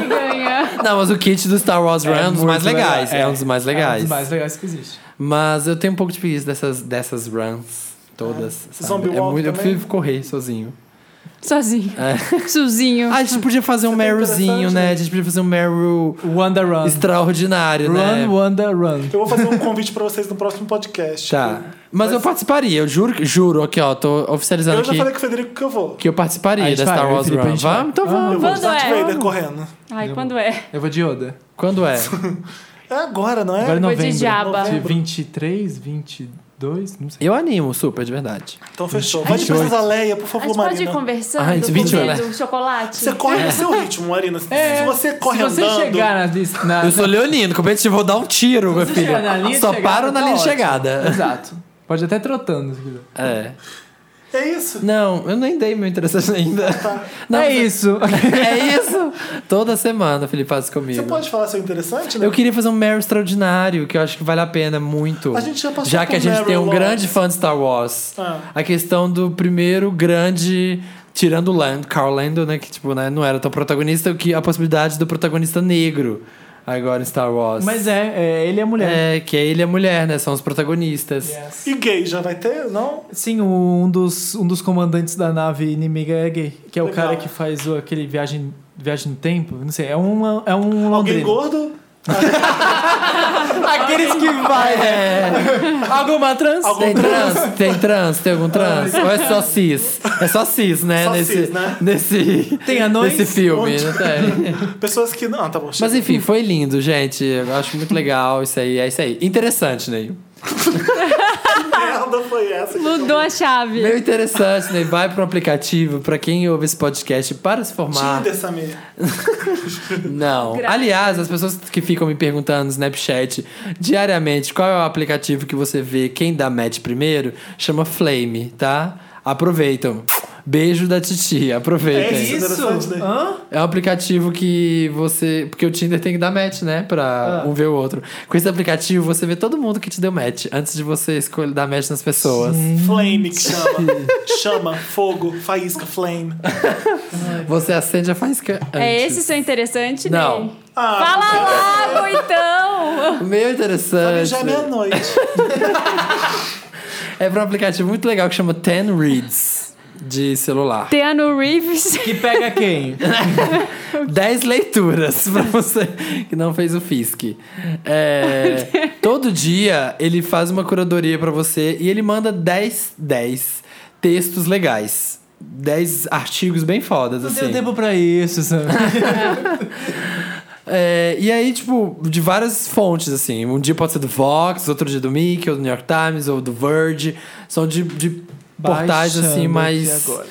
Speaker 2: Que ganha.
Speaker 3: Não, mas o kit do Star Wars Run é um dos
Speaker 4: muito
Speaker 3: mais legais.
Speaker 4: legal.
Speaker 3: É um dos mais
Speaker 4: É um
Speaker 3: legais.
Speaker 4: dos mais legais que existe.
Speaker 3: Mas eu tenho um pouco de preguiça dessas, dessas runs. Todas. sabe?
Speaker 1: Zombie
Speaker 3: é
Speaker 1: Walk
Speaker 3: muito, eu
Speaker 1: também?
Speaker 3: prefiro correr sozinho.
Speaker 2: Sozinho. Sozinho.
Speaker 3: Ah, a gente podia fazer um
Speaker 1: Isso é bem
Speaker 3: Merylzinho,
Speaker 1: interessante,
Speaker 3: né?
Speaker 1: né?
Speaker 3: A gente podia fazer um Meryl
Speaker 4: Wanda Run.
Speaker 3: extraordinário, né?
Speaker 4: Run, Wanda Run.
Speaker 1: Eu vou fazer um convite pra vocês no próximo podcast.
Speaker 3: Tá. Mas eu participaria, eu juro, que- juro, aqui ó, tô oficializando
Speaker 1: Eu já
Speaker 3: aqui
Speaker 1: falei com o Federico que eu vou.
Speaker 3: que eu
Speaker 4: A
Speaker 3: participaria
Speaker 4: gente
Speaker 3: da
Speaker 4: vai, eu
Speaker 3: Star
Speaker 4: e o
Speaker 3: Wars
Speaker 4: Felipe, a
Speaker 3: Run.
Speaker 4: gente vai.
Speaker 3: Vamos, então
Speaker 4: Ah,
Speaker 1: Eu
Speaker 3: vamos.
Speaker 1: vou
Speaker 2: Quando
Speaker 1: de Darth
Speaker 2: é?
Speaker 1: Vader correndo.
Speaker 2: Ai, quando é?
Speaker 4: Eu vou de Oda.
Speaker 3: Quando é?
Speaker 1: É agora, não é?
Speaker 4: Agora em
Speaker 2: Vou de
Speaker 4: novembro.
Speaker 2: Jabba.
Speaker 4: De 23, 20. dois, não sei.
Speaker 3: Eu animo, super, de verdade.
Speaker 1: Então fechou. Vai depois
Speaker 3: 28.
Speaker 1: da Leia, por
Speaker 2: A gente
Speaker 1: favor,
Speaker 2: pode ir
Speaker 1: Marina.
Speaker 2: conversando
Speaker 3: Ah,
Speaker 2: ah,
Speaker 3: isso, vídeo, né?
Speaker 2: comendo chocolate?
Speaker 1: Você corre no seu ritmo, Marina. Se- se você corre
Speaker 4: Se você
Speaker 1: andando.
Speaker 4: chegar na, lista- na,
Speaker 3: Eu sou leonino, competitivo, vou dar um tiro, meu
Speaker 4: Ah, você
Speaker 3: filho.
Speaker 4: chegar na linha de
Speaker 3: Só
Speaker 4: chegada,
Speaker 3: paro na
Speaker 4: tá
Speaker 3: linha de
Speaker 4: ótimo.
Speaker 3: chegada.
Speaker 4: Exato. Pode até trotando. se quiser.
Speaker 3: É.
Speaker 1: É isso.
Speaker 3: Não, eu nem dei meu interessante ainda. Não,
Speaker 4: é
Speaker 3: mas-
Speaker 4: isso.
Speaker 3: É isso. Toda semana o Felipe faz comigo.
Speaker 1: Você pode falar seu interessante, né?
Speaker 3: Eu queria fazer um Meryl extraordinário, que eu acho que vale a pena muito.
Speaker 1: A gente já passou
Speaker 3: Já que
Speaker 1: por
Speaker 3: a gente
Speaker 1: Meryl
Speaker 3: tem um
Speaker 1: Lawrence.
Speaker 3: grande fã de Star Wars.
Speaker 1: Ah.
Speaker 3: A questão do primeiro grande. Tirando o Land, Carl Lando, né? Que tipo, né, não era tão protagonista, o que a possibilidade do protagonista negro agora em Star Wars.
Speaker 4: Mas é, é, ele é mulher.
Speaker 3: É, que é ele e a mulher, né? São os protagonistas.
Speaker 1: E gay já vai ter, não?
Speaker 4: Sim, um dos, um dos comandantes da nave inimiga é gay, que é o
Speaker 1: Legal.
Speaker 4: cara que faz o- aquele viagem, viagem no tempo, não sei, é, uma, é um
Speaker 1: Alguém
Speaker 4: londrino.
Speaker 1: gordo?
Speaker 4: Aqueles que vai,
Speaker 3: É.
Speaker 4: Alguma trans?
Speaker 3: Tem trans? Tem trans? Tem algum trans? Ou é só cis? É só cis, né?
Speaker 1: Só
Speaker 3: nesse,
Speaker 1: cis, né?
Speaker 3: Nesse,
Speaker 4: Tem anões?
Speaker 3: nesse filme.
Speaker 1: Onde?
Speaker 3: Não tem.
Speaker 1: Pessoas que. Não, tá bom.
Speaker 3: Mas
Speaker 1: chega.
Speaker 3: enfim, foi lindo, gente. Eu acho muito legal isso aí. É isso aí. Interessante, Ney.
Speaker 1: Que merda foi essa?
Speaker 2: Mudou a chave.
Speaker 3: Meio interessante, Ney. Vai para um aplicativo para quem ouve esse podcast para se formar.
Speaker 1: Tinder, Samir.
Speaker 3: Não.
Speaker 2: Graças.
Speaker 3: Aliás, as pessoas que ficam me perguntando no Snapchat diariamente qual é o aplicativo que você vê quem dá match primeiro, chama Flame, tá? Aproveitam. Beijo da Titi, aproveitem.
Speaker 1: É isso?
Speaker 4: Isso? Hã?
Speaker 3: É um aplicativo que você. Porque o Tinder tem que dar match, né? Pra
Speaker 1: Ah.
Speaker 3: um ver o outro. Com esse aplicativo, você vê todo mundo que te deu match antes de você escolher dar match nas pessoas.
Speaker 1: Flame que chama. chama, fogo, faísca, flame.
Speaker 3: Você acende a faísca antes.
Speaker 2: É esse seu interessante,
Speaker 3: Não.
Speaker 2: Ney?
Speaker 1: Ah,
Speaker 2: Fala logo, então!
Speaker 3: O meu interessante.
Speaker 1: já é meia-noite.
Speaker 3: É pra um aplicativo muito legal que chama Ten Reads de celular.
Speaker 2: Keanu Reeves.
Speaker 4: Que pega quem?
Speaker 3: 10 leituras pra você que não fez o FISC. É, todo dia ele faz uma curadoria pra você e ele manda 10, 10 textos legais. 10 artigos bem fodas,
Speaker 4: Não
Speaker 3: assim.
Speaker 4: tenho tempo pra isso, sabe?
Speaker 3: É, e aí, tipo, de várias fontes, assim. Um dia pode ser do Vox, outro dia do Mickey, ou do New York Times, ou do Verge. São de, de portagens, assim,
Speaker 4: Baixando
Speaker 3: mais...
Speaker 4: aqui agora.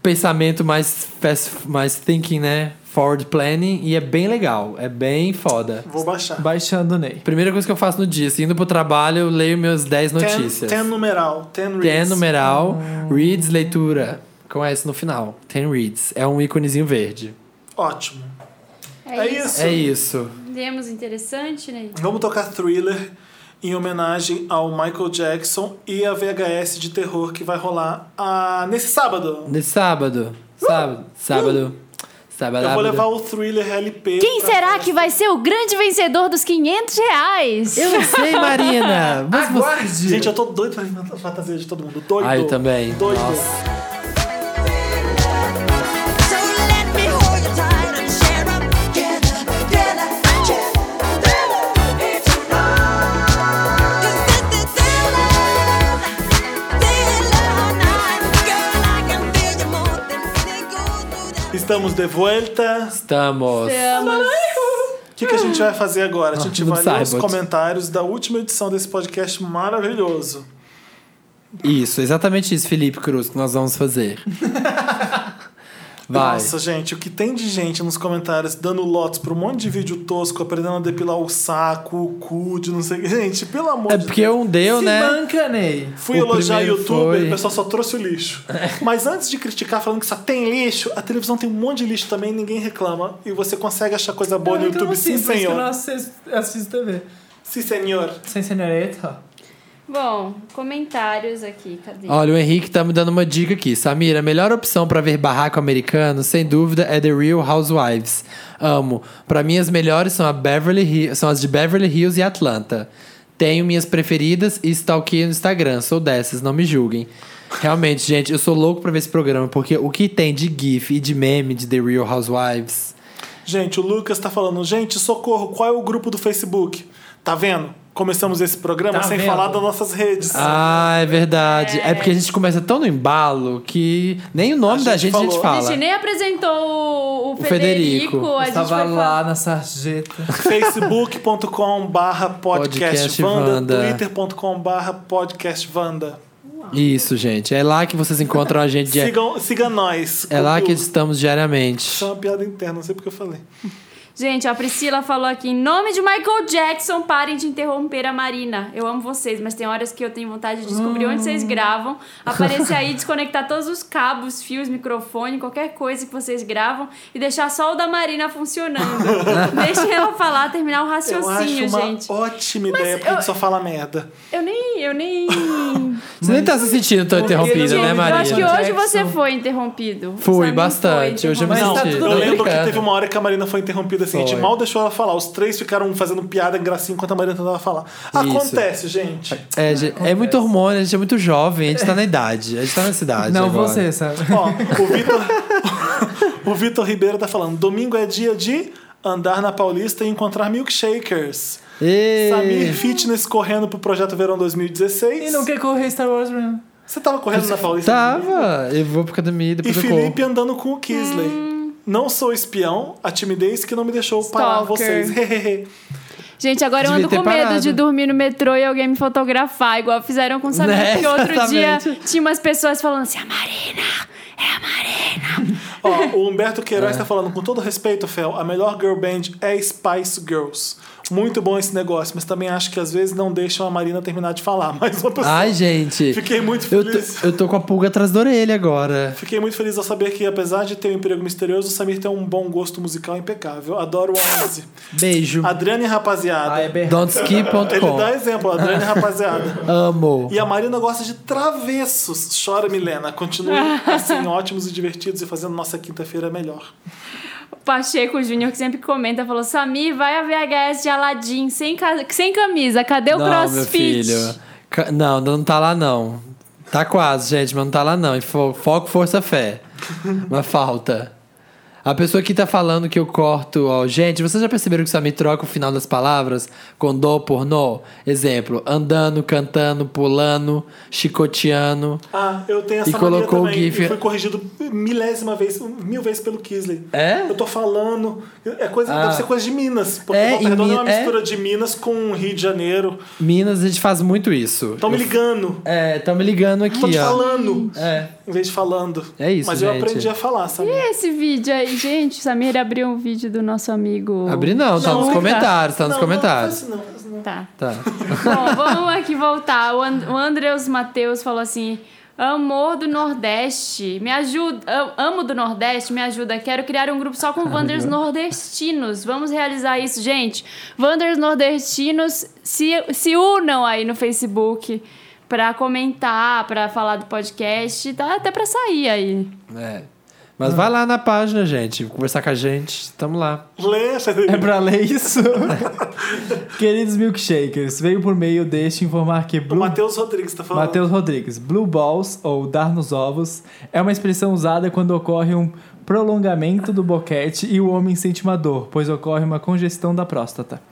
Speaker 3: pensamento mais fast, mais thinking, né? Forward planning e é bem legal, é bem foda.
Speaker 1: Vou baixar.
Speaker 4: Baixando o Ney.
Speaker 3: Primeira coisa que eu faço no dia, assim, indo pro trabalho, eu leio meus 10
Speaker 1: Ten,
Speaker 3: notícias.
Speaker 1: ten numeral. Ten
Speaker 3: Ten
Speaker 1: reads.
Speaker 3: numeral,
Speaker 4: Ah.
Speaker 3: reads, leitura, com S no final. Ten reads, é um íconezinho verde.
Speaker 1: Ótimo. É isso.
Speaker 3: É isso.
Speaker 2: Demos interessante, Ney?
Speaker 1: Vamos tocar Thriller em homenagem ao Michael Jackson e a VHS de terror que vai rolar ah, nesse sábado.
Speaker 3: Nesse sábado, sábado, sábado, sábado.
Speaker 1: Eu vou levar o Thriller LP.
Speaker 2: Quem
Speaker 1: pra-
Speaker 2: será que vai ser o grande vencedor dos 500 reais?
Speaker 3: Eu não sei, Marina. Mas você...
Speaker 1: Gente, eu tô doido pra inventar fantasia de todo mundo. Doido.
Speaker 3: Ah, eu também.
Speaker 1: Doido.
Speaker 3: Nossa.
Speaker 6: So let me hold you tight and share a together, together, together. It's love. 'Cause this is their love, their love night. Girl, I can feel you more than it goes through the
Speaker 1: Estamos de volta.
Speaker 3: Estamos.
Speaker 2: Estamos.
Speaker 1: O que, que a gente vai fazer agora? A gente
Speaker 3: Ah, não
Speaker 1: vai ler os
Speaker 3: saiba.
Speaker 1: comentários da última edição desse podcast maravilhoso.
Speaker 3: Isso, exatamente isso, Felipe Cruz, que nós vamos fazer. Vai.
Speaker 1: Nossa, gente, o que tem de gente nos comentários dando lotes pra um monte de vídeo tosco, aprendendo a depilar o saco, o cu, de não sei o que. Gente, pelo amor
Speaker 3: é
Speaker 1: de
Speaker 3: porque um deu,
Speaker 4: Se
Speaker 3: né?
Speaker 4: banca, Ney.
Speaker 1: Fui
Speaker 3: O
Speaker 1: elogiar o
Speaker 3: primeiro
Speaker 1: youtuber,
Speaker 3: foi- É.
Speaker 1: o pessoal só trouxe o lixo. Mas antes de criticar falando que só tem lixo, a televisão tem um monte de lixo também, ninguém reclama. E você consegue achar coisa boa no YouTube, sim,
Speaker 3: assim,
Speaker 4: Eu então não
Speaker 1: senhor.
Speaker 4: assisto, assisto TV.
Speaker 1: Sim, senhor.
Speaker 4: Sem senhorita.
Speaker 2: Bom, comentários aqui, cadê?
Speaker 3: Olha, o Henrique tá me dando uma dica aqui. Samira, a melhor opção pra ver barraco americano, sem dúvida, é The Real Housewives. Amo. Pra mim, as melhores são, a Beverly Hi- são as de Beverly Hills e Atlanta. Tenho minhas preferidas e stalkeio no Instagram. Sou dessas, não me julguem. Realmente, gente, eu sou louco pra ver esse programa, porque o que tem de gif e de meme de The Real Housewives...
Speaker 1: Gente, o Lucas tá falando, gente, socorro, qual é o grupo do Facebook? Tá vendo? começamos esse programa
Speaker 3: Tá
Speaker 1: sem
Speaker 3: vendo?
Speaker 1: falar das nossas redes.
Speaker 3: Ah, é verdade. É. porque a gente começa tão no embalo que nem o nome
Speaker 1: A
Speaker 3: da
Speaker 1: gente
Speaker 3: gente a gente
Speaker 1: falou.
Speaker 3: fala.
Speaker 2: A gente nem apresentou o, o
Speaker 3: O
Speaker 2: Federico. a gente
Speaker 4: Estava
Speaker 2: vai
Speaker 4: lá
Speaker 2: falar-
Speaker 4: na sarjeta.
Speaker 1: facebook.com barra podcastvanda,
Speaker 3: Podcastvanda.
Speaker 1: twitter.com barra podcastvanda.
Speaker 3: Isso, gente. É lá que vocês encontram a gente. di-
Speaker 1: Sigam, siga nós.
Speaker 3: É lá que
Speaker 1: Conteúdo.
Speaker 3: estamos diariamente.
Speaker 1: Isso é uma piada interna, não sei porque eu falei.
Speaker 2: Gente, a Priscila falou aqui, em nome de Michael Jackson, parem de interromper a Marina. Eu amo vocês, mas tem horas que eu tenho vontade de descobrir onde vocês gravam, aparecer aí, desconectar todos os cabos, fios, microfone, qualquer coisa que vocês gravam e deixar só o da Marina funcionando. Deixem ela falar, terminar o
Speaker 1: Eu acho
Speaker 2: raciocínio,
Speaker 1: uma
Speaker 2: gente.
Speaker 1: ótima ideia, porque a gente só fala merda.
Speaker 2: Eu nem, eu nem.
Speaker 3: Você nem tá se sentindo tão interrompida,
Speaker 2: Gente,
Speaker 3: né,
Speaker 2: eu acho que
Speaker 3: Maria?
Speaker 2: hoje
Speaker 4: Jackson.
Speaker 2: você foi interrompido.
Speaker 3: Fui,
Speaker 2: Samir
Speaker 3: bastante. Hoje eu me
Speaker 2: interrompido.
Speaker 1: Não,
Speaker 3: tá tudo
Speaker 1: eu
Speaker 3: bem.
Speaker 1: lembro que
Speaker 3: Obrigado.
Speaker 1: teve uma hora que a Marina foi interrompida assim, a gente
Speaker 3: Foi.
Speaker 1: mal deixou ela falar. Os três ficaram fazendo piada, gracinha, enquanto a Marina tentava falar. Acontece, gente.
Speaker 3: É, gente, é muito hormônio, a gente é muito jovem, a gente tá na idade, a gente tá na cidade.
Speaker 4: Não,
Speaker 3: agora.
Speaker 4: você, sabe?
Speaker 1: Ó, o Vitor, o Vitor Ribeiro tá falando: domingo é dia de andar na Paulista e encontrar milkshakers.
Speaker 3: Ê,
Speaker 1: Samir Fitness correndo pro Projeto Verão 2016.
Speaker 4: E não quer correr Star Wars Run.
Speaker 1: Você tava correndo na Paulista? domingo?
Speaker 3: Tava, eu vou pra academia e
Speaker 1: E
Speaker 3: depois eu corro.
Speaker 1: Felipe andando com o Kisley. Não sou espião, a timidez que não me deixou parar
Speaker 2: Stalker.
Speaker 1: vocês. Hehehe.
Speaker 2: Gente, agora eu
Speaker 3: Devia
Speaker 2: ando
Speaker 3: ter
Speaker 2: com medo
Speaker 3: parado.
Speaker 2: de dormir no metrô e alguém me fotografar, igual fizeram com o Samir,
Speaker 3: Né,
Speaker 2: porque outro dia
Speaker 3: exatamente.
Speaker 2: tinha umas pessoas falando assim, a Marina, é a Marina.
Speaker 1: Ó, o Humberto Queiroz tá falando, com todo respeito, Fel, a melhor girl band é Spice Girls. Muito bom esse negócio, mas também acho que às vezes não deixam a Marina terminar de falar. Mais uma pessoa.
Speaker 3: Ai, gente.
Speaker 1: Fiquei muito
Speaker 3: eu tô,
Speaker 1: feliz.
Speaker 3: eu tô com a pulga atrás da orelha agora.
Speaker 1: Fiquei muito feliz ao saber que, apesar de ter um emprego misterioso, o Samir tem um bom gosto musical impecável. Adoro o Almose.
Speaker 3: Beijo.
Speaker 1: Adriane Rapaziada.
Speaker 4: Ah, é bem
Speaker 1: Ele dá
Speaker 3: Donski.com.
Speaker 1: exemplo, Adriane Rapaziada.
Speaker 3: Amo.
Speaker 1: E a Marina gosta de travessos. Chora, Milena. Continue assim, ótimos e divertidos e fazendo nossa quinta-feira melhor.
Speaker 2: O Pacheco Júnior, que sempre comenta, falou, Samir, vai a VHS de Aladdin, sem, ca- sem camisa, cadê o
Speaker 3: não,
Speaker 2: crossfit?
Speaker 3: meu filho. Ca- Não, não tá lá não. Tá quase, gente, mas não tá lá não. E fo- Foco, força, fé. Uma falta. A pessoa que tá falando que eu corto, ó, gente, vocês já perceberam que o Samir troca o final das palavras com do por no? Exemplo, andando, cantando, pulando, chicoteando.
Speaker 1: Ah, eu tenho essa
Speaker 3: E
Speaker 1: mania
Speaker 3: colocou o
Speaker 1: também.
Speaker 3: gif-
Speaker 1: E fui corrigido milésima vez, um, mil vezes pelo Kisley.
Speaker 3: É?
Speaker 1: Eu tô falando. É coisa,
Speaker 3: Ah.
Speaker 1: Deve ser coisa de Minas. Porque
Speaker 3: É,
Speaker 1: Volta
Speaker 3: em
Speaker 1: Redonda é uma
Speaker 3: Mi- é?
Speaker 1: mistura de Minas com Rio de Janeiro.
Speaker 3: Minas, a gente faz muito isso.
Speaker 1: Estão me
Speaker 3: Eu-
Speaker 1: ligando.
Speaker 3: É, tão me ligando aqui,
Speaker 1: Tô te
Speaker 3: ó.
Speaker 1: falando.
Speaker 3: É.
Speaker 1: Em vez de falando.
Speaker 3: É isso,
Speaker 1: Mas eu
Speaker 3: gente.
Speaker 1: aprendi a falar, sabe?
Speaker 2: E esse vídeo aí, gente, o Samir abriu um vídeo do nosso amigo...
Speaker 3: Abri não, tá
Speaker 1: Não,
Speaker 3: nos
Speaker 1: tá.
Speaker 3: comentários, tá nos
Speaker 1: Não,
Speaker 3: comentários.
Speaker 1: Não, faz isso não, faz isso
Speaker 2: Tá.
Speaker 3: Tá.
Speaker 2: Bom, vamos aqui voltar. O, And o Andreus Matheus falou assim: Amor do Nordeste, me ajuda. am- Amo do Nordeste, me ajuda. Quero criar um grupo só com Wanders nordestinos. Vamos realizar isso, gente. Wanders nordestinos se, se unam aí no Facebook pra comentar, pra falar do podcast, tá? até pra sair aí.
Speaker 3: É. Mas vai lá na página, gente, conversar com a gente. Tamo lá.
Speaker 1: não. Lê, Frederico.
Speaker 4: É pra ler isso? Queridos milkshakers, veio por meio deste informar que
Speaker 1: O
Speaker 4: Blue
Speaker 1: Matheus Rodrigues tá falando.
Speaker 4: Matheus Rodrigues, Blue Balls, ou dar nos ovos, é uma expressão usada quando ocorre um prolongamento do boquete e o homem sente uma dor, pois ocorre uma congestão da próstata.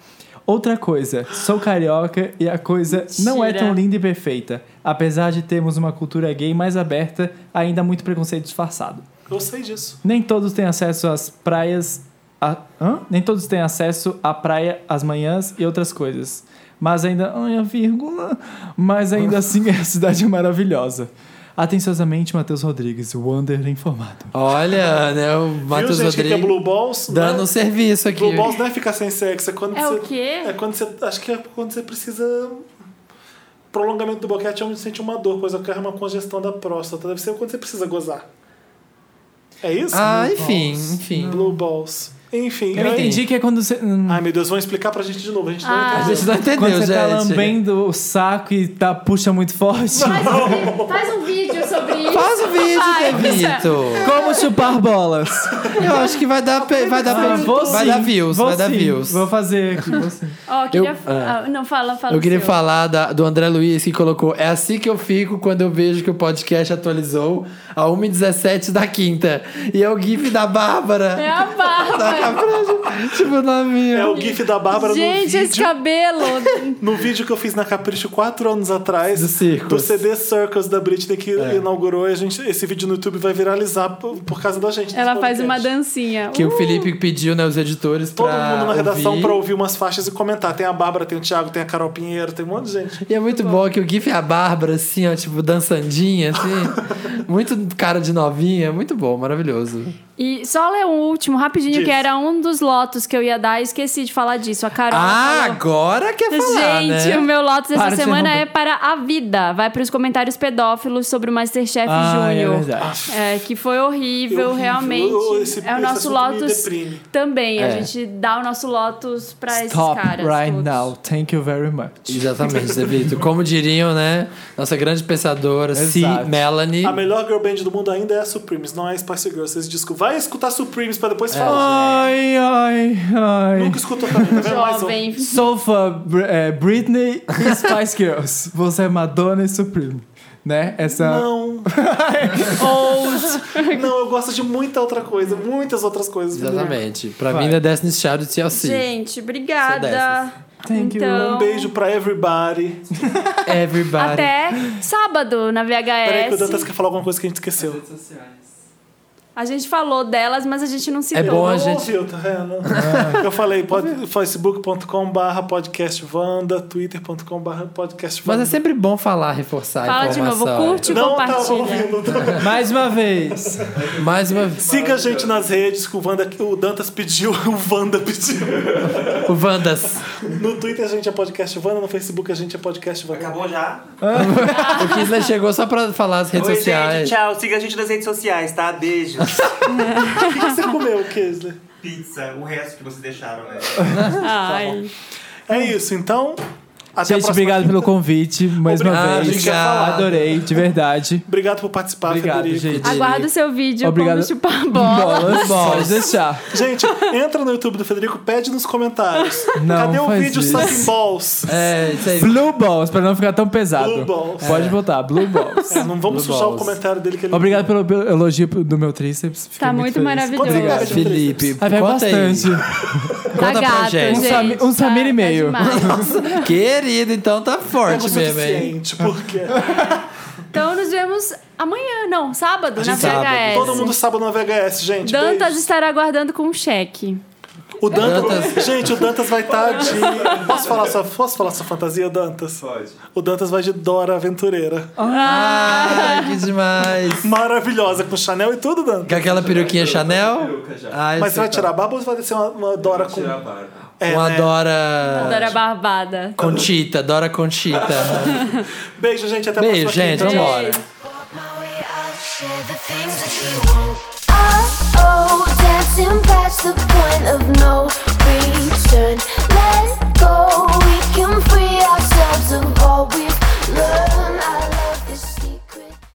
Speaker 4: Outra coisa, sou carioca e a coisa não é
Speaker 2: Mentira.
Speaker 4: tão linda e perfeita, apesar de termos uma cultura gay mais aberta, ainda há muito preconceito disfarçado.
Speaker 1: Eu sei disso.
Speaker 4: Nem todos têm acesso às praias. a- hã? Nem todos têm acesso à praia, às manhãs e outras coisas. Mas ainda. Ai, a vírgula. Mas ainda assim a cidade é maravilhosa. Atenciosamente, Matheus Rodrigues, o Wander informado.
Speaker 3: Olha, né? O Matheus
Speaker 1: Viu, gente, o que que é
Speaker 3: Rodrigues
Speaker 1: Blue Balls?
Speaker 3: dando um
Speaker 1: né?
Speaker 3: serviço aqui.
Speaker 1: Blue Balls não é ficar sem sexo. É, quando
Speaker 2: É
Speaker 1: você,
Speaker 2: o quê?
Speaker 1: É quando você... Acho que é quando você precisa... Prolongamento do boquete é onde você sente uma dor, pois ocorre uma congestão da próstata. Deve ser quando você precisa gozar. É isso?
Speaker 3: Ah, enfim, enfim.
Speaker 1: Blue Balls. Enfim.
Speaker 4: Eu
Speaker 1: aí-
Speaker 4: entendi que é quando você. hum,
Speaker 1: Ai, meu Deus, vão explicar pra gente de novo. A gente não
Speaker 2: Ah.
Speaker 3: A
Speaker 1: entendeu.
Speaker 3: gente não entendeu,
Speaker 4: quando você
Speaker 3: gente.
Speaker 4: tá lambendo o saco e tá, puxa muito forte.
Speaker 2: Faz um, faz um vídeo sobre isso.
Speaker 3: Faz o
Speaker 2: Vai.
Speaker 3: vídeo,
Speaker 1: é
Speaker 3: Devito.
Speaker 4: Como chupar bolas?
Speaker 3: Eu acho que vai dar, pe- vai dar,
Speaker 4: Ah,
Speaker 3: pe-
Speaker 4: vou
Speaker 3: vai
Speaker 4: sim,
Speaker 3: dar views,
Speaker 4: vou
Speaker 3: vai dar
Speaker 4: sim,
Speaker 3: views.
Speaker 4: Vou fazer aqui, vou sim.
Speaker 2: Ó, queria.
Speaker 3: Eu- ah.
Speaker 2: ah, não, fala, fala.
Speaker 3: Eu
Speaker 2: o
Speaker 3: queria
Speaker 2: seu.
Speaker 3: falar da- do André Luiz que colocou: É assim que eu fico quando eu vejo que o podcast atualizou a 1h17 da quinta. E é o GIF da Bárbara.
Speaker 2: É a Bárbara.
Speaker 3: tipo, na minha.
Speaker 1: É o GIF da Bárbara no
Speaker 2: Gente,
Speaker 1: vídeo.
Speaker 2: esse cabelo.
Speaker 1: No vídeo que eu fiz na Capricho quatro anos atrás,
Speaker 3: Do Circus. É.
Speaker 1: do CD Circus da Britney que inaugurou, e a gente, esse vídeo no YouTube vai viralizar por, por causa da gente. desse
Speaker 2: Ela faz
Speaker 1: podcast.
Speaker 2: uma dancinha.
Speaker 3: Que
Speaker 2: Uh!
Speaker 3: o Felipe pediu, né, os editores
Speaker 1: Todo
Speaker 3: pra
Speaker 1: mundo na redação
Speaker 3: ouvir.
Speaker 1: pra ouvir umas faixas e comentar. Tem a Bárbara, tem o Thiago, tem a Carol Pinheiro, tem um monte de gente.
Speaker 3: E é muito bom. que o GIF é a Bárbara, assim, ó, tipo, dançandinha, assim. muito cara de novinha. Muito bom, maravilhoso.
Speaker 2: E só ler um último, rapidinho,
Speaker 1: Diz.
Speaker 2: que era um dos lotos que eu ia dar e esqueci de falar disso. A Carol.
Speaker 3: Ah,
Speaker 2: falou.
Speaker 3: agora quer falar,
Speaker 2: Gente,
Speaker 3: né?
Speaker 2: o meu Lotus
Speaker 4: Para
Speaker 2: essa
Speaker 4: de ser
Speaker 2: semana
Speaker 4: roupa.
Speaker 2: é para a vida. Vai para os comentários pedófilos sobre o Masterchef
Speaker 4: Ah, é
Speaker 2: Júnior.
Speaker 4: verdade.
Speaker 2: É, que foi horrível,
Speaker 1: Horrível.
Speaker 2: realmente.
Speaker 1: Eu- esse-
Speaker 2: é o
Speaker 1: esse assunto
Speaker 2: nosso
Speaker 1: me
Speaker 2: Lotus
Speaker 1: deprime.
Speaker 2: também. A
Speaker 3: É.
Speaker 2: gente dá o nosso Lotus para esses
Speaker 4: Stop
Speaker 2: caras.
Speaker 4: right
Speaker 2: todos.
Speaker 4: now. Thank you very much.
Speaker 3: Exatamente, Zé Vitor. Como diriam, né? Nossa grande pensadora, C.
Speaker 4: Exato.
Speaker 3: Melanie.
Speaker 1: A melhor girl band do mundo ainda é a Supremes, não é a Spice Girls. Vocês desculpem. Vai escutar Supremes pra
Speaker 3: É.
Speaker 1: depois falar.
Speaker 4: Ai, ai, ai.
Speaker 1: Nunca escutou também, tá vendo? Mais um.
Speaker 2: Jovem.
Speaker 4: Sofa, Br- eh, Britney e Spice Girls. Você é Madonna e Supreme. Né? Essa.
Speaker 1: Não, não, eu gosto de muita outra coisa, muitas outras coisas.
Speaker 3: Exatamente. Pra mim, é Destiny's Child e TLC.
Speaker 2: Gente,
Speaker 3: Sou dessas.
Speaker 2: obrigada.
Speaker 4: Thank you.
Speaker 2: então,
Speaker 1: Um beijo pra everybody.
Speaker 3: Everybody.
Speaker 2: Até sábado na
Speaker 1: Peraí que o Dantas
Speaker 2: VHS.
Speaker 1: quer falar alguma coisa que a gente esqueceu.
Speaker 2: A gente falou delas, mas a gente não
Speaker 3: É
Speaker 2: citou.
Speaker 3: bom a
Speaker 1: Não
Speaker 3: gente. É.
Speaker 1: ouviu, tá vendo? Eu falei pod- facebook.com/barra podcastvanda, twitter.com/barra
Speaker 3: Mas
Speaker 1: podcastvanda.
Speaker 3: é sempre bom falar, reforçar a
Speaker 2: Fala de novo,
Speaker 3: informação. é.
Speaker 2: curte e
Speaker 1: não tava
Speaker 2: compartilha.
Speaker 1: ouvindo. tá?
Speaker 4: Mais uma vez.
Speaker 3: Mais uma vez.
Speaker 1: Siga a gente nas redes, que o, Wanda, o Dantas pediu, o Wanda pediu.
Speaker 3: O Vandas.
Speaker 1: No Twitter a gente é podcast Vanda, no Facebook a gente é podcast Vanda.
Speaker 5: Acabou já?
Speaker 3: O Kisler chegou só pra falar as redes
Speaker 5: Oi,
Speaker 3: sociais.
Speaker 5: gente. Tchau. Siga a gente nas redes sociais, tá? Beijos.
Speaker 1: O que você comeu, Kisler?
Speaker 5: Pizza. O resto que vocês deixaram, né?
Speaker 2: Ai.
Speaker 1: É isso, então. Até a
Speaker 4: Gente,
Speaker 1: próxima.
Speaker 4: obrigado pelo convite. Mais uma
Speaker 3: Obrigado,
Speaker 4: vez.
Speaker 3: obrigado.
Speaker 4: Adorei, de verdade.
Speaker 1: Obrigado por participar,
Speaker 4: Obrigado,
Speaker 1: Federico.
Speaker 4: gente.
Speaker 2: Aguardo o seu vídeo
Speaker 4: Obrigado.
Speaker 2: como chupar bola. Tá
Speaker 4: Pode deixar.
Speaker 1: Gente, entra no YouTube do Federico, pede nos comentários.
Speaker 4: Não,
Speaker 1: Cadê o
Speaker 4: faz
Speaker 1: vídeo
Speaker 4: isso.
Speaker 1: Sucking Balls?
Speaker 3: É, isso aí.
Speaker 4: Blue Balls, pra não ficar tão pesado.
Speaker 1: Blue Balls.
Speaker 3: É.
Speaker 4: Pode voltar, Blue Balls.
Speaker 1: É, não vamos
Speaker 3: Blue
Speaker 1: sujar
Speaker 3: balls.
Speaker 1: o comentário dele que ele
Speaker 4: Obrigado pelo, pelo elogio do meu tríceps. Fiquei
Speaker 2: Tá muito
Speaker 4: feliz.
Speaker 2: maravilhoso.
Speaker 1: Obrigado.
Speaker 3: Felipe,
Speaker 4: Ah, vai
Speaker 3: conta aí.
Speaker 4: bastante.
Speaker 2: Tá
Speaker 3: Conta pra
Speaker 2: gato,
Speaker 3: gente.
Speaker 2: gente.
Speaker 3: Um
Speaker 4: Samir- um Samir
Speaker 2: Tá-
Speaker 4: e meio.
Speaker 2: tá demais.
Speaker 3: Querido, então tá
Speaker 1: é o
Speaker 3: forte mesmo, hein?
Speaker 1: suficiente, porque
Speaker 2: então nos vemos amanhã, não, sábado, na VHS.
Speaker 3: sábado.
Speaker 1: todo mundo sabe no VHS, gente.
Speaker 2: É. Dantas
Speaker 1: beijo.
Speaker 2: estará aguardando com um cheque.
Speaker 1: O Dantas,
Speaker 3: Dantas.
Speaker 1: gente, o Dantas vai estar de Posso falar sua, posso falar sua fantasia, Dantas?
Speaker 5: Pode.
Speaker 1: O Dantas vai de Dora Aventureira.
Speaker 3: Ai, que demais.
Speaker 1: Maravilhosa com Chanel e tudo, Dantas.
Speaker 3: Com aquela peruquinha Chanel.
Speaker 5: Peruca
Speaker 4: Ah.
Speaker 5: já.
Speaker 3: Ai,
Speaker 1: Mas você vai
Speaker 3: tá-
Speaker 1: tirar a barba ou você vai descer uma, uma Dora com
Speaker 5: Tirar a barba.
Speaker 1: É,
Speaker 3: Uma
Speaker 1: né?
Speaker 3: Dora...
Speaker 2: Dora Barbada.
Speaker 3: Conchita, Dora Conchita.
Speaker 1: Beijo, gente, até a
Speaker 3: Beijo,
Speaker 1: próxima
Speaker 3: gente.
Speaker 1: quinta.
Speaker 3: Vambora.
Speaker 6: Walk my way, I'll share the things that you won't. Oh, oh, dancing past the point of no return. Let go, we can free ourselves of all we've learned.